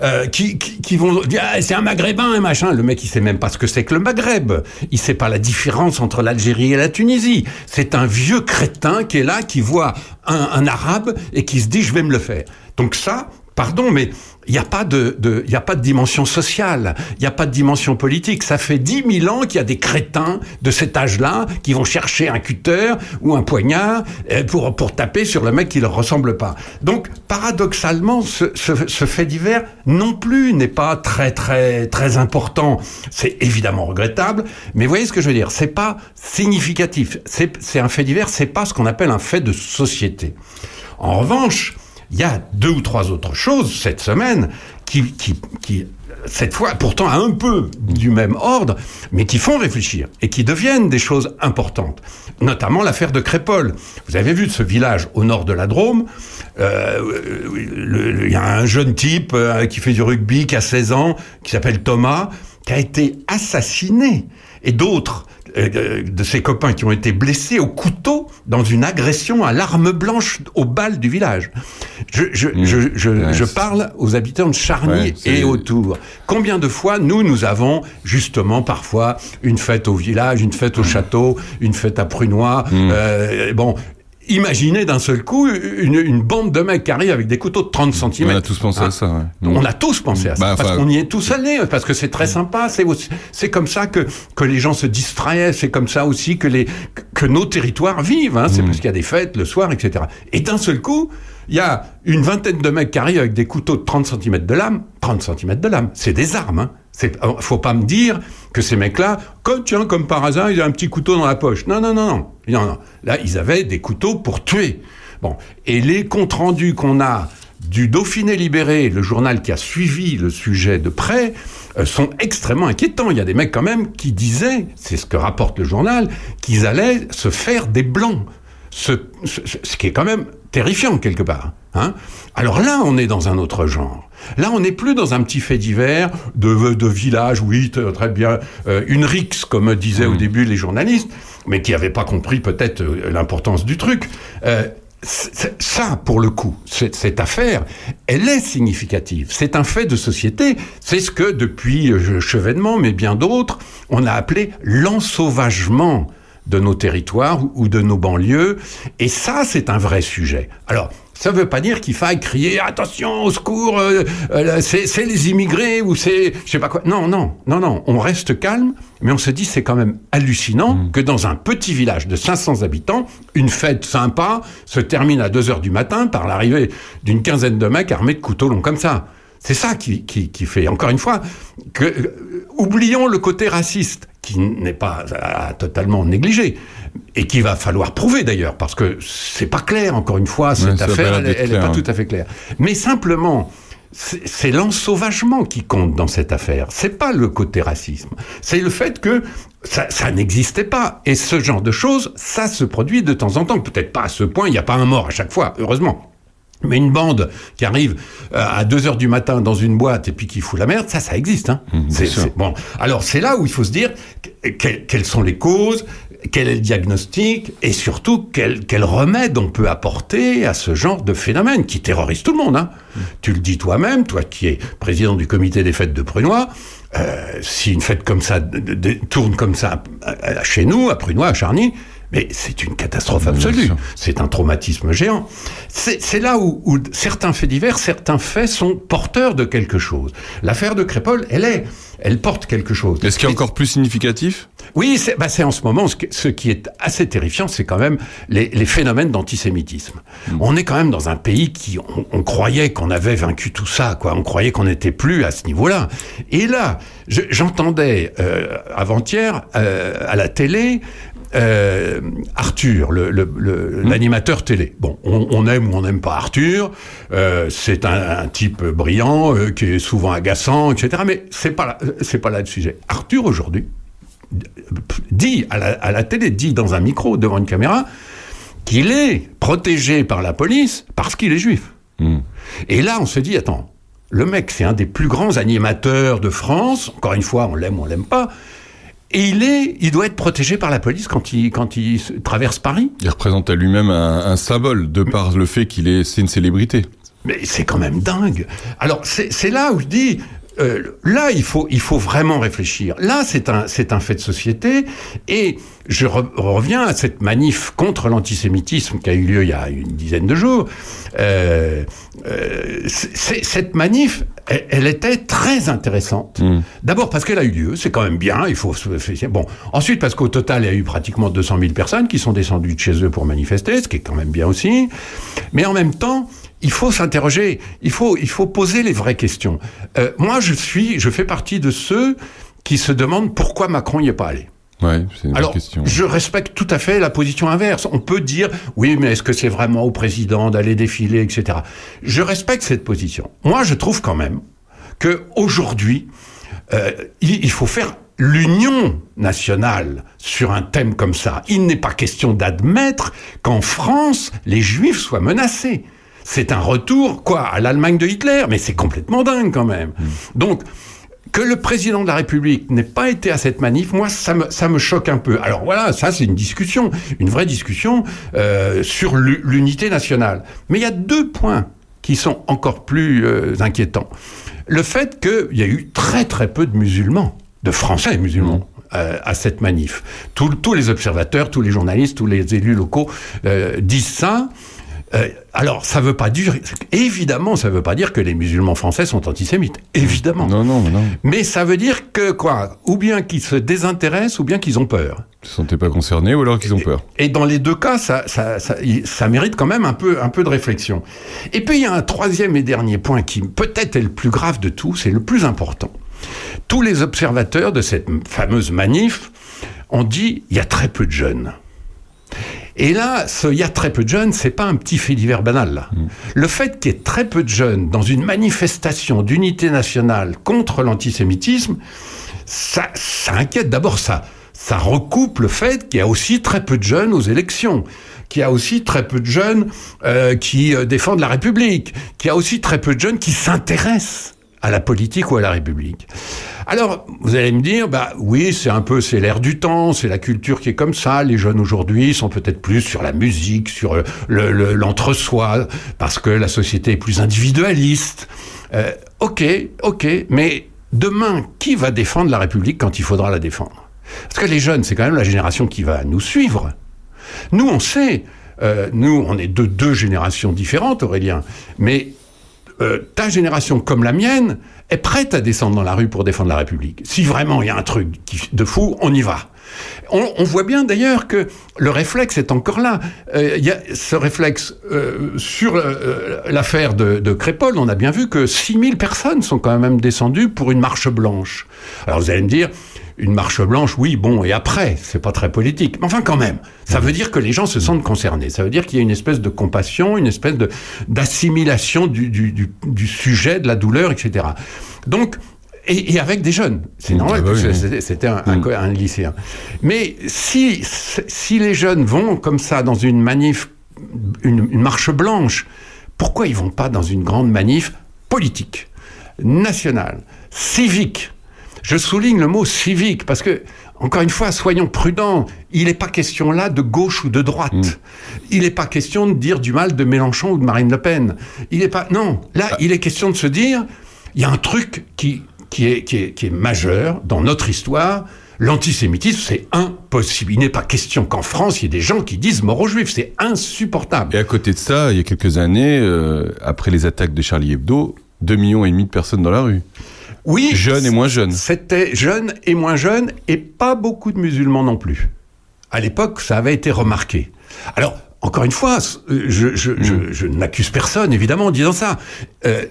Speaker 23: euh, qui, qui, qui vont dire Ah, c'est un maghrébin un machin le mec il sait même pas ce que c'est que le Maghreb il sait pas la différence entre l'Algérie et la Tunisie c'est un vieux crétin qui est là qui voit un, un arabe et qui se dit je vais me le faire donc ça pardon mais il n'y a pas de, de- il y a pas de dimension sociale, il n'y a pas de dimension politique. Ça fait 10 000 ans qu'il y a des crétins de cet âge-là qui vont chercher un cutter ou un poignard euh, pour, pour taper sur le mec qui leur ressemble pas. Donc, paradoxalement, ce, ce- ce fait divers non plus n'est pas très, très, très important. C'est évidemment regrettable, mais vous voyez ce que je veux dire. C'est pas significatif. C'est c'est un fait divers, c'est pas ce qu'on appelle un fait de société. En revanche, il y a deux ou trois autres choses cette semaine qui, qui, qui, cette fois, pourtant un peu du même ordre, mais qui font réfléchir et qui deviennent des choses importantes. Notamment l'affaire de Crépole. Vous avez vu ce village au nord de la Drôme. euh, le- le- Il y a un jeune type euh, qui fait du rugby, qui a 16 ans, qui s'appelle Thomas, qui a été assassiné. Et d'autres euh, de ses copains qui ont été blessés au couteau dans une agression à l'arme blanche aux balles du village. Je, je, je, je, je parle aux habitants de Charny
Speaker 2: Mm. Ouais, c'est-
Speaker 23: et autour. Combien de fois nous, nous avons justement parfois une fête au village, une
Speaker 2: Mm.
Speaker 23: fête au château, une fête à Prunois, euh, bon... Imaginez d'un seul coup une, une bande de mecs qui arrivent avec des couteaux de 30 cm.
Speaker 2: On a tous pensé à ça, ouais.
Speaker 23: On a tous pensé à ça.
Speaker 2: Bah,
Speaker 23: parce
Speaker 2: enfin,
Speaker 23: qu'on y est tous allés, parce que c'est très sympa. C'est aussi- c'est comme ça que que les gens se distraient. C'est comme ça aussi que les que nos territoires vivent. hein.
Speaker 2: Mm.
Speaker 23: C'est parce qu'il y a des fêtes le soir, etc. Et d'un seul coup, il y a une vingtaine de mecs qui arrivent avec des couteaux de 30 cm de lame. 30 cm de lame, c'est des armes. Hein. C'est euh, faut pas me dire que ces mecs-là, comme tiens comme par hasard, ils ont un petit couteau dans la poche. Non non non non non non. Là, ils avaient des couteaux pour tuer. Bon, et les comptes rendus qu'on a du Dauphiné libéré, le journal qui a suivi le sujet de près, euh, sont extrêmement inquiétants. Il y a des mecs quand même qui disaient, c'est ce que rapporte le journal, qu'ils allaient se faire des blancs. Ce, ce- ce- ce qui est quand même terrifiant quelque part. hein. Alors là, on est dans un autre genre. Là, on n'est plus dans un petit fait divers de, de village, oui, t- très bien, euh, une rixe, comme disaient au début les journalistes, mais qui n'avaient pas compris peut-être euh, l'importance du truc. Euh, c- c- ça, pour le coup, cette cette affaire, elle est significative. C'est un fait de société. C'est ce que, depuis euh, Chevènement, mais bien d'autres, on a appelé l'ensauvagement de nos territoires ou de nos banlieues. Et ça, c'est un vrai sujet. Alors, Ça ne veut pas dire qu'il faille crier attention, au secours, euh, euh, c'est c'est les immigrés ou c'est je sais pas quoi. Non, non, non, non. On reste calme, mais on se dit c'est quand même hallucinant que dans un petit village de 500 habitants, une fête sympa se termine à 2 heures du matin par l'arrivée d'une quinzaine de mecs armés de couteaux longs comme ça. C'est ça qui, qui, qui fait, encore une fois, que, euh, oublions le côté raciste, qui n'est pas à- à totalement négligé, et qui va falloir prouver d'ailleurs, parce que c'est pas clair, encore une fois, cette
Speaker 2: Ouais, ça a pas
Speaker 23: affaire,
Speaker 2: l'air
Speaker 23: elle-
Speaker 2: d'être
Speaker 23: elle n'est
Speaker 2: clair,
Speaker 23: pas
Speaker 2: hein.
Speaker 23: tout à fait claire. Mais simplement, c'est c'est l'ensauvagement qui compte dans cette affaire. C'est pas le côté racisme. C'est le fait que ça, ça n'existait pas. Et ce genre de choses, ça se produit de temps en temps. Peut-être pas à ce point, il n'y a pas un mort à chaque fois, heureusement. Mais une bande qui arrive euh, à 2 heures du matin dans une boîte et puis qui fout la merde, ça, ça existe. Hein. C'est- c'est- bon. Alors, c'est là où il faut se dire que- que- quelles sont les causes, quel est le diagnostic et surtout quel, quel remède on peut apporter à ce genre de phénomène qui terrorise tout le monde. hein. Tu le dis toi-même, toi qui es président du comité des fêtes de Prunois, euh, si une fête comme ça de- de- de- tourne comme ça à- à- chez nous, à Prunois, à Charny, mais c'est une catastrophe absolue. C'est un traumatisme géant. C'est c'est là où, où certains faits divers, certains faits sont porteurs de quelque chose. L'affaire de Crépole, elle est, elle porte quelque chose. Est-ce qu'il y a encore plus significatif Oui, c'est bah, c'est en ce moment ce, que- ce qui est assez terrifiant, c'est quand même les, les phénomènes d'antisémitisme. On est quand même dans un pays qui, on, on croyait qu'on avait vaincu tout ça, quoi. On croyait qu'on n'était plus à ce niveau-là. Et là, je- j'entendais euh, avant-hier euh, à la télé euh, Arthur, le- le- le- l'animateur télé. Bon, on, on aime ou on n'aime pas Arthur. euh, c'est un, un type brillant euh, qui est souvent agaçant, etc. Mais c'est pas là- c'est pas là le sujet. Arthur aujourd'hui dit à la, à la télé, dit dans un micro devant une caméra, qu'il est protégé par la police parce qu'il est juif. Et là, on se dit, attends, le mec, c'est un des plus grands animateurs de France. Encore une fois, on l'aime ou on l'aime pas. Et il est, il doit être protégé par la police quand il, quand il se- traverse Paris.
Speaker 2: Il représente à lui-même un, un symbole, de par le fait qu'il est, c'est une célébrité.
Speaker 23: Mais c'est quand même dingue. Alors c'est c'est là où je dis. euh, là, il faut, il faut vraiment réfléchir. Là, c'est un, c'est un fait de société. Et je re- reviens à cette manif contre l'antisémitisme qui a eu lieu il y a une dizaine de jours. Euh, euh, c'est- c'est- cette manif, elle, elle était très intéressante. D'abord parce qu'elle a eu lieu, c'est quand même bien. Il faut se- se- bon. Ensuite parce qu'au total, il y a eu pratiquement 200 000 personnes qui sont descendues de chez eux pour manifester, ce qui est quand même bien aussi. Mais en même temps, il faut s'interroger, il faut, il faut poser les vraies questions. Euh, moi, je suis, je fais partie de ceux qui se demandent pourquoi Macron n'y est pas allé.
Speaker 2: Ouais, c'est une vraie
Speaker 23: Alors,
Speaker 2: question.
Speaker 23: je respecte tout à fait la position inverse. On peut dire, oui, mais est-ce que c'est vraiment au président d'aller défiler, etc. Je respecte cette position. Moi, je trouve quand même que aujourd'hui, euh, il, il faut faire l'union nationale sur un thème comme ça. Il n'est pas question d'admettre qu'en France, les Juifs soient menacés. C'est un retour, quoi, à l'Allemagne de Hitler, mais c'est complètement dingue quand même. Donc, que le président de la République n'ait pas été à cette manif, moi, ça me, ça me choque un peu. Alors voilà, ça, c'est une discussion, une vraie discussion euh, sur l'u- l'unité nationale. Mais il y a deux points qui sont encore plus euh, inquiétants. Le fait qu'il y a eu très très peu de musulmans, de Français musulmans, euh, à cette manif. Tout- tous les observateurs, tous les journalistes, tous les élus locaux euh, disent ça. Euh, alors, ça veut pas dire. Évidemment, ça veut pas dire que les musulmans français sont antisémites. Évidemment.
Speaker 2: Non, non, non.
Speaker 23: Mais ça veut dire que quoi Ou bien qu'ils se désintéressent, ou bien qu'ils ont peur.
Speaker 2: Ils ne se sentaient pas concernés ou alors qu'ils ont peur.
Speaker 23: Et dans les deux cas, ça, ça, ça, il- ça mérite quand même un peu, un peu de réflexion. Et puis il y a un troisième et dernier point qui peut-être est le plus grave de tous et le plus important. Tous les observateurs de cette m- fameuse manif ont dit il y a très peu de jeunes. Et là, ce il y a très peu de jeunes, c'est pas un petit fait divers banal. là. Le fait qu'il y ait très peu de jeunes dans une manifestation d'unité nationale contre l'antisémitisme, ça, ça inquiète d'abord ça. Ça recoupe le fait qu'il y a aussi très peu de jeunes aux élections, qu'il y a aussi très peu de jeunes euh, qui euh, défendent la République, qu'il y a aussi très peu de jeunes qui s'intéressent à la politique ou à la République. Alors, vous allez me dire, bah oui, c'est un peu, c'est l'air du temps, c'est la culture qui est comme ça. Les jeunes aujourd'hui sont peut-être plus sur la musique, sur euh, le- le- l'entre-soi, parce que la société est plus individualiste. Euh, ok, ok, mais demain, qui va défendre la République quand il faudra la défendre Parce que les jeunes, c'est quand même la génération qui va nous suivre. Nous, on sait, euh, nous, on est de deux générations différentes, Aurélien, mais euh, ta génération comme la mienne est prête à descendre dans la rue pour défendre la République. Si vraiment il y a un truc qui- de fou, on y va. On, on voit bien d'ailleurs que le réflexe est encore là. Euh, Il y a ce réflexe euh, sur euh, l'affaire de, de Crépol. On a bien vu que 6000 personnes sont quand même descendues pour une marche blanche. Alors vous allez me dire, une marche blanche, oui, bon, et après, c'est pas très politique. Mais enfin, quand même, ça veut dire que les gens se sentent concernés. Ça veut dire qu'il y a une espèce de compassion, une espèce de- d'assimilation du, du- du- du sujet, de la douleur, etc. Donc, et, et avec des jeunes. C'est
Speaker 2: Mm,
Speaker 23: normal,
Speaker 2: ah bah
Speaker 23: parce
Speaker 2: oui, Mm.
Speaker 23: que
Speaker 2: oui.
Speaker 23: c'était- c'était un, un co- un lycéen. Mais si, si les jeunes vont comme ça dans une manif, une, une marche blanche, pourquoi ils vont pas dans une grande manif politique, nationale, civique je souligne le mot civique parce que, encore une fois, soyons prudents. Il n'est pas question là de gauche ou de droite. Il n'est pas question de dire du mal de Mélenchon ou de Marine Le Pen. Il n'est pas. Non, là, il est question de se dire il y a un truc qui, qui, est, qui, est, qui est majeur dans notre histoire. L'antisémitisme, c'est impossible. Il n'est pas question qu'en France, il y ait des gens qui disent mort aux juifs. C'est insupportable.
Speaker 2: Et à côté de ça, il y a quelques années, euh, après les attaques de Charlie Hebdo, 2 millions et demi de personnes dans la rue.
Speaker 23: Oui.
Speaker 2: Jeunes et moins jeunes.
Speaker 23: C'était jeune et moins jeune, et pas beaucoup de musulmans non plus. À l'époque, ça avait été remarqué. Alors, encore une fois, euh, je, je-
Speaker 2: Mm.
Speaker 23: je- je n'accuse personne, évidemment, en disant ça. Euh,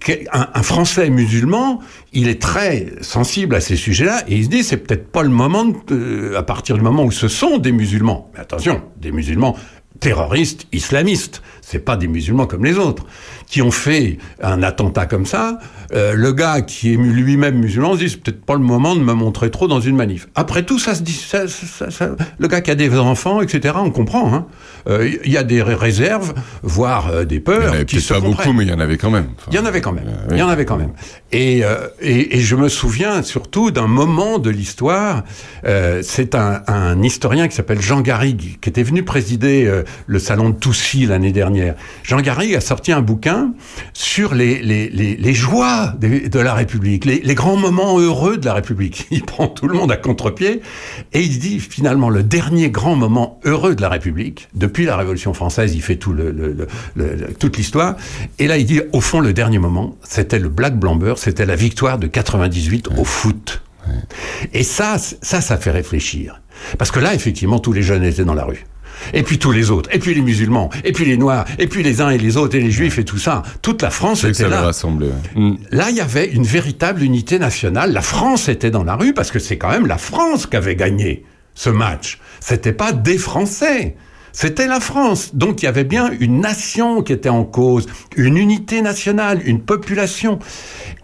Speaker 23: qu'un- un, Français musulman, il est très sensible à ces sujets-là, et il se dit, c'est peut-être pas le moment, de- euh, à partir du moment où ce sont des musulmans. Mais attention, des musulmans terroristes islamistes. C'est pas des musulmans comme les autres qui ont fait un attentat comme ça. euh, le gars qui est lui-même musulman se dit c'est peut-être pas le moment de me montrer trop dans une manif. Après tout, ça se dit, ça- ça- ça- le gars qui a des enfants, etc. On comprend. hein. Euh, Il y a des ré- réserves, voire euh, des peurs.
Speaker 2: Il y en avait
Speaker 23: qui
Speaker 2: peut-être
Speaker 23: se
Speaker 2: pas
Speaker 23: comprennent.
Speaker 2: beaucoup, mais il y en avait quand même. Enfin, euh,
Speaker 23: Il y en avait quand même.
Speaker 2: oui.
Speaker 23: Il y en avait quand même. Et, euh, et, et je me souviens surtout d'un moment de l'histoire. euh, c'est un, un historien qui s'appelle Jean Garrigue, qui était venu présider euh, le salon de Toussy l'année dernière. Jean Garrigue a sorti un bouquin sur les, les, les, les joies des- de, la République, les, les grands moments heureux de la République. [LAUGHS] Il prend tout le monde à contre-pied et il dit finalement le dernier grand moment heureux de la République, depuis la Révolution française, il fait tout le, le- le- le- le- toute l'histoire. Et là, il dit au fond, le dernier moment, c'était le Black Blamber, c'était la victoire de 98 au foot. Et ça, c- ça, ça fait réfléchir. Parce que là, effectivement, tous les jeunes étaient dans la rue. Et puis tous les autres, et puis les musulmans, et puis les noirs, et puis les uns et les autres, et les juifs et tout ça. Toute la France
Speaker 2: C'est que
Speaker 23: était
Speaker 2: ça les
Speaker 23: là.
Speaker 2: rassemblait.
Speaker 23: Là, il y avait une véritable unité nationale. La France était dans la rue parce que c'est quand même la France qui avait gagné ce match. C'était pas des Français. C'était la France. Donc il y avait bien une nation qui était en cause, une unité nationale, une population.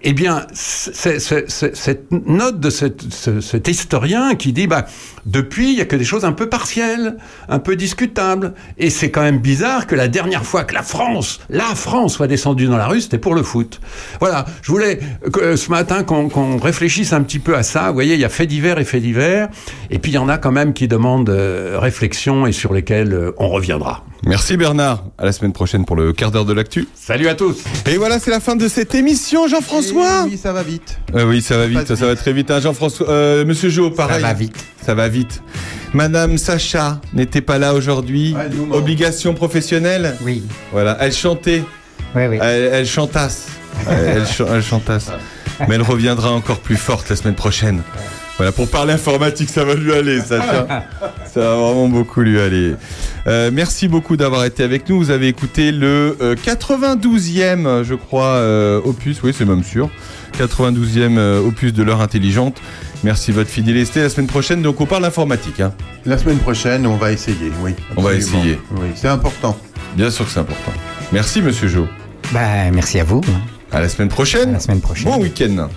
Speaker 23: Eh bien, c'est- c'est- c'est- cette note de cette- ce- cet historien qui dit, bah, depuis, il y a que des choses un peu partielles, un peu discutables. Et c'est quand même bizarre que la dernière fois que la France, la France, soit descendue dans la rue, c'était pour le foot. Voilà, je voulais que euh, ce matin qu'on qu'on réfléchisse un petit peu à ça. Vous voyez, il y a fait divers et fait divers. Et puis, il y en a quand même qui demandent euh, réflexion et sur lesquels euh, on reviendra.
Speaker 2: Merci Bernard. À la semaine prochaine pour le quart d'heure de l'actu.
Speaker 23: Salut à tous.
Speaker 2: Et voilà, c'est la fin de cette émission, Jean-François.
Speaker 8: Eh Oui, ça va vite.
Speaker 2: Ah oui, ça va vite, ça, ça va très vite. hein, Jean-François, euh, Monsieur Jo, pareil. Ça va
Speaker 8: vite.
Speaker 2: Ça va vite. Madame Sacha n'était pas là aujourd'hui. Obligation professionnelle.
Speaker 16: Oui.
Speaker 2: Voilà, elle chantait. Elle, elle chantasse. elle, elle ch- elle chantasse. Mais elle reviendra encore plus forte la semaine prochaine. Voilà, pour parler informatique, ça va lui aller, Sacha. Ça va vraiment beaucoup lui aller. Euh, merci beaucoup d'avoir été avec nous. Vous avez écouté le euh, 92e, je crois, euh, opus. Oui, c'est même sûr. 92e euh, opus de l'heure intelligente. Merci de votre fidélité. La semaine prochaine, donc, on parle informatique. hein.
Speaker 8: La semaine prochaine, on va essayer, oui.
Speaker 2: On va
Speaker 8: absolument.
Speaker 2: essayer.
Speaker 8: Oui, c'est important.
Speaker 2: Bien sûr que c'est important. Merci, monsieur Jo.
Speaker 16: Bah, merci à vous.
Speaker 2: À la semaine prochaine.
Speaker 16: la semaine prochaine.
Speaker 2: Bon week-end.